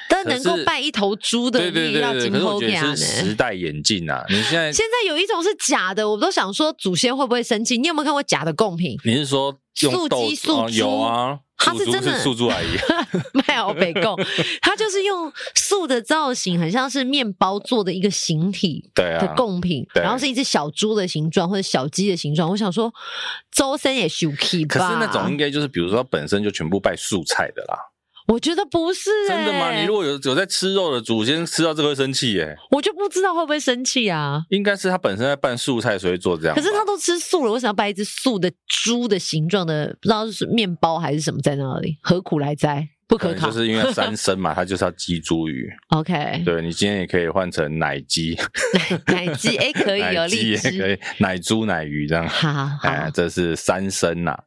[SPEAKER 2] 但能够
[SPEAKER 1] 可是
[SPEAKER 2] 拜一头猪的，
[SPEAKER 1] 对对
[SPEAKER 2] 你也
[SPEAKER 1] 对
[SPEAKER 2] 要
[SPEAKER 1] 对，
[SPEAKER 2] 金
[SPEAKER 1] 可是我
[SPEAKER 2] 猴
[SPEAKER 1] 觉
[SPEAKER 2] 饼
[SPEAKER 1] 得是
[SPEAKER 2] 呢
[SPEAKER 1] 时。代眼镜啊！你现在
[SPEAKER 2] 现在有一种是假的，我都想说祖先会不会生气？你有没有看过假的贡品？ (laughs)
[SPEAKER 1] 你是说用
[SPEAKER 2] 素
[SPEAKER 1] 豆
[SPEAKER 2] 鸡素
[SPEAKER 1] 哦
[SPEAKER 2] 猪
[SPEAKER 1] 有啊？
[SPEAKER 2] 它
[SPEAKER 1] 素
[SPEAKER 2] 是
[SPEAKER 1] 猪
[SPEAKER 2] 真的
[SPEAKER 1] 是素猪
[SPEAKER 2] (laughs)
[SPEAKER 1] 阿姨，
[SPEAKER 2] 卖欧北贡，它就是用素的造型，很像是面包做的一个形体
[SPEAKER 1] 对
[SPEAKER 2] 的
[SPEAKER 1] 啊，
[SPEAKER 2] 贡品，
[SPEAKER 1] 对
[SPEAKER 2] 然后是一只小猪的形状或者小鸡的形状。我想说，周深也 s u k
[SPEAKER 1] 可
[SPEAKER 2] 吧？
[SPEAKER 1] 是那种应该就是比如说它本身就全部拜素菜的啦，
[SPEAKER 2] 我觉得不是、欸、
[SPEAKER 1] 真的吗？你如果有有在吃肉的祖先吃到这个会生气耶，
[SPEAKER 2] 我就不知道会不会生气啊。
[SPEAKER 1] 应该是他本身在拌素菜，所以做这样吧。
[SPEAKER 2] 可是他都吃素了，为什么要摆一只素的猪的形状的，不知道是面包还是什么在那里？何苦来哉？不
[SPEAKER 1] 可
[SPEAKER 2] 可
[SPEAKER 1] 能
[SPEAKER 2] 考。
[SPEAKER 1] 就是因为三牲嘛，他就是要鸡、猪、
[SPEAKER 2] (laughs)
[SPEAKER 1] 鱼。
[SPEAKER 2] OK，
[SPEAKER 1] 对你今天也可以换成奶鸡， (laughs)
[SPEAKER 2] 奶鸡哎、可以有
[SPEAKER 1] 奶鸡
[SPEAKER 2] 荔
[SPEAKER 1] 也可
[SPEAKER 2] 枝，
[SPEAKER 1] 以，奶猪、奶鱼这样。
[SPEAKER 2] 好好好
[SPEAKER 1] 哎，这是三生呐、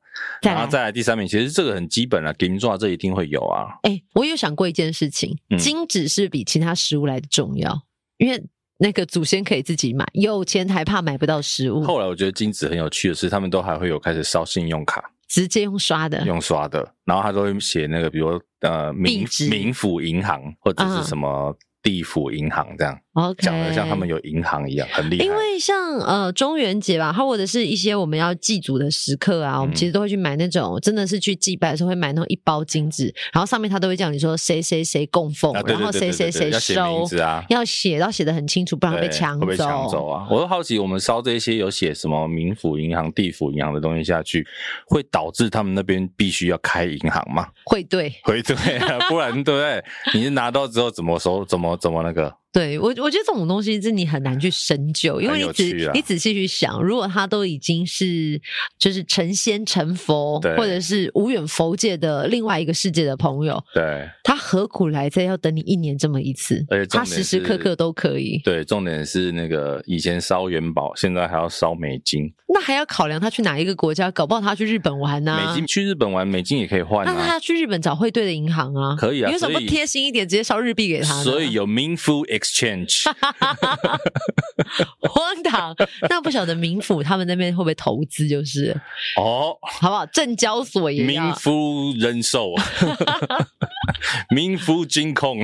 [SPEAKER 2] 再
[SPEAKER 1] 然
[SPEAKER 2] 来
[SPEAKER 1] 后。再来第三名，其实这个很基本了、啊，金爪这一定会有啊。
[SPEAKER 2] 哎、我有想过一件事情，
[SPEAKER 1] 嗯
[SPEAKER 2] 金纸是比其他食物来的重要，因为那个祖先可以自己买，有钱还怕买不到食物，
[SPEAKER 1] 后来我觉得金子很有趣的是，他们都还会有开始烧信用卡，
[SPEAKER 2] 直接用刷的。
[SPEAKER 1] 用刷的，然后他都会写那个，比如说呃
[SPEAKER 2] 嗯地
[SPEAKER 1] 民
[SPEAKER 2] 址嗯
[SPEAKER 1] 民府银行或者是什么地府银行这样，
[SPEAKER 2] OK，
[SPEAKER 1] 讲的像他们有银行一样，很厉害。
[SPEAKER 2] 哎因为像呃中元节吧，它或者是一些我们要祭祖的时刻啊，我
[SPEAKER 1] 嗯
[SPEAKER 2] 们其实都会去买那种真的是去祭拜的时候会买那种一包金纸，然后上面它都会叫你说谁谁谁供奉，
[SPEAKER 1] 啊，对
[SPEAKER 2] 然
[SPEAKER 1] 对
[SPEAKER 2] 后
[SPEAKER 1] 对
[SPEAKER 2] 谁
[SPEAKER 1] 对对
[SPEAKER 2] 谁
[SPEAKER 1] 对
[SPEAKER 2] 谁
[SPEAKER 1] 要写
[SPEAKER 2] 收
[SPEAKER 1] 名，字啊。
[SPEAKER 2] 要写到写的很清楚，不然
[SPEAKER 1] 对
[SPEAKER 2] 被抢
[SPEAKER 1] 会被抢
[SPEAKER 2] 走。
[SPEAKER 1] 啊！我都好奇，我们烧这些有写什么民府银行、地府银行的东西下去，会导致他们那边必须要开银行吗？ (laughs)
[SPEAKER 2] 会对，
[SPEAKER 1] 会对啊，不然对不对？你拿到之后怎么收？怎么怎么那个？
[SPEAKER 2] 对我，我觉得这种东西是你很难去深究，因
[SPEAKER 1] 很
[SPEAKER 2] 为
[SPEAKER 1] 有
[SPEAKER 2] 你
[SPEAKER 1] 趣
[SPEAKER 2] 仔
[SPEAKER 1] 啊
[SPEAKER 2] 你仔细去想，如果他都已经是就是成仙成佛
[SPEAKER 1] 对，
[SPEAKER 2] 或者是无远佛界的另外一个世界的朋友，
[SPEAKER 1] 对
[SPEAKER 2] 他何苦来这要等你一年这么一次？
[SPEAKER 1] 而且重
[SPEAKER 2] 他
[SPEAKER 1] 点
[SPEAKER 2] 时时
[SPEAKER 1] 是
[SPEAKER 2] 刻刻都可以，
[SPEAKER 1] 对，重点是那个以前烧元宝，现在还要烧美金，
[SPEAKER 2] 那还要考量他去哪一个国家，搞不好他去日本玩呐、
[SPEAKER 1] 美金去日本玩，美金也可以换
[SPEAKER 2] 啊那
[SPEAKER 1] 啊
[SPEAKER 2] 他。去日本找汇兑的银行啊，
[SPEAKER 1] 可以啊
[SPEAKER 2] 你为什么
[SPEAKER 1] 所
[SPEAKER 2] 不
[SPEAKER 1] 以
[SPEAKER 2] 贴心一点，直接烧日币给他呢？
[SPEAKER 1] 所以有 meaningful exchange，
[SPEAKER 2] (laughs) 荒唐。那不晓得民府他们那边会不会投资，就是
[SPEAKER 1] 哦，
[SPEAKER 2] 好不好？证交所也要
[SPEAKER 1] 民。夫人
[SPEAKER 2] (laughs)
[SPEAKER 1] (laughs) 寿，民夫金控，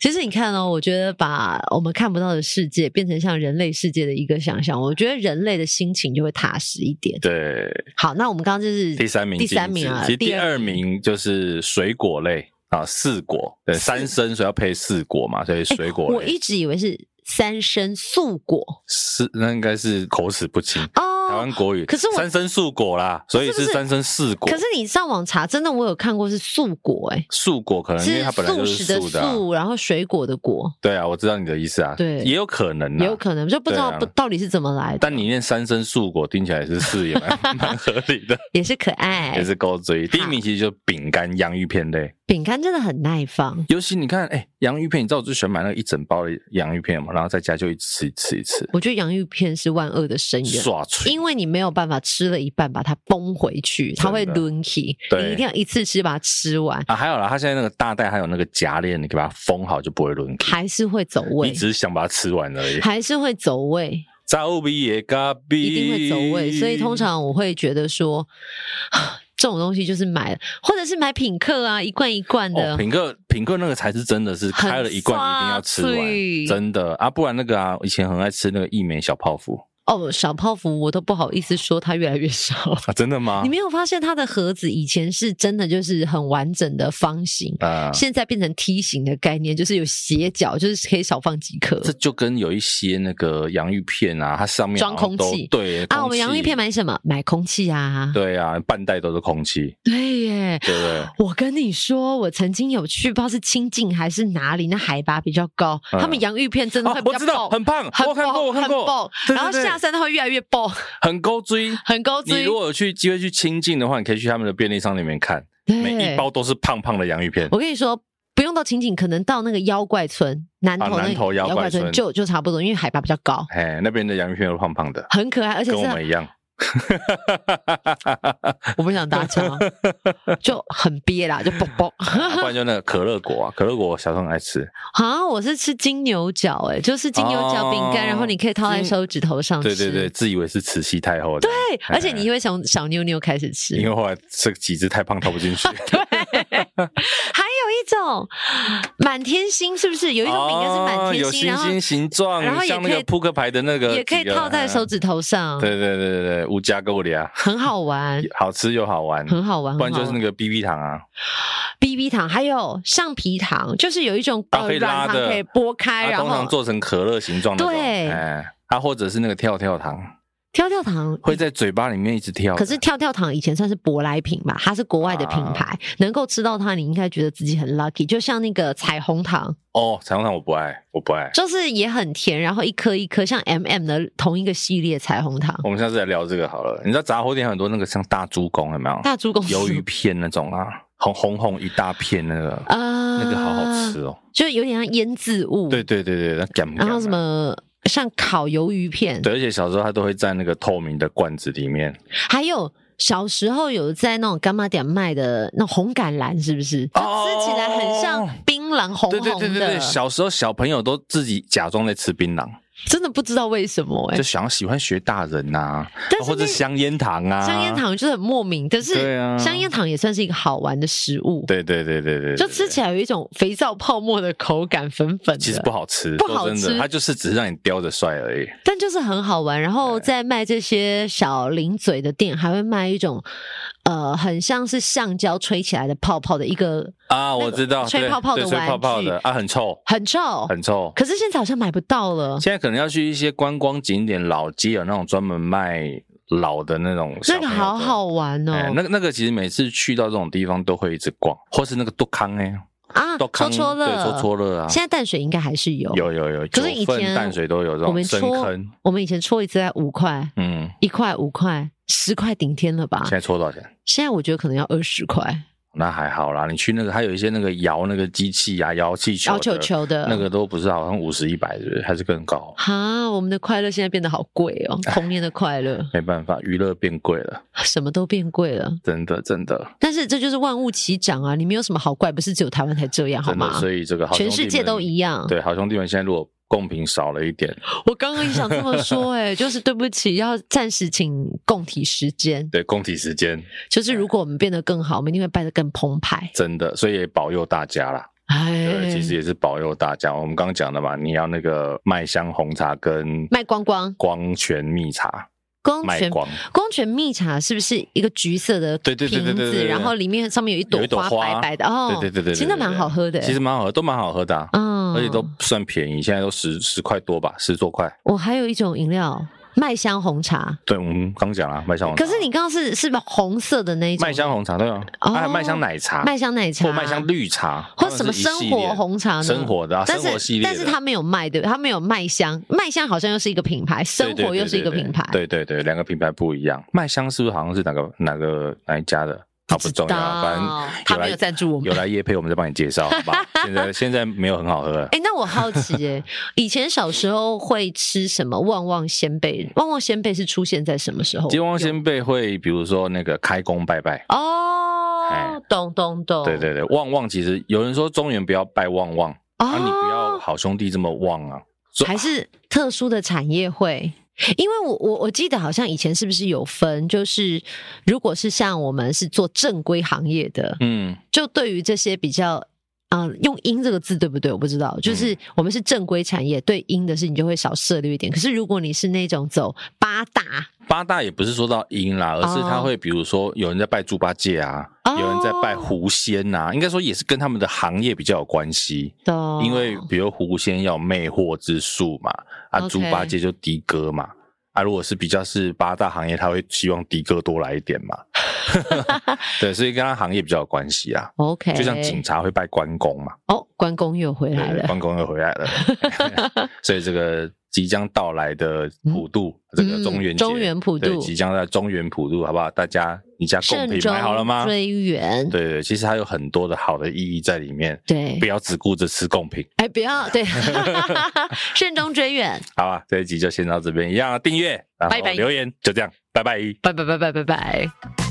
[SPEAKER 2] 其实你看哦，我觉得把我们看不到的世界变成像人类世界的一个想象，我觉得人类的心情就会踏实一点。
[SPEAKER 1] 对，
[SPEAKER 2] 好，那我们刚刚就是
[SPEAKER 1] 第三名
[SPEAKER 2] 第
[SPEAKER 1] 禁止，
[SPEAKER 2] 三名啊，
[SPEAKER 1] 其实第
[SPEAKER 2] 二
[SPEAKER 1] 二名就是水果类啊，四果，对，三生所以要配四果嘛，所以
[SPEAKER 2] 哎
[SPEAKER 1] 水果
[SPEAKER 2] 我
[SPEAKER 1] 类
[SPEAKER 2] 一直以为是三生素果
[SPEAKER 1] 是那应该是口齿不清，台
[SPEAKER 2] 哦
[SPEAKER 1] 湾，国语，
[SPEAKER 2] 可是我
[SPEAKER 1] 三生素果啦，所以
[SPEAKER 2] 不是
[SPEAKER 1] 是三生四果
[SPEAKER 2] 可，是你上网查，真的我有看过是素果、哎。
[SPEAKER 1] 素果可能因为它本来
[SPEAKER 2] 素
[SPEAKER 1] 就
[SPEAKER 2] 食
[SPEAKER 1] 是
[SPEAKER 2] 的
[SPEAKER 1] 素的啊，
[SPEAKER 2] 素，然后水果的果，
[SPEAKER 1] 对啊，我知道你的意思啊，
[SPEAKER 2] 对
[SPEAKER 1] 也有可能
[SPEAKER 2] 也有
[SPEAKER 1] 啊。
[SPEAKER 2] 可能就不知道
[SPEAKER 1] 对啊
[SPEAKER 2] 不到底是怎么来的，
[SPEAKER 1] 但你念三生素果听起来是四，也蛮蛮合理
[SPEAKER 2] (laughs)
[SPEAKER 1] 的，
[SPEAKER 2] 也是可爱
[SPEAKER 1] 也。是够追。第一名其实就是饼干、洋芋片类，
[SPEAKER 2] 饼干真的很耐放，
[SPEAKER 1] 尤其你看，哎、洋芋片，你知道我最喜欢买那个一整包的洋芋片嘛，然后在家就一直吃一吃一吃，
[SPEAKER 2] 我觉得洋芋片是万恶的深渊。
[SPEAKER 1] 刷脆。
[SPEAKER 2] (laughs) 因为你没有办法吃了一半把它崩回去，它会
[SPEAKER 1] 真的
[SPEAKER 2] 抡起，
[SPEAKER 1] 对
[SPEAKER 2] 你一定要一次吃把它吃完，
[SPEAKER 1] 啊，还有啦，它现在那个大袋还有那个夹链，你可以把它封好，就不会轮开。
[SPEAKER 2] 还是会走
[SPEAKER 1] 你
[SPEAKER 2] 位，
[SPEAKER 1] 只是想把它吃完而已。
[SPEAKER 2] 还是会走位，
[SPEAKER 1] 招比也嘎比，
[SPEAKER 2] 一定会走位。所以通常我会觉得说， (sighs) 啊这种东西就是买了，或者是买品客啊，一罐一罐的，
[SPEAKER 1] 哦，品客品客那个才是真的是
[SPEAKER 2] 很
[SPEAKER 1] 开了一罐一定要吃完
[SPEAKER 2] 刷脆，
[SPEAKER 1] 真的啊，不然那个啊，以前很爱吃那个益美小泡芙
[SPEAKER 2] 哦，小泡芙我都不好意思说它越来越少。
[SPEAKER 1] 啊，真的吗
[SPEAKER 2] 你？没有发现它的盒子以前是真的就是很完整的方形，
[SPEAKER 1] 啊，
[SPEAKER 2] 现在变成梯形的概念，就是有斜角，就是可以少放几颗。
[SPEAKER 1] 这就跟有一些那个洋芋片啊，它上面
[SPEAKER 2] 装
[SPEAKER 1] 好像都
[SPEAKER 2] 空气
[SPEAKER 1] 对
[SPEAKER 2] 啊，我们洋芋
[SPEAKER 1] 空
[SPEAKER 2] 片。
[SPEAKER 1] 气
[SPEAKER 2] 买什么？买空气 (laughs) 啊。
[SPEAKER 1] 对啊，半袋都是空气，
[SPEAKER 2] 对耶。
[SPEAKER 1] 对不对？
[SPEAKER 2] 我跟你说，我曾经有去，不知道是清境还是哪里，那海拔比较高，
[SPEAKER 1] 嗯
[SPEAKER 2] 他们洋芋片真的
[SPEAKER 1] 啊
[SPEAKER 2] 会，比
[SPEAKER 1] 我
[SPEAKER 2] 较
[SPEAKER 1] 知
[SPEAKER 2] 爆，
[SPEAKER 1] 道，很胖，
[SPEAKER 2] 很
[SPEAKER 1] 我看
[SPEAKER 2] 爆
[SPEAKER 1] 过，我看
[SPEAKER 2] 很
[SPEAKER 1] 过
[SPEAKER 2] 爆，
[SPEAKER 1] 对对
[SPEAKER 2] 然后
[SPEAKER 1] 对
[SPEAKER 2] 下山它会越来越爆，
[SPEAKER 1] 很勾追。
[SPEAKER 2] 很高
[SPEAKER 1] 你
[SPEAKER 2] 追
[SPEAKER 1] 如。果有去机会去亲近的话，你可以去他们的便利商店里面看，
[SPEAKER 2] 对
[SPEAKER 1] 每一包都是胖胖的洋芋片。
[SPEAKER 2] 我跟你说，不用到情景，可能到那个妖怪村南头、
[SPEAKER 1] 啊南投妖怪
[SPEAKER 2] 怪
[SPEAKER 1] 村
[SPEAKER 2] 就就差不多，因为海拔比较高，
[SPEAKER 1] 哎，那边的洋芋片都胖胖的，
[SPEAKER 2] 很可爱，而且
[SPEAKER 1] 跟
[SPEAKER 2] 是
[SPEAKER 1] 我们一
[SPEAKER 2] (laughs)
[SPEAKER 1] 样。
[SPEAKER 2] 我不想
[SPEAKER 1] (laughs)
[SPEAKER 2] 搭腔，就很憋啦，就 (laughs) 啵啵。
[SPEAKER 1] 啊不然就那个可乐果啊，可乐果我小时候很爱吃。
[SPEAKER 2] 啊，我是吃金牛角、欸，就是金牛角饼干，
[SPEAKER 1] 哦
[SPEAKER 2] 然后你可以套在手指头上
[SPEAKER 1] 对
[SPEAKER 2] 吃，
[SPEAKER 1] 对对，哎自以为是慈禧太后的，
[SPEAKER 2] 对，而且你会从小妞妞开始吃。
[SPEAKER 1] 因为后来这几只太胖套不进去。
[SPEAKER 2] 对，还有一种满天星，是不是 (laughs) 有一种饼干是满
[SPEAKER 1] 哦
[SPEAKER 2] 天
[SPEAKER 1] 有
[SPEAKER 2] 星，
[SPEAKER 1] 星星形状，
[SPEAKER 2] 然后也
[SPEAKER 1] 像那
[SPEAKER 2] 可
[SPEAKER 1] 个
[SPEAKER 2] 以
[SPEAKER 1] 扑克牌的那
[SPEAKER 2] 然
[SPEAKER 1] 个，
[SPEAKER 2] 后也可以套在手
[SPEAKER 1] 指。
[SPEAKER 2] 指头上，
[SPEAKER 1] 对对对对对，无加购的啊，
[SPEAKER 2] 很好玩，
[SPEAKER 1] (laughs) 好吃又好玩。
[SPEAKER 2] 很好玩。
[SPEAKER 1] 不然就是
[SPEAKER 2] 很好
[SPEAKER 1] 那个 BB 糖啊，
[SPEAKER 2] 玩 BB 糖，还有橡皮糖，就是有一种
[SPEAKER 1] 啊
[SPEAKER 2] 呃
[SPEAKER 1] 可以
[SPEAKER 2] 软
[SPEAKER 1] 拉
[SPEAKER 2] 糖
[SPEAKER 1] 的，
[SPEAKER 2] 可以剥开，
[SPEAKER 1] 啊
[SPEAKER 2] 哎然
[SPEAKER 1] 通常
[SPEAKER 2] 后
[SPEAKER 1] 做成可乐形状那种，
[SPEAKER 2] 对
[SPEAKER 1] 哎，啊或者是那个跳跳糖，
[SPEAKER 2] 跳跳糖
[SPEAKER 1] 会在嘴巴里面一直跳的。
[SPEAKER 2] 可是跳跳糖以前算是舶来品吧，它是国外的品
[SPEAKER 1] 啊
[SPEAKER 2] 牌，能够吃到它，你应该觉得自己很 lucky。就像那个彩虹糖，
[SPEAKER 1] 哦，彩虹糖我不爱，我不爱。
[SPEAKER 2] 就是也很甜，然后一颗一颗像 M、m 的同一个系列彩虹糖，
[SPEAKER 1] 我们下次来聊这个好了。你知道杂货店很多那个像大猪公有没有？
[SPEAKER 2] 大猪公司
[SPEAKER 1] 鱿鱼片那种啊，红红红一大片那个，
[SPEAKER 2] 啊，
[SPEAKER 1] 那个好好吃，哦。
[SPEAKER 2] 就有点像腌制物。
[SPEAKER 1] 对，对对对，那干不
[SPEAKER 2] 然后
[SPEAKER 1] 干
[SPEAKER 2] 什
[SPEAKER 1] 啊？
[SPEAKER 2] 么像烤鱿鱼片，
[SPEAKER 1] 对，而且小时候它都会在那个透明的罐子里面。
[SPEAKER 2] 还有。小时候有在那种干妈店卖的那红橄榄，是不是？它
[SPEAKER 1] 哦
[SPEAKER 2] 吃起来很像槟榔，红红
[SPEAKER 1] 对
[SPEAKER 2] 的。
[SPEAKER 1] 对对对对，小时候小朋友都自己假装在吃槟榔，
[SPEAKER 2] 真的不知道为什么哎、
[SPEAKER 1] 就想要喜欢学大人呐、
[SPEAKER 2] 但是
[SPEAKER 1] 或者
[SPEAKER 2] 那
[SPEAKER 1] 香烟糖啊，
[SPEAKER 2] 香烟，糖就是很莫名，但是
[SPEAKER 1] 对啊
[SPEAKER 2] 香烟糖也算是一个好玩的食物，
[SPEAKER 1] 对对对对对，
[SPEAKER 2] 就吃起
[SPEAKER 1] 来
[SPEAKER 2] 来有一种肥皂泡沫的口感，粉粉的，
[SPEAKER 1] 其实不，好吃，
[SPEAKER 2] 不好
[SPEAKER 1] 说真的
[SPEAKER 2] 吃
[SPEAKER 1] 它就是只是让你叼着帅而已。
[SPEAKER 2] 但就是很好玩。然后
[SPEAKER 1] 对
[SPEAKER 2] 在卖这些小零嘴的店，还会卖一种呃，很像是橡胶吹起来的泡泡的一个，
[SPEAKER 1] 啊，
[SPEAKER 2] 个
[SPEAKER 1] 我知道，
[SPEAKER 2] 吹
[SPEAKER 1] 对
[SPEAKER 2] 泡泡的
[SPEAKER 1] 对吹泡泡的
[SPEAKER 2] 玩
[SPEAKER 1] 啊，很臭，
[SPEAKER 2] 很臭，
[SPEAKER 1] 很臭。
[SPEAKER 2] 可是现在好像买不到了。
[SPEAKER 1] 现在可能要去一些观光景点，老街有那种专门卖老的那种小
[SPEAKER 2] 那
[SPEAKER 1] 朋
[SPEAKER 2] 个
[SPEAKER 1] 友的，
[SPEAKER 2] 好好玩哦，
[SPEAKER 1] 哎那个那个其实每次去到这种地方都会一直逛，或是那个杜康哎，
[SPEAKER 2] 啊，
[SPEAKER 1] 都
[SPEAKER 2] 戳
[SPEAKER 1] 坑
[SPEAKER 2] 戳乐，
[SPEAKER 1] 对，戳戳乐啊，
[SPEAKER 2] 现在淡水应该还是有，
[SPEAKER 1] 有有有，
[SPEAKER 2] 哦可是以
[SPEAKER 1] 九份
[SPEAKER 2] 前
[SPEAKER 1] 淡水都有这
[SPEAKER 2] 我
[SPEAKER 1] 种
[SPEAKER 2] 们
[SPEAKER 1] 深
[SPEAKER 2] 戳
[SPEAKER 1] 坑，，
[SPEAKER 2] 我们以前戳一次才五块，
[SPEAKER 1] 嗯，
[SPEAKER 2] 一块五块，十块顶天了吧
[SPEAKER 1] 现？在戳多少钱？
[SPEAKER 2] 现在我觉得可能要二十块，
[SPEAKER 1] 那还好啦，你去那个，还有一些那个摇那个机器啊，摇气球
[SPEAKER 2] 摇
[SPEAKER 1] 的，
[SPEAKER 2] 球球的
[SPEAKER 1] 那个都不是，好像五十一百，对不对？还是更高？
[SPEAKER 2] 哈，我们的快乐现在变得好贵哦，
[SPEAKER 1] 哎
[SPEAKER 2] 童年的快乐
[SPEAKER 1] 没办法，娱乐变贵了，
[SPEAKER 2] 什么都变贵了。
[SPEAKER 1] 真的真的
[SPEAKER 2] 但是这就是万物齐涨啊，你没有什么好怪，不是只有台湾才这样好
[SPEAKER 1] 真的，
[SPEAKER 2] 吗？
[SPEAKER 1] 所以这个好
[SPEAKER 2] 全
[SPEAKER 1] 兄弟
[SPEAKER 2] 世界
[SPEAKER 1] 们
[SPEAKER 2] 都一样
[SPEAKER 1] 对，好兄弟们现在如果贡品少了一点，
[SPEAKER 2] 我刚刚也想这么说、欸，哎，就是对不起，要暂时请供体
[SPEAKER 1] (laughs)
[SPEAKER 2] 时间。
[SPEAKER 1] 对，供体时间
[SPEAKER 2] 就是如果我们变得更好，我们一定会办得更澎湃。
[SPEAKER 1] 真的，所以也保佑大家啦。
[SPEAKER 2] 哎
[SPEAKER 1] 对，，其实也是保佑大家。我们刚刚讲的嘛，你要那个麦香红茶跟
[SPEAKER 2] 卖光光
[SPEAKER 1] 光泉蜜茶，
[SPEAKER 2] 光
[SPEAKER 1] 卖
[SPEAKER 2] 泉
[SPEAKER 1] 光
[SPEAKER 2] 光泉蜜茶是不是一个橘色的
[SPEAKER 1] 对对对对
[SPEAKER 2] 瓶
[SPEAKER 1] 对对
[SPEAKER 2] 子，
[SPEAKER 1] 对
[SPEAKER 2] 然后里面上面有
[SPEAKER 1] 有
[SPEAKER 2] 一
[SPEAKER 1] 一朵
[SPEAKER 2] 花白白的哦，
[SPEAKER 1] 对对对对对，
[SPEAKER 2] 真的
[SPEAKER 1] 对
[SPEAKER 2] 蛮
[SPEAKER 1] 对
[SPEAKER 2] 好喝的欸。
[SPEAKER 1] 其实蛮好喝，都蛮好喝的啊。
[SPEAKER 2] 嗯
[SPEAKER 1] 而且都算便宜，现在都十十块多吧，十多块。
[SPEAKER 2] 我哦还有一种饮料，麦香红茶。
[SPEAKER 1] 对，我们刚讲了麦香红茶。哦
[SPEAKER 2] 可是你刚刚是是吧红色的那一种
[SPEAKER 1] 麦香红茶对啊，
[SPEAKER 2] 哦
[SPEAKER 1] 还有麦香奶茶、
[SPEAKER 2] 麦香奶茶
[SPEAKER 1] 或麦香绿茶，
[SPEAKER 2] 或什么生活红茶呢？
[SPEAKER 1] 生活的啊
[SPEAKER 2] 但是
[SPEAKER 1] 生活系列
[SPEAKER 2] 但
[SPEAKER 1] 的
[SPEAKER 2] 是它没有卖对不对，它没有麦香，麦香好像又是一个品牌，生活又是一个品牌。
[SPEAKER 1] 对对对对对对对，两个品牌不一样。麦香是不是好像是哪个哪个哪一家的？啊，不重要啊，反正
[SPEAKER 2] 哦
[SPEAKER 1] 有
[SPEAKER 2] 他
[SPEAKER 1] 来
[SPEAKER 2] 没有赞助我们
[SPEAKER 1] 有。来叶配，我们再帮你介绍，好
[SPEAKER 2] (laughs)
[SPEAKER 1] 不好？现在现在没有很好喝，
[SPEAKER 2] 哎、那我好
[SPEAKER 1] (laughs)
[SPEAKER 2] 奇哎、以前小时候会吃什么旺旺仙贝？旺旺仙贝是出现在什么时候？
[SPEAKER 1] 金光先辈会，比如说那个开工拜拜，哎
[SPEAKER 2] 哦，懂懂懂，
[SPEAKER 1] 对对对，旺旺其实有人说中原不要拜旺旺，
[SPEAKER 2] 哦，
[SPEAKER 1] 啊，你不要好兄弟这么旺啊，说
[SPEAKER 2] 还是特殊的产业会。因为我我我记得好像以前是不是有分，就是如果是像我们是做正规行业的，
[SPEAKER 1] 嗯，
[SPEAKER 2] 就对于这些比较，啊，用“阴”这个字对不对？我不知
[SPEAKER 1] 嗯
[SPEAKER 2] 道，就是我们是正规产业，对“阴”的事你就会少涉猎一点。可是如果你是那种走八大，
[SPEAKER 1] 八大也不是说到阴啦，而是他会比如说有人在拜猪八戒啊，
[SPEAKER 2] 哦
[SPEAKER 1] 有人在拜狐仙呐、应该说也是跟他们的行业比较有关系。
[SPEAKER 2] 的，
[SPEAKER 1] 因为比如狐仙要有魅惑之术嘛，啊，
[SPEAKER 2] OK
[SPEAKER 1] 猪八戒就的哥嘛，啊，如果是比较是八大行业，他会希望的哥多来一点嘛， (laughs) 对，所以跟他行业比较有关系
[SPEAKER 2] (laughs)
[SPEAKER 1] 啊。
[SPEAKER 2] OK，
[SPEAKER 1] 就像警察会拜关公嘛，
[SPEAKER 2] 哦，关公又回来
[SPEAKER 1] 对，
[SPEAKER 2] 了，
[SPEAKER 1] 关公又回来
[SPEAKER 2] (laughs)
[SPEAKER 1] 了，所以这个即将到来的普渡，这
[SPEAKER 2] 嗯
[SPEAKER 1] 个中元节
[SPEAKER 2] 中元普渡
[SPEAKER 1] 对即将在中元普渡，好不好？大家你家贡
[SPEAKER 2] 慎
[SPEAKER 1] 品
[SPEAKER 2] 终
[SPEAKER 1] 买好了吗？
[SPEAKER 2] 追远，
[SPEAKER 1] 对对，其实它有很多的好的意义在里面，
[SPEAKER 2] 对
[SPEAKER 1] 不，要只顾着吃贡品。
[SPEAKER 2] 哎，不要对， (laughs) 慎终追远，
[SPEAKER 1] 好吧，这一集就先到这边，一样啊订阅，然
[SPEAKER 2] 拜拜
[SPEAKER 1] 后留言，就这样，拜拜。
[SPEAKER 2] 拜拜拜拜拜拜。